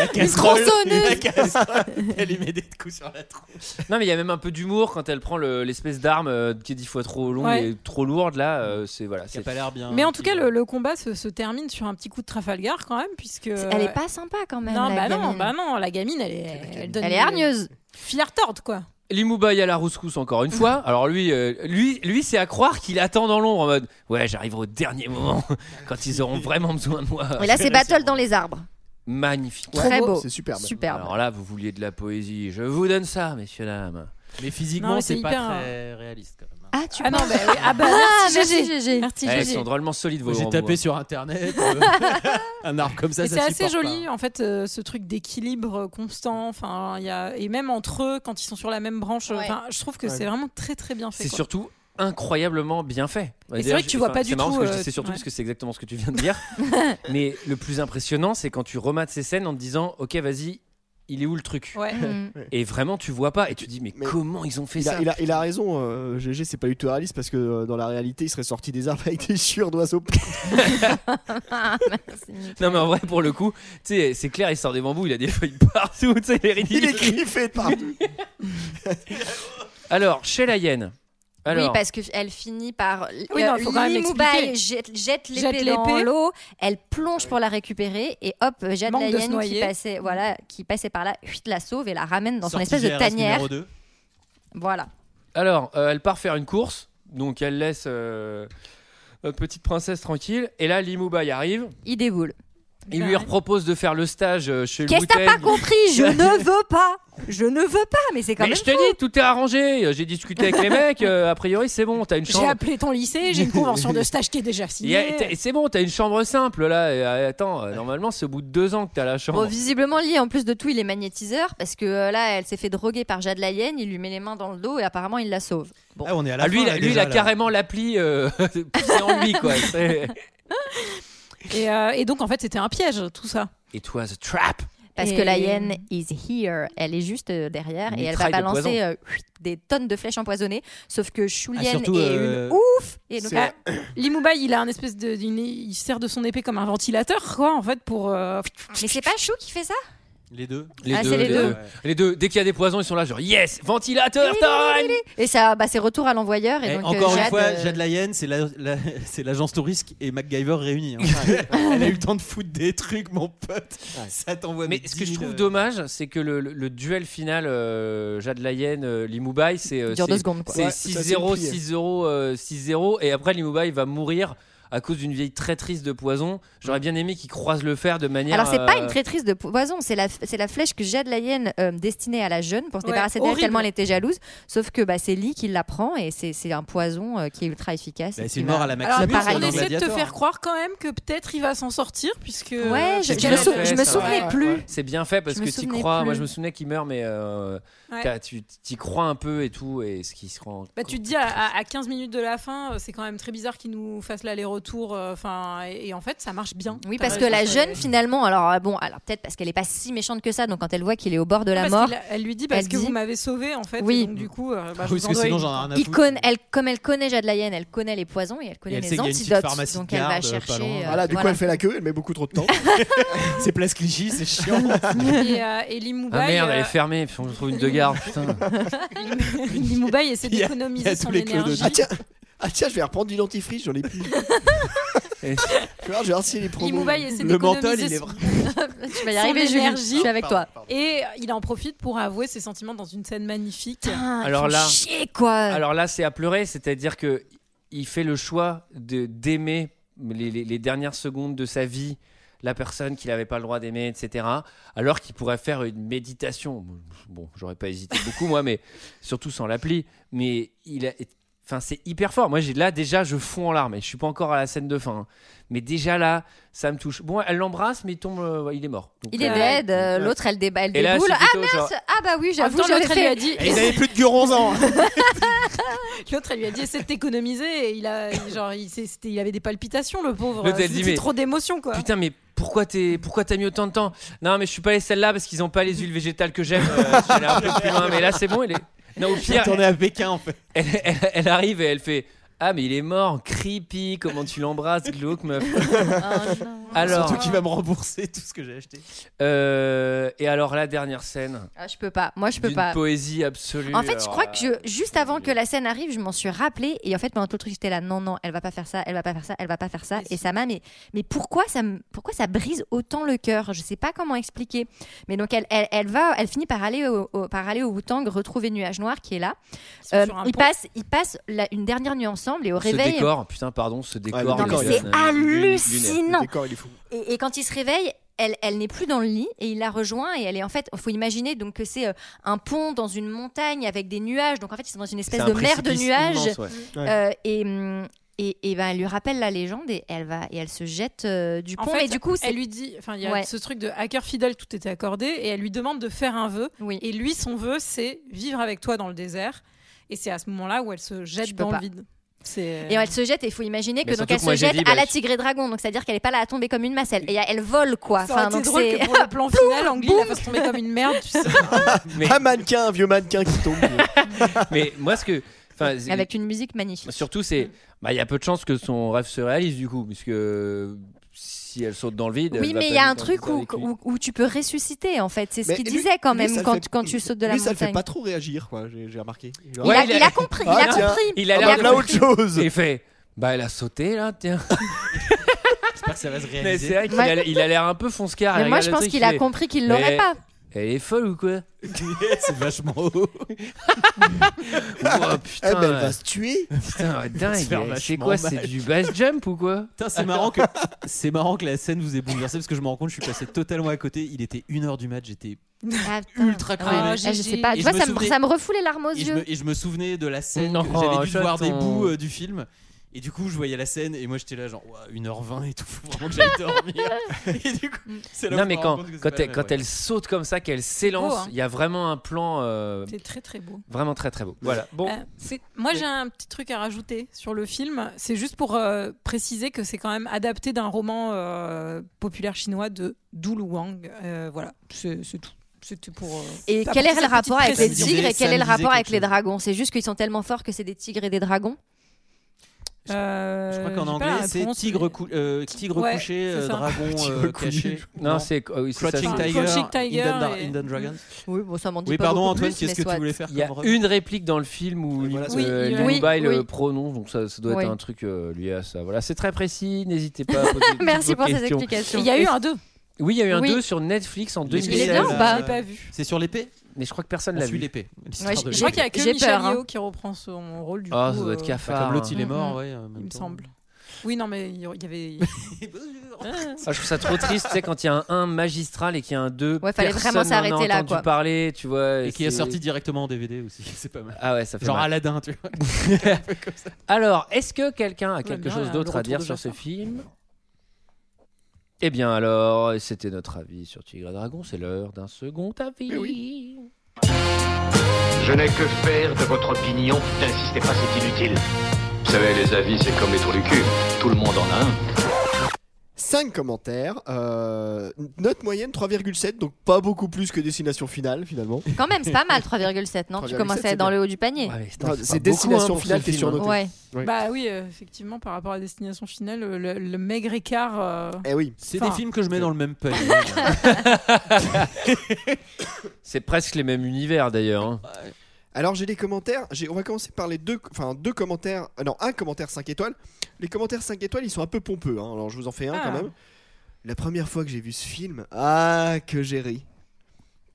Speaker 11: la
Speaker 1: casserole. tronçonneuse.
Speaker 11: La casserole. Elle lui met des coups sur la tronche.
Speaker 1: Non, mais il y a même un peu d'humour quand elle prend le- l'espèce d'arme euh, qui est dix fois trop longue
Speaker 10: Ouais.
Speaker 1: et trop lourde. Là, euh, c'est voilà. c'est pas l'air bien.
Speaker 10: Mais en tout cas, le, le combat se, se termine sur un petit coup de Trafalgar quand même, puisque.
Speaker 8: Elle est pas sympa quand même.
Speaker 10: Non,
Speaker 8: la
Speaker 10: bah non,
Speaker 8: gamine.
Speaker 10: bah non, la gamine, elle est, elle donne
Speaker 8: Elle est hargneuse.
Speaker 10: Fière torde, quoi.
Speaker 1: Limouba y a la rouscousse encore une fois. Alors lui, euh, lui, lui, c'est à croire qu'il attend dans l'ombre en mode ouais, j'arriverai au dernier moment quand ils auront vraiment besoin de moi.
Speaker 8: Et là, c'est Battle dans les arbres.
Speaker 1: Magnifique.
Speaker 8: Très Trop beau, beau. c'est superbe.
Speaker 1: superbe.
Speaker 8: Superbe.
Speaker 1: Alors là, vous vouliez de la poésie. Je vous donne ça, messieurs, dames.
Speaker 11: Mais
Speaker 10: Non,
Speaker 11: physiquement,
Speaker 10: mais c'est
Speaker 11: c'est pas
Speaker 10: hyper,
Speaker 11: très réaliste. quand même. hein.
Speaker 8: Ah, tu
Speaker 10: Ah non, bah oui. Ah bah
Speaker 8: Ah,
Speaker 10: merci,
Speaker 8: merci,
Speaker 10: GG.
Speaker 8: GG.
Speaker 10: Merci,
Speaker 1: Eh, ils
Speaker 10: GG.
Speaker 1: sont drôlement solides, vos
Speaker 11: J'ai
Speaker 1: grands hein.
Speaker 11: tapé
Speaker 1: bois.
Speaker 11: sur internet euh, un arbre comme ça.
Speaker 10: Et
Speaker 11: ça
Speaker 10: c'est assez
Speaker 11: supporte pas.
Speaker 10: joli en fait euh, ce truc d'équilibre constant enfin il y a et même entre eux quand ils sont sur la même branche enfin je trouve que
Speaker 1: Ouais.
Speaker 10: c'est vraiment très très bien fait
Speaker 1: C'est
Speaker 10: quoi.
Speaker 1: surtout incroyablement bien fait.
Speaker 10: Et c'est
Speaker 1: D'ailleurs,
Speaker 10: vrai que tu
Speaker 1: je-
Speaker 10: vois
Speaker 1: enfin,
Speaker 10: pas du
Speaker 1: c'est marrant
Speaker 10: tout,
Speaker 1: parce que je
Speaker 10: euh,
Speaker 1: dis c'est surtout
Speaker 10: ouais.
Speaker 1: parce que c'est exactement ce que tu viens de dire. Mais le plus impressionnant, c'est quand tu remates ces scènes en te disant Ok, vas-y, il est où le truc
Speaker 10: Ouais.
Speaker 8: Hmm.
Speaker 6: Mm.
Speaker 1: Et vraiment, tu vois pas. Et tu dis Mais, comment ils ont fait
Speaker 6: il,
Speaker 1: ça
Speaker 6: a, il, a, il a raison, euh, GG, c'est pas du tout réaliste parce que euh, dans la réalité, il serait sorti des arbres avec des chiures d'oiseaux.
Speaker 8: Ah,
Speaker 1: Non, mais en vrai, pour le coup, tu sais, c'est clair, il sort des bambous, il a des feuilles partout. tu sais, Il est ridicule.
Speaker 6: il est griffé de
Speaker 8: Euh,
Speaker 6: partout.
Speaker 1: Alors, chez la hyène. Alors,
Speaker 8: Oui, parce qu'elle finit par.
Speaker 10: Oui, non, faut quand même
Speaker 8: Limoubaï
Speaker 10: expliquer.
Speaker 8: jette, jette
Speaker 10: Jette
Speaker 8: l'épée
Speaker 10: l'épée.
Speaker 8: dans l'eau, elle plonge pour la récupérer et hop, euh, Jade
Speaker 10: Manque de se
Speaker 8: Layen qui
Speaker 10: noyer. Mm.
Speaker 8: passait, voilà, qui passait par là, huit, la sauve et la ramène dans son
Speaker 1: Sortie
Speaker 8: espèce de
Speaker 1: GRS
Speaker 8: tanière.
Speaker 1: numéro deux.
Speaker 8: Voilà.
Speaker 1: Alors, euh, elle part faire une course, donc elle laisse euh, notre petite princesse tranquille. Et là, Limouba y arrive.
Speaker 8: Il déboule.
Speaker 1: Il
Speaker 10: Bah,
Speaker 1: lui propose de faire le stage euh, chez
Speaker 8: Qu'est-ce
Speaker 1: le
Speaker 8: que t'as pas
Speaker 1: Wu-Tang.
Speaker 8: compris Je ne veux pas. Je ne veux pas, mais c'est quand
Speaker 1: Mais
Speaker 8: même.
Speaker 1: je te dis, tout est arrangé. Euh, J'ai discuté avec les mecs. euh, a priori, c'est bon. T'as une
Speaker 10: j'ai
Speaker 1: chambre.
Speaker 10: appelé ton lycée j'ai une convention de stage qui est déjà
Speaker 1: Il y a-
Speaker 10: signée
Speaker 1: t'as- C'est bon. T'as une chambre simple là. Et, euh, attends, euh, normalement, c'est au bout de deux ans que t'as la chambre.
Speaker 8: Bon, Oh, visiblement, lié en plus de tout, il est magnétiseur parce que euh, là, elle s'est fait droguer par Jade Layen, il lui met les mains dans le dos et apparemment, il la sauve.
Speaker 11: Ah, on est à la
Speaker 1: Ah, lui,
Speaker 11: fin,
Speaker 1: il a-
Speaker 11: là,
Speaker 1: lui, il
Speaker 11: déjà,
Speaker 1: a
Speaker 11: là.
Speaker 1: carrément l'appli euh, poussée en lui, quoi. C'est-
Speaker 10: et, euh, et donc en fait c'était un piège tout ça
Speaker 1: It was a trap.
Speaker 8: Parce
Speaker 10: Et-
Speaker 8: que la hyène is here, elle est juste euh, derrière et elle
Speaker 1: Mitraille
Speaker 8: va
Speaker 1: de
Speaker 8: balancer
Speaker 1: poison.
Speaker 8: euh, huit, des tonnes de flèches empoisonnées. Sauf que Shulien
Speaker 11: Ah, surtout,
Speaker 8: est
Speaker 11: euh,
Speaker 8: une ouf. Et donc,
Speaker 10: Ah, Limouba, il a un espèce de, d'une- il sert de son épée comme un ventilateur, quoi, en fait, pour. euh,
Speaker 8: Mais c'est pas Chou qui fait ça
Speaker 11: Les deux.
Speaker 1: Les
Speaker 8: Ah,
Speaker 1: deux,
Speaker 8: c'est les deux.
Speaker 1: Les deux. Dès qu'il y a des poisons, ils sont là, genre yes, ventilateur time.
Speaker 8: Et ça, bah, c'est retour à l'envoyeur. Et,
Speaker 11: Eh,
Speaker 8: donc,
Speaker 11: encore
Speaker 8: euh,
Speaker 11: une
Speaker 8: Jade,
Speaker 11: fois,
Speaker 8: euh,
Speaker 11: Jade Lyonne, c'est la- la- c'est l'agence touristique et MacGyver réunis. hein. Elle a eu le temps de foutre des trucs, mon pote. Ça t'envoie. euh.
Speaker 1: Mais ce que je trouve dommage, c'est que le, le- le duel final euh, Jade Layen euh, Limoubaï, c'est euh,
Speaker 8: Dure deux
Speaker 1: c'est-
Speaker 8: secondes, quoi.
Speaker 1: c'est 6-0,
Speaker 8: Ouais, ça, c'est le pire.
Speaker 1: 6-0, euh, 6-0, et après Limoubaï va mourir à cause d'une vieille traîtrise de poison.
Speaker 8: Mm.
Speaker 1: J'aurais bien aimé qu'il croise le fer de manière.
Speaker 8: Alors, c'est pas
Speaker 1: euh,
Speaker 8: une traîtrise de poison, c'est la, c'est la flèche que Jade Layen euh, destinée à la jeune pour se
Speaker 10: Ouais,
Speaker 8: débarrasser d'elle
Speaker 10: horrible.
Speaker 8: tellement elle était jalouse. Sauf que bah, c'est Lee qui la prend et c'est c'est un poison euh, qui est ultra efficace.
Speaker 11: Bah,
Speaker 8: et
Speaker 11: c'est
Speaker 8: qui
Speaker 11: une
Speaker 8: va-
Speaker 11: mort à la Max
Speaker 8: va
Speaker 11: Labius, on
Speaker 8: paralyser.
Speaker 10: On essaie de te
Speaker 11: Gladiator.
Speaker 10: faire croire quand même que peut-être il va s'en sortir, puisque. euh,
Speaker 8: Ouais, je-
Speaker 1: c'est
Speaker 8: je
Speaker 1: bien
Speaker 8: me sou-
Speaker 1: fait,
Speaker 8: je me
Speaker 1: ça.
Speaker 8: souvenais
Speaker 1: Ouais,
Speaker 8: plus.
Speaker 1: ouais. C'est bien fait parce
Speaker 8: Je me
Speaker 1: que tu
Speaker 8: souvenais
Speaker 1: crois.
Speaker 8: plus.
Speaker 1: Moi, je me souvenais qu'il meurt, mais euh,
Speaker 10: Ouais.
Speaker 1: t'as- tu t'y crois un peu et tout, et ce qui se rend.
Speaker 10: Bah, tu te dis à, à- à 15 minutes de la fin, euh, c'est quand même très bizarre qu'ils nous fassent l'aller-retour. euh, Enfin, et, et en fait, ça marche bien.
Speaker 8: Oui, parce que la jeune, finalement, alors euh, bon, alors peut-être parce qu'elle est pas si méchante que ça, donc quand elle voit qu'il est au bord de la mort,
Speaker 10: elle lui dit parce
Speaker 8: elle
Speaker 10: que
Speaker 8: dit-
Speaker 10: vous m'avez sauvé en fait.
Speaker 8: Oui.
Speaker 10: et donc, du coup, euh, bah, je
Speaker 11: Ah Oui, parce
Speaker 10: vous
Speaker 11: que
Speaker 10: en
Speaker 11: sinon,
Speaker 10: dois
Speaker 11: j'en ai rien à
Speaker 8: il
Speaker 11: foutre.
Speaker 8: connaît, elle, comme elle connaît Jade Lyonne, elle connaît les poisons et elle
Speaker 11: Et
Speaker 8: connaît
Speaker 11: elle sait qu'il
Speaker 8: les
Speaker 11: y a une petite
Speaker 8: antidotes.
Speaker 11: pharmacie de
Speaker 8: Donc elle va
Speaker 11: garde, pas
Speaker 8: chercher.
Speaker 11: loin.
Speaker 8: euh,
Speaker 6: Voilà, du coup,
Speaker 8: voilà.
Speaker 6: elle fait la queue, elle met beaucoup trop de temps.
Speaker 11: c'est place Clichy, c'est chiant.
Speaker 10: et, euh, et Limoubaï,
Speaker 1: Ah merde,
Speaker 10: euh,
Speaker 1: elle est fermée. puis On trouve une de garde. Putain.
Speaker 10: Limoubaï essaie
Speaker 6: Il y a- il y
Speaker 10: d'économiser
Speaker 6: a
Speaker 10: son
Speaker 6: tous les clodos.
Speaker 10: énergie.
Speaker 6: Ah tiens, ah tiens, je vais reprendre du dentifrice, j'en ai plus.
Speaker 1: Et-
Speaker 6: Je vais voir, je vais voir si les promos.
Speaker 10: Limoubaï essaie
Speaker 6: Le
Speaker 10: d'économiser
Speaker 6: menthol, il est
Speaker 10: son-
Speaker 6: vrai.
Speaker 8: Tu vas y
Speaker 10: son
Speaker 8: arriver, Julie.
Speaker 10: énergie.
Speaker 8: Je suis avec toi.
Speaker 10: Et il en profite pour avouer ses sentiments dans une scène magnifique.
Speaker 1: Alors là,
Speaker 8: quoi.
Speaker 1: Alors là, c'est à pleurer, c'est-à-dire que il fait le choix de d'aimer les, les- les dernières secondes de sa vie la personne qu'il n'avait pas le droit d'aimer, etc. Alors qu'il pourrait faire une méditation. Bon, j'aurais pas hésité beaucoup moi, mais surtout sans l'appli. Mais il a, Enfin, c'est hyper fort. Moi, j'ai là déjà, je fonds en larmes. Et je suis pas encore à la scène de fin. hein. Mais déjà là, ça me touche. Bon, elle l'embrasse, mais il tombe, euh, ouais, il est mort. Donc,
Speaker 8: Il est
Speaker 1: euh,
Speaker 8: dead, euh,
Speaker 1: ouais.
Speaker 8: l'autre elle débat, elle
Speaker 1: Et là,
Speaker 8: déboule.
Speaker 1: c'est
Speaker 8: Ah
Speaker 1: plutôt
Speaker 8: mince,
Speaker 1: genre-
Speaker 8: ah bah oui, j'avoue,
Speaker 10: En même temps,
Speaker 8: j'avais
Speaker 10: l'autre, elle
Speaker 8: fait-
Speaker 10: lui a dit-
Speaker 11: Et il avait plus de 11 ans.
Speaker 10: L'autre, elle lui a dit essaie de t'économiser. Et il, a, genre, il, s'est- c'était- il avait des palpitations, le pauvre.
Speaker 1: L'autre, elle dit,
Speaker 10: C'était
Speaker 1: mais-
Speaker 10: trop d'émotions, quoi.
Speaker 1: Putain, mais pourquoi t'es, pourquoi t'as mis autant de temps Non, mais je suis pas allé celle-là parce qu'ils ont pas les huiles végétales que j'aime. Euh, j'allais un peu plus loin, mais là c'est bon. Il est. Non, au pire,
Speaker 11: Tourné à Pékin en fait.
Speaker 1: elle, elle- elle arrive et elle fait. Ah mais il est mort, creepy, comment tu l'embrasses, glauque meuf.
Speaker 8: Ah,
Speaker 1: alors,
Speaker 11: Surtout qu'il va me rembourser tout ce que j'ai acheté.
Speaker 1: euh, et alors la dernière scène,
Speaker 8: Ah, je peux pas, moi je peux
Speaker 1: d'une
Speaker 8: pas.
Speaker 1: poésie absolue.
Speaker 8: En fait, je
Speaker 1: Alors, euh,
Speaker 8: crois que je- juste avant que la scène arrive, je m'en suis rappelé et en fait pendant tout le truc j'étais là non non, elle va pas faire ça, elle va pas faire ça, elle va pas faire ça et ça m'a mais mais pourquoi ça me- pourquoi ça brise autant le cœur Je sais pas comment expliquer. Mais donc elle elle, elle va elle finit par aller au, au- par aller au Wu-Tang retrouver Nuage Noir qui est là.
Speaker 10: sont
Speaker 8: Euh,
Speaker 10: sur un
Speaker 8: ils
Speaker 10: pont.
Speaker 8: passent ils passent la- une dernière nuit ensemble et au
Speaker 1: ce
Speaker 8: réveil
Speaker 1: décor, putain, pardon, ce décor.
Speaker 8: Non, mais
Speaker 1: il
Speaker 8: c'est
Speaker 1: donne, euh,
Speaker 8: hallucinant.
Speaker 1: lunettes.
Speaker 8: Et, et quand il se réveille, elle, elle n'est plus dans le lit et il la rejoint et elle est en fait, faut imaginer donc que c'est euh, un pont dans une montagne avec des nuages. Donc en fait, ils sont dans une espèce
Speaker 10: C'est un
Speaker 8: de mer de
Speaker 10: précipice
Speaker 8: nuages.
Speaker 10: immense, ouais.
Speaker 8: Euh, et hum, et, et ben elle lui rappelle la légende et elle va et elle se jette euh, du
Speaker 10: En
Speaker 8: pont.
Speaker 10: fait,
Speaker 8: et du coup, c'est-
Speaker 10: elle lui dit, enfin, il y a
Speaker 8: Ouais.
Speaker 10: ce truc de hacker fidèle, tout était accordé, et elle lui demande de faire un vœu. Et lui, son vœu, c'est vivre avec toi dans le désert. Et c'est à ce moment-là où elle se jette
Speaker 8: Je peux
Speaker 10: dans
Speaker 8: pas.
Speaker 10: le vide. C'est-
Speaker 8: Et elle se jette, et il faut imaginer que
Speaker 10: Mais
Speaker 8: donc
Speaker 10: surtout
Speaker 8: elle
Speaker 10: que moi,
Speaker 8: se
Speaker 10: j'ai
Speaker 8: jette
Speaker 10: dit,
Speaker 8: à
Speaker 10: bah,
Speaker 8: la
Speaker 10: je-
Speaker 8: tigrée dragon, donc c'est-à-dire qu'elle n'est pas là à tomber comme une masse, elle, et elle vole quoi.
Speaker 10: Ça aurait été
Speaker 8: donc
Speaker 10: drôle
Speaker 8: c'est-
Speaker 10: que pour le plan final, Anguille la fasse tomber comme une merde. Tu sais.
Speaker 6: Un mannequin, un vieux mannequin qui tombe.
Speaker 1: Mais moi, ce que. enfin, c'est-
Speaker 8: Avec une musique magnifique.
Speaker 1: Surtout, c'est. bah, Il y a peu de chances que son rêve se réalise, du coup, puisque euh, si elle saute dans le vide.
Speaker 8: Oui,
Speaker 1: elle va
Speaker 8: mais
Speaker 1: pas
Speaker 8: il y a
Speaker 1: vivre
Speaker 8: un truc
Speaker 1: dans le
Speaker 8: où,
Speaker 1: désert avec lui.
Speaker 8: où, où tu peux ressusciter en fait. C'est ce
Speaker 1: Mais
Speaker 8: qu'il
Speaker 1: lui-
Speaker 8: disait quand
Speaker 1: lui,
Speaker 8: même
Speaker 1: ça le
Speaker 8: quand,
Speaker 1: fait-
Speaker 8: quand tu sautes de la
Speaker 1: lui, ça
Speaker 8: montagne.
Speaker 1: le fait
Speaker 11: Pas trop réagir, quoi. J'ai j'ai remarqué.
Speaker 8: Il a- il a compris, il a
Speaker 1: tiens,
Speaker 8: compris.
Speaker 1: Il a
Speaker 8: Ah,
Speaker 1: l'air
Speaker 8: bah,
Speaker 1: de-
Speaker 8: on a autre
Speaker 1: chose. Il fait. Bah, elle a sauté là, tiens.
Speaker 11: J'espère que ça va se
Speaker 1: Mais
Speaker 11: réaliser.
Speaker 1: c'est vrai qu'il a- il a l'air un peu fonce-car.
Speaker 8: Mais
Speaker 1: il
Speaker 8: moi,
Speaker 1: regarde
Speaker 8: je
Speaker 1: le
Speaker 8: pense
Speaker 1: truc,
Speaker 8: qu'il a
Speaker 1: fait,
Speaker 8: compris qu'il l'aurait
Speaker 1: Mais
Speaker 8: pas.
Speaker 1: Elle est folle ou quoi
Speaker 11: C'est vachement haut.
Speaker 1: Oh putain.
Speaker 11: Eh ben, elle va
Speaker 1: ouais.
Speaker 11: se tuer.
Speaker 1: Putain,
Speaker 11: Elle va se faire
Speaker 1: dingue. C'est
Speaker 11: vachement
Speaker 1: quoi
Speaker 11: mal.
Speaker 1: C'est du base jump ou quoi
Speaker 11: Putain, c'est marrant que c'est marrant que la scène vous ait bouleversé parce que je me rends compte je suis passé totalement à côté. Il était 1h du match, j'étais
Speaker 10: Ah,
Speaker 8: ultra
Speaker 11: cramé.
Speaker 8: Ah, je sais pas.
Speaker 11: Et
Speaker 8: Tu
Speaker 11: je
Speaker 8: vois,
Speaker 11: me
Speaker 8: ça, me,
Speaker 11: souvenais-
Speaker 8: ça me refout les larmes aux
Speaker 11: et je,
Speaker 8: yeux.
Speaker 11: me, et je me souvenais de la scène,
Speaker 1: Non,
Speaker 11: que j'avais dû
Speaker 1: j'attends.
Speaker 11: voir des bouts euh, du film. Et du coup, je voyais la scène et moi j'étais là genre Ouah, 1h20 et tout, faut vraiment que j'aille dormir. et du coup, c'est là
Speaker 1: Non,
Speaker 11: où
Speaker 1: mais
Speaker 11: je me
Speaker 1: quand,
Speaker 11: rends compte que c'est
Speaker 1: quand,
Speaker 11: pas la
Speaker 1: elle,
Speaker 11: même,
Speaker 1: quand
Speaker 11: ouais.
Speaker 1: elle saute comme ça, qu'elle s'élance,
Speaker 10: beau, hein.
Speaker 1: il y a vraiment un plan. euh,
Speaker 10: C'est très, très beau.
Speaker 1: Vraiment très très beau. Voilà. Bon.
Speaker 10: Euh, c'est- moi j'ai un petit truc à rajouter sur le film. C'est juste pour euh, préciser que c'est quand même adapté d'un roman euh, populaire chinois de Du Luang. Euh, voilà, c'est c'est tout. C'était pour. euh,
Speaker 8: Et
Speaker 10: apporter
Speaker 8: quel est le
Speaker 10: cette
Speaker 8: rapport avec
Speaker 10: petite
Speaker 8: les
Speaker 10: précision.
Speaker 8: tigres et quel est le
Speaker 10: Ça me disait
Speaker 8: rapport avec
Speaker 10: quelque
Speaker 8: les
Speaker 10: chose.
Speaker 8: dragons C'est juste qu'ils sont tellement forts que c'est des tigres et des dragons
Speaker 10: Euh,
Speaker 11: Je crois qu'en
Speaker 10: j'ai pas
Speaker 11: anglais,
Speaker 10: la
Speaker 11: c'est
Speaker 10: réponse,
Speaker 11: tigre, cou- euh, tigre
Speaker 10: Ouais,
Speaker 11: couché,
Speaker 10: c'est
Speaker 11: euh,
Speaker 10: ça.
Speaker 11: dragon
Speaker 1: Tigre
Speaker 11: euh,
Speaker 1: couché.
Speaker 11: caché.
Speaker 1: Non, c'est- euh, oui, c'est ça,
Speaker 11: Crouching
Speaker 1: c'est-
Speaker 11: Tiger,
Speaker 1: Crouching
Speaker 10: Tiger
Speaker 11: Hidden, Dra-
Speaker 10: et-
Speaker 11: Hidden Dragons.
Speaker 8: Oui, bon, ça m'en dit
Speaker 11: Oui,
Speaker 8: pas
Speaker 11: pardon,
Speaker 8: beaucoup
Speaker 11: Antoine,
Speaker 8: plus,
Speaker 11: qu'est-ce
Speaker 8: mais
Speaker 11: que tu
Speaker 8: soit.
Speaker 11: voulais faire
Speaker 1: Il y a
Speaker 11: comme
Speaker 1: une réplique dans le film où
Speaker 8: Oui,
Speaker 1: euh,
Speaker 8: il y
Speaker 1: Liu
Speaker 8: a- oui,
Speaker 1: Bei le
Speaker 8: oui.
Speaker 1: prononce, donc ça, ça doit
Speaker 8: Oui.
Speaker 1: être un truc euh, lié à ça. Voilà, c'est très précis, n'hésitez pas à poser toutes
Speaker 8: Merci
Speaker 1: vos
Speaker 8: pour ces
Speaker 1: questions.
Speaker 8: explications.
Speaker 10: Il y a eu un 2.
Speaker 1: Oui, il y a eu un
Speaker 8: Oui.
Speaker 1: 2 sur Netflix en
Speaker 11: L'épée,
Speaker 1: 2016.
Speaker 11: Il est bien ou pas
Speaker 10: Je l'ai euh, pas vu.
Speaker 11: C'est sur l'épée
Speaker 1: Mais je crois que personne
Speaker 11: On
Speaker 1: l'a
Speaker 11: suit
Speaker 1: vu.
Speaker 11: l'épée.
Speaker 10: Ouais,
Speaker 11: L'histoire
Speaker 10: je,
Speaker 11: de
Speaker 10: je crois qu'il y a que
Speaker 8: J'ai
Speaker 10: Michel
Speaker 8: peur, hein.
Speaker 10: Yeo qui reprend son rôle du
Speaker 1: Ah,
Speaker 10: coup.
Speaker 1: ça doit être
Speaker 10: euh,
Speaker 1: cafard.
Speaker 11: Comme l'autre, il est
Speaker 1: hein.
Speaker 11: mort,
Speaker 10: Mhm.
Speaker 11: ouais. en
Speaker 10: Il
Speaker 11: même
Speaker 10: me
Speaker 11: temps.
Speaker 10: semble. Oui, non, mais il y il y avait.
Speaker 1: Ah, je trouve ça trop triste, tu sais, quand il y a un 1 magistral et qu'il y a un 2.
Speaker 8: Ouais, fallait vraiment s'arrêter là, quoi.
Speaker 1: parler, tu vois.
Speaker 11: Et qui est
Speaker 1: c'est-
Speaker 11: sorti directement en DVD aussi, c'est pas mal.
Speaker 1: Ah ouais, ça fait
Speaker 11: Genre
Speaker 1: mal.
Speaker 11: Aladdin, tu vois.
Speaker 1: Alors, est-ce que quelqu'un a quelque
Speaker 11: bien,
Speaker 1: chose
Speaker 11: le
Speaker 1: d'autre à
Speaker 11: retour
Speaker 1: dire
Speaker 11: de
Speaker 1: sur ce
Speaker 11: Jafar.
Speaker 1: film Eh bien alors, c'était notre avis sur Tigre et Dragon, c'est l'heure d'un second avis.
Speaker 15: Je n'ai que faire de votre opinion. N'insistez pas, c'est inutile. Vous savez, les avis, c'est comme les trous du cul. Tout le monde en a un.
Speaker 6: 5 commentaires. euh, note moyenne 3,7, donc pas beaucoup plus que Destination Finale finalement.
Speaker 8: Quand même, c'est pas mal, 3,7, non Tu
Speaker 6: 3,7,
Speaker 8: commences à
Speaker 6: c'est
Speaker 8: être
Speaker 6: bien.
Speaker 8: dans le haut du
Speaker 1: Ah
Speaker 8: panier.
Speaker 6: Non,
Speaker 1: hein,
Speaker 6: c'est Destination Finale qui est surnoté.
Speaker 8: Ouais.
Speaker 6: Oui.
Speaker 10: Bah oui, euh, effectivement, par rapport à Destination Finale, euh, le, le maigre écart. euh,
Speaker 6: Eh oui.
Speaker 11: C'est
Speaker 10: enfin,
Speaker 11: des films que je mets dans le même panier.
Speaker 1: C'est presque les mêmes univers d'ailleurs. hein.
Speaker 6: Alors j'ai des commentaires, j'ai- on va commencer par les deux, enfin deux commentaires, euh, non un commentaire 5 étoiles. Les commentaires 5 étoiles ils sont un peu pompeux, hein, alors je vous en fais un
Speaker 10: Ah.
Speaker 6: quand même. La première fois que j'ai vu ce film, ah que j'ai ri,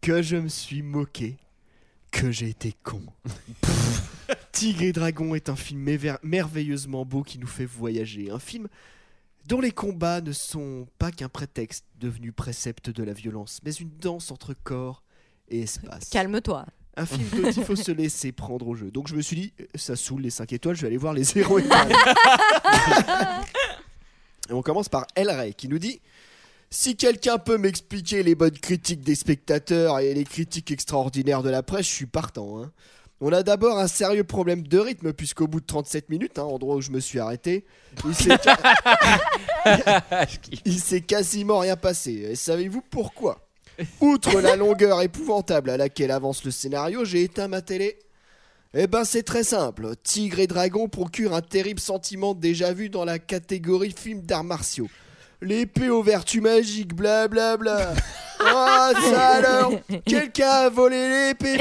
Speaker 6: que je me suis moqué, que j'ai été con. Pff, Tigre et Dragon est un film méver- merveilleusement beau qui nous fait voyager, un film dont les combats ne sont pas qu'un prétexte devenu précepte de la violence, mais une danse entre corps et espace.
Speaker 8: Calme-toi.
Speaker 6: un film dont il faut se laisser prendre au jeu. Donc je me suis dit, euh, ça saoule les 5 étoiles, je vais aller voir les 0 étoiles. Et on commence par El Rey qui nous dit Si quelqu'un peut m'expliquer les bonnes critiques des spectateurs et les critiques extraordinaires de la presse, je suis partant. hein. On a d'abord un sérieux problème de rythme, puisqu'au bout de 37 minutes, hein, endroit où je me suis arrêté, il s'est il s'est quasiment rien passé. Et savez-vous pourquoi Outre la longueur épouvantable à laquelle avance le scénario, j'ai éteint ma télé. Eh ben c'est très simple, Tigre et Dragon procure un terrible sentiment déjà vu dans la catégorie film d'arts martiaux. L'épée aux vertus magiques, blablabla. Ah ça alors Quelqu'un a volé l'épée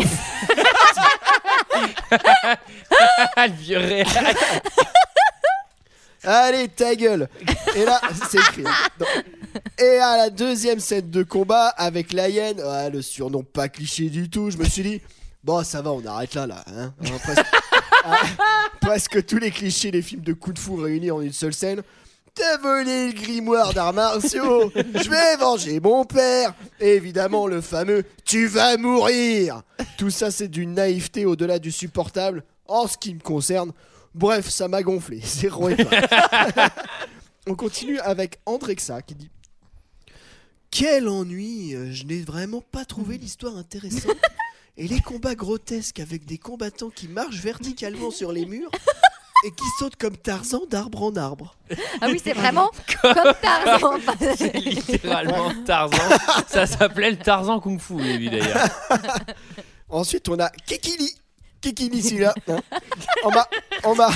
Speaker 1: le vieux réel.
Speaker 6: Allez, ta gueule Et là, c'est écrit. Non. Et à la deuxième scène de combat avec la hyène, ah, le surnom pas cliché du tout, je me suis dit, bon, ça va, on arrête là, là. hein. Hein, presque, Ah, presque tous les clichés des films de coups de fou réunis en une seule scène. T'as volé le grimoire d'arts martiaux Je vais venger mon père Et évidemment, le fameux « Tu vas mourir !» Tout ça, c'est d'une naïveté au-delà du supportable, en ce qui me concerne. Bref, ça m'a gonflé. hein. Zéro étoile. On continue avec Andrexa qui dit Quel ennui euh, Je n'ai vraiment pas trouvé l'histoire intéressante. Et les combats grotesques avec des combattants qui marchent verticalement sur les murs et qui sautent comme Tarzan d'arbre en arbre.
Speaker 8: Ah oui, c'est vraiment comme Tarzan.
Speaker 1: C'est littéralement Tarzan. Ça s'appelait le Tarzan Kung Fu, lui d'ailleurs.
Speaker 6: Ensuite, on a Kikili. Kikili, celui-là. hein. On m'a- on m'a-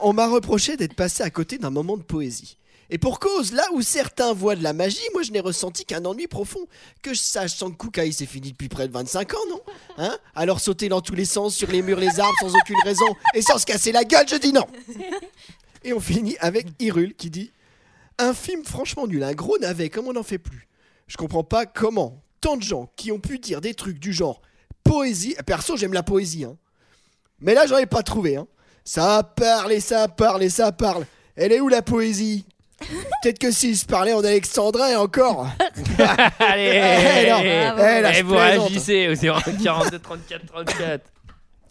Speaker 6: On m'a reproché d'être passé à côté d'un moment de poésie. Et pour cause, là où certains voient de la magie, moi je n'ai ressenti qu'un ennui profond. Que je sache, sans Kukai, c'est fini depuis près de 25 ans, non Hein Alors sauter dans tous les sens, sur les murs, les arbres, sans aucune raison, et sans se casser la gueule, je dis non Et on finit avec Irul qui dit Un film franchement nul, un gros navet, comme on n'en fait plus. Je comprends pas comment tant de gens qui ont pu dire des trucs du genre poésie. Perso, j'aime la poésie, hein. Mais là, j'en ai pas trouvé, hein. Ça parle et ça parle et ça parle. Elle est où la poésie Peut-être que si je parlais en alexandrin encore.
Speaker 1: Allez,
Speaker 6: Eh, non. Eh, là,
Speaker 1: Et
Speaker 6: je
Speaker 1: Ah, bah, vous
Speaker 6: plaisante.
Speaker 1: réagissez au 042 34 34.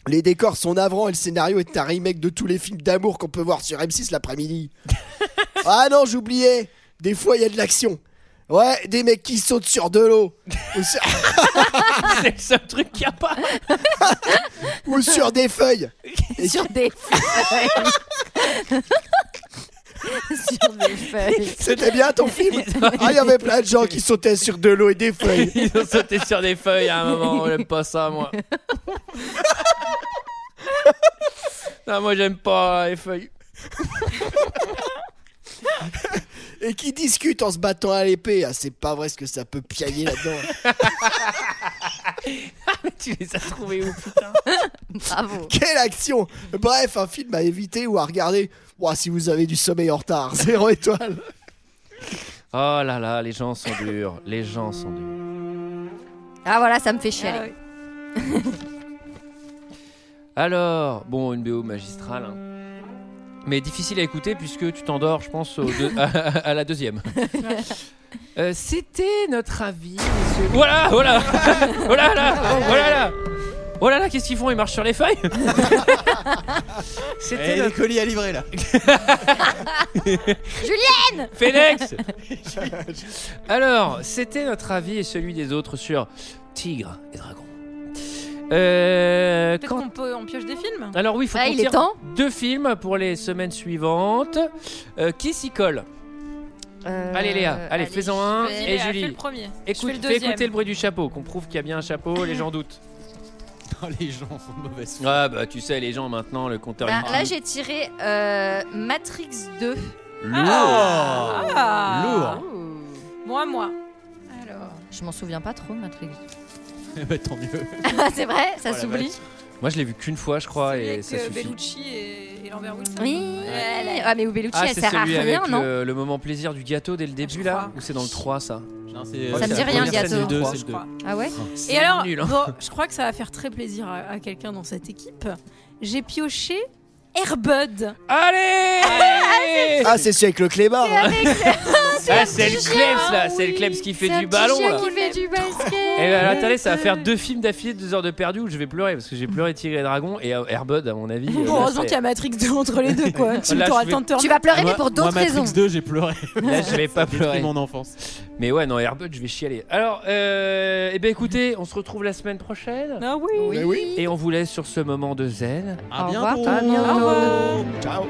Speaker 6: Les décors sont navrants et le scénario est un remake de tous les films d'amour qu'on peut voir sur M6 l'après-midi. ah non, j'oubliais. Des fois, il y a de l'action. Ouais, des mecs qui sautent sur de l'eau. Ou sur-
Speaker 1: C'est le seul truc qu'il n'y a pas.
Speaker 6: Ou sur des feuilles.
Speaker 8: sur des feuilles. sur des feuilles.
Speaker 6: C'était bien ton film Ah, il y avait plein de gens qui sautaient sur de l'eau et des feuilles.
Speaker 1: Ils ont sauté sur des feuilles à un moment. J'aime pas ça, moi. Non, moi, j'aime pas les feuilles.
Speaker 6: Et qui discutent en se battant à l'épée. Ah, c'est pas vrai ce que ça peut piailler là-dedans.
Speaker 1: Mais tu les as trouvés où, putain
Speaker 8: Bravo.
Speaker 6: Quelle action Bref, un film à éviter ou à regarder. Ouah, si vous avez du sommeil en retard, zéro étoile.
Speaker 1: Oh là là, les gens sont durs. Les gens sont durs.
Speaker 8: Ah voilà, ça me fait chialer.
Speaker 1: Alors, bon, une BO magistrale. hein. Mais difficile à écouter puisque tu t'endors, je pense, au deux- à, à la deuxième. Euh, C'était notre avis. messieurs. Voilà, voilà, voilà, là, voilà, là. Oh là là, qu'est-ce qu'ils font Ils marchent sur les feuilles
Speaker 11: Eh,
Speaker 1: C'était
Speaker 11: les
Speaker 1: notre...
Speaker 11: colis à livrer là.
Speaker 8: Julienne
Speaker 1: Phoenix Alors, c'était notre avis et celui des autres sur Tigre et Dragon. Euh,
Speaker 10: Peut-être
Speaker 1: quand-
Speaker 10: qu'on peut en pioche des films.
Speaker 1: Alors oui, faut
Speaker 10: Ah,
Speaker 1: qu'on
Speaker 10: il est
Speaker 1: tire
Speaker 10: temps.
Speaker 1: deux films pour les semaines suivantes. Euh, qui s'y colle
Speaker 8: Euh,
Speaker 1: Allez Léa, allez,
Speaker 10: allez,
Speaker 1: faisons un
Speaker 10: je fais-
Speaker 1: et
Speaker 10: Léa,
Speaker 1: Julie.
Speaker 10: fais le premier. Je
Speaker 1: Écoute,
Speaker 10: fais le
Speaker 1: fais
Speaker 10: deuxième.
Speaker 1: écouter le bruit du chapeau, qu'on prouve qu'il y a bien un chapeau, les gens doutent.
Speaker 11: Oh, les gens sont de mauvaise foi.
Speaker 1: Ah bah tu sais les gens maintenant le compteur.
Speaker 8: Bah,
Speaker 1: il-
Speaker 8: là, j'ai tiré euh, Matrix 2.
Speaker 1: Lourd.
Speaker 10: Ah.
Speaker 1: Lourd.
Speaker 10: Moi, moi. Alors.
Speaker 8: Je m'en souviens pas trop, Matrix.
Speaker 11: Eh ben, tant mieux.
Speaker 8: Ah, c'est vrai, ça
Speaker 11: Oh, la
Speaker 8: s'oublie.
Speaker 11: vache.
Speaker 1: Moi je l'ai vu qu'une fois je crois et
Speaker 10: Avec
Speaker 1: ça
Speaker 10: euh,
Speaker 1: suffit.
Speaker 10: Bellucci et, et Lambert Wilson.
Speaker 8: Oui.
Speaker 10: Ouais.
Speaker 8: Ah mais Ubelucci,
Speaker 1: Ah
Speaker 8: elle
Speaker 1: c'est
Speaker 8: sert à
Speaker 1: celui
Speaker 8: rien,
Speaker 1: avec
Speaker 8: non
Speaker 1: le, le moment plaisir du gâteau dès le début là ou c'est dans le 3 ça
Speaker 11: Non, c'est-
Speaker 1: Ouais,
Speaker 8: Ça me
Speaker 1: c'est
Speaker 8: dit
Speaker 1: la
Speaker 8: rien, le
Speaker 1: première scène
Speaker 8: gâteau.
Speaker 1: du 2,
Speaker 8: Trois,
Speaker 1: c'est
Speaker 8: je
Speaker 1: le 2.
Speaker 8: crois. Ah ouais
Speaker 10: Et alors,
Speaker 1: nul, hein.
Speaker 10: bon, je crois que ça va faire très plaisir à, à quelqu'un dans cette équipe. J'ai pioché Airbud.
Speaker 1: Allez
Speaker 6: Ah, c'est celui avec le clébar. hein.
Speaker 1: Ah, c'est le Klebs là, c'est le Klebs qui fait du ballon là.
Speaker 7: qui fait du basket.
Speaker 1: Et ben, alors, attendez, ça va faire deux films d'affilée de deux heures de perdu où je vais pleurer parce que j'ai pleuré Tigre et Dragon et euh, Airbud à mon avis. euh, là,
Speaker 10: heureusement
Speaker 1: c'est-
Speaker 10: qu'il y a Matrix 2 entre les deux, quoi. Tu
Speaker 1: Là,
Speaker 10: t'auras
Speaker 1: je
Speaker 10: le
Speaker 1: vais-
Speaker 10: temps de te
Speaker 8: Tu vas pleurer, mais
Speaker 1: Moi-
Speaker 8: pour d'autres
Speaker 1: moi, Matrix
Speaker 8: raisons.
Speaker 11: 2, j'ai pleuré.
Speaker 1: Là, je vais pas
Speaker 11: détruit
Speaker 1: pleurer.
Speaker 11: mon enfance.
Speaker 1: Mais ouais, non, Airbud, je vais chialer. Alors, euh, eh ben écoutez, on se retrouve la semaine prochaine.
Speaker 10: Ah oui.
Speaker 1: Et on vous laisse sur ce moment de zen.
Speaker 10: À
Speaker 1: Au
Speaker 10: bientôt.
Speaker 1: revoir.
Speaker 10: À bientôt.
Speaker 1: Au revoir.
Speaker 6: Ciao.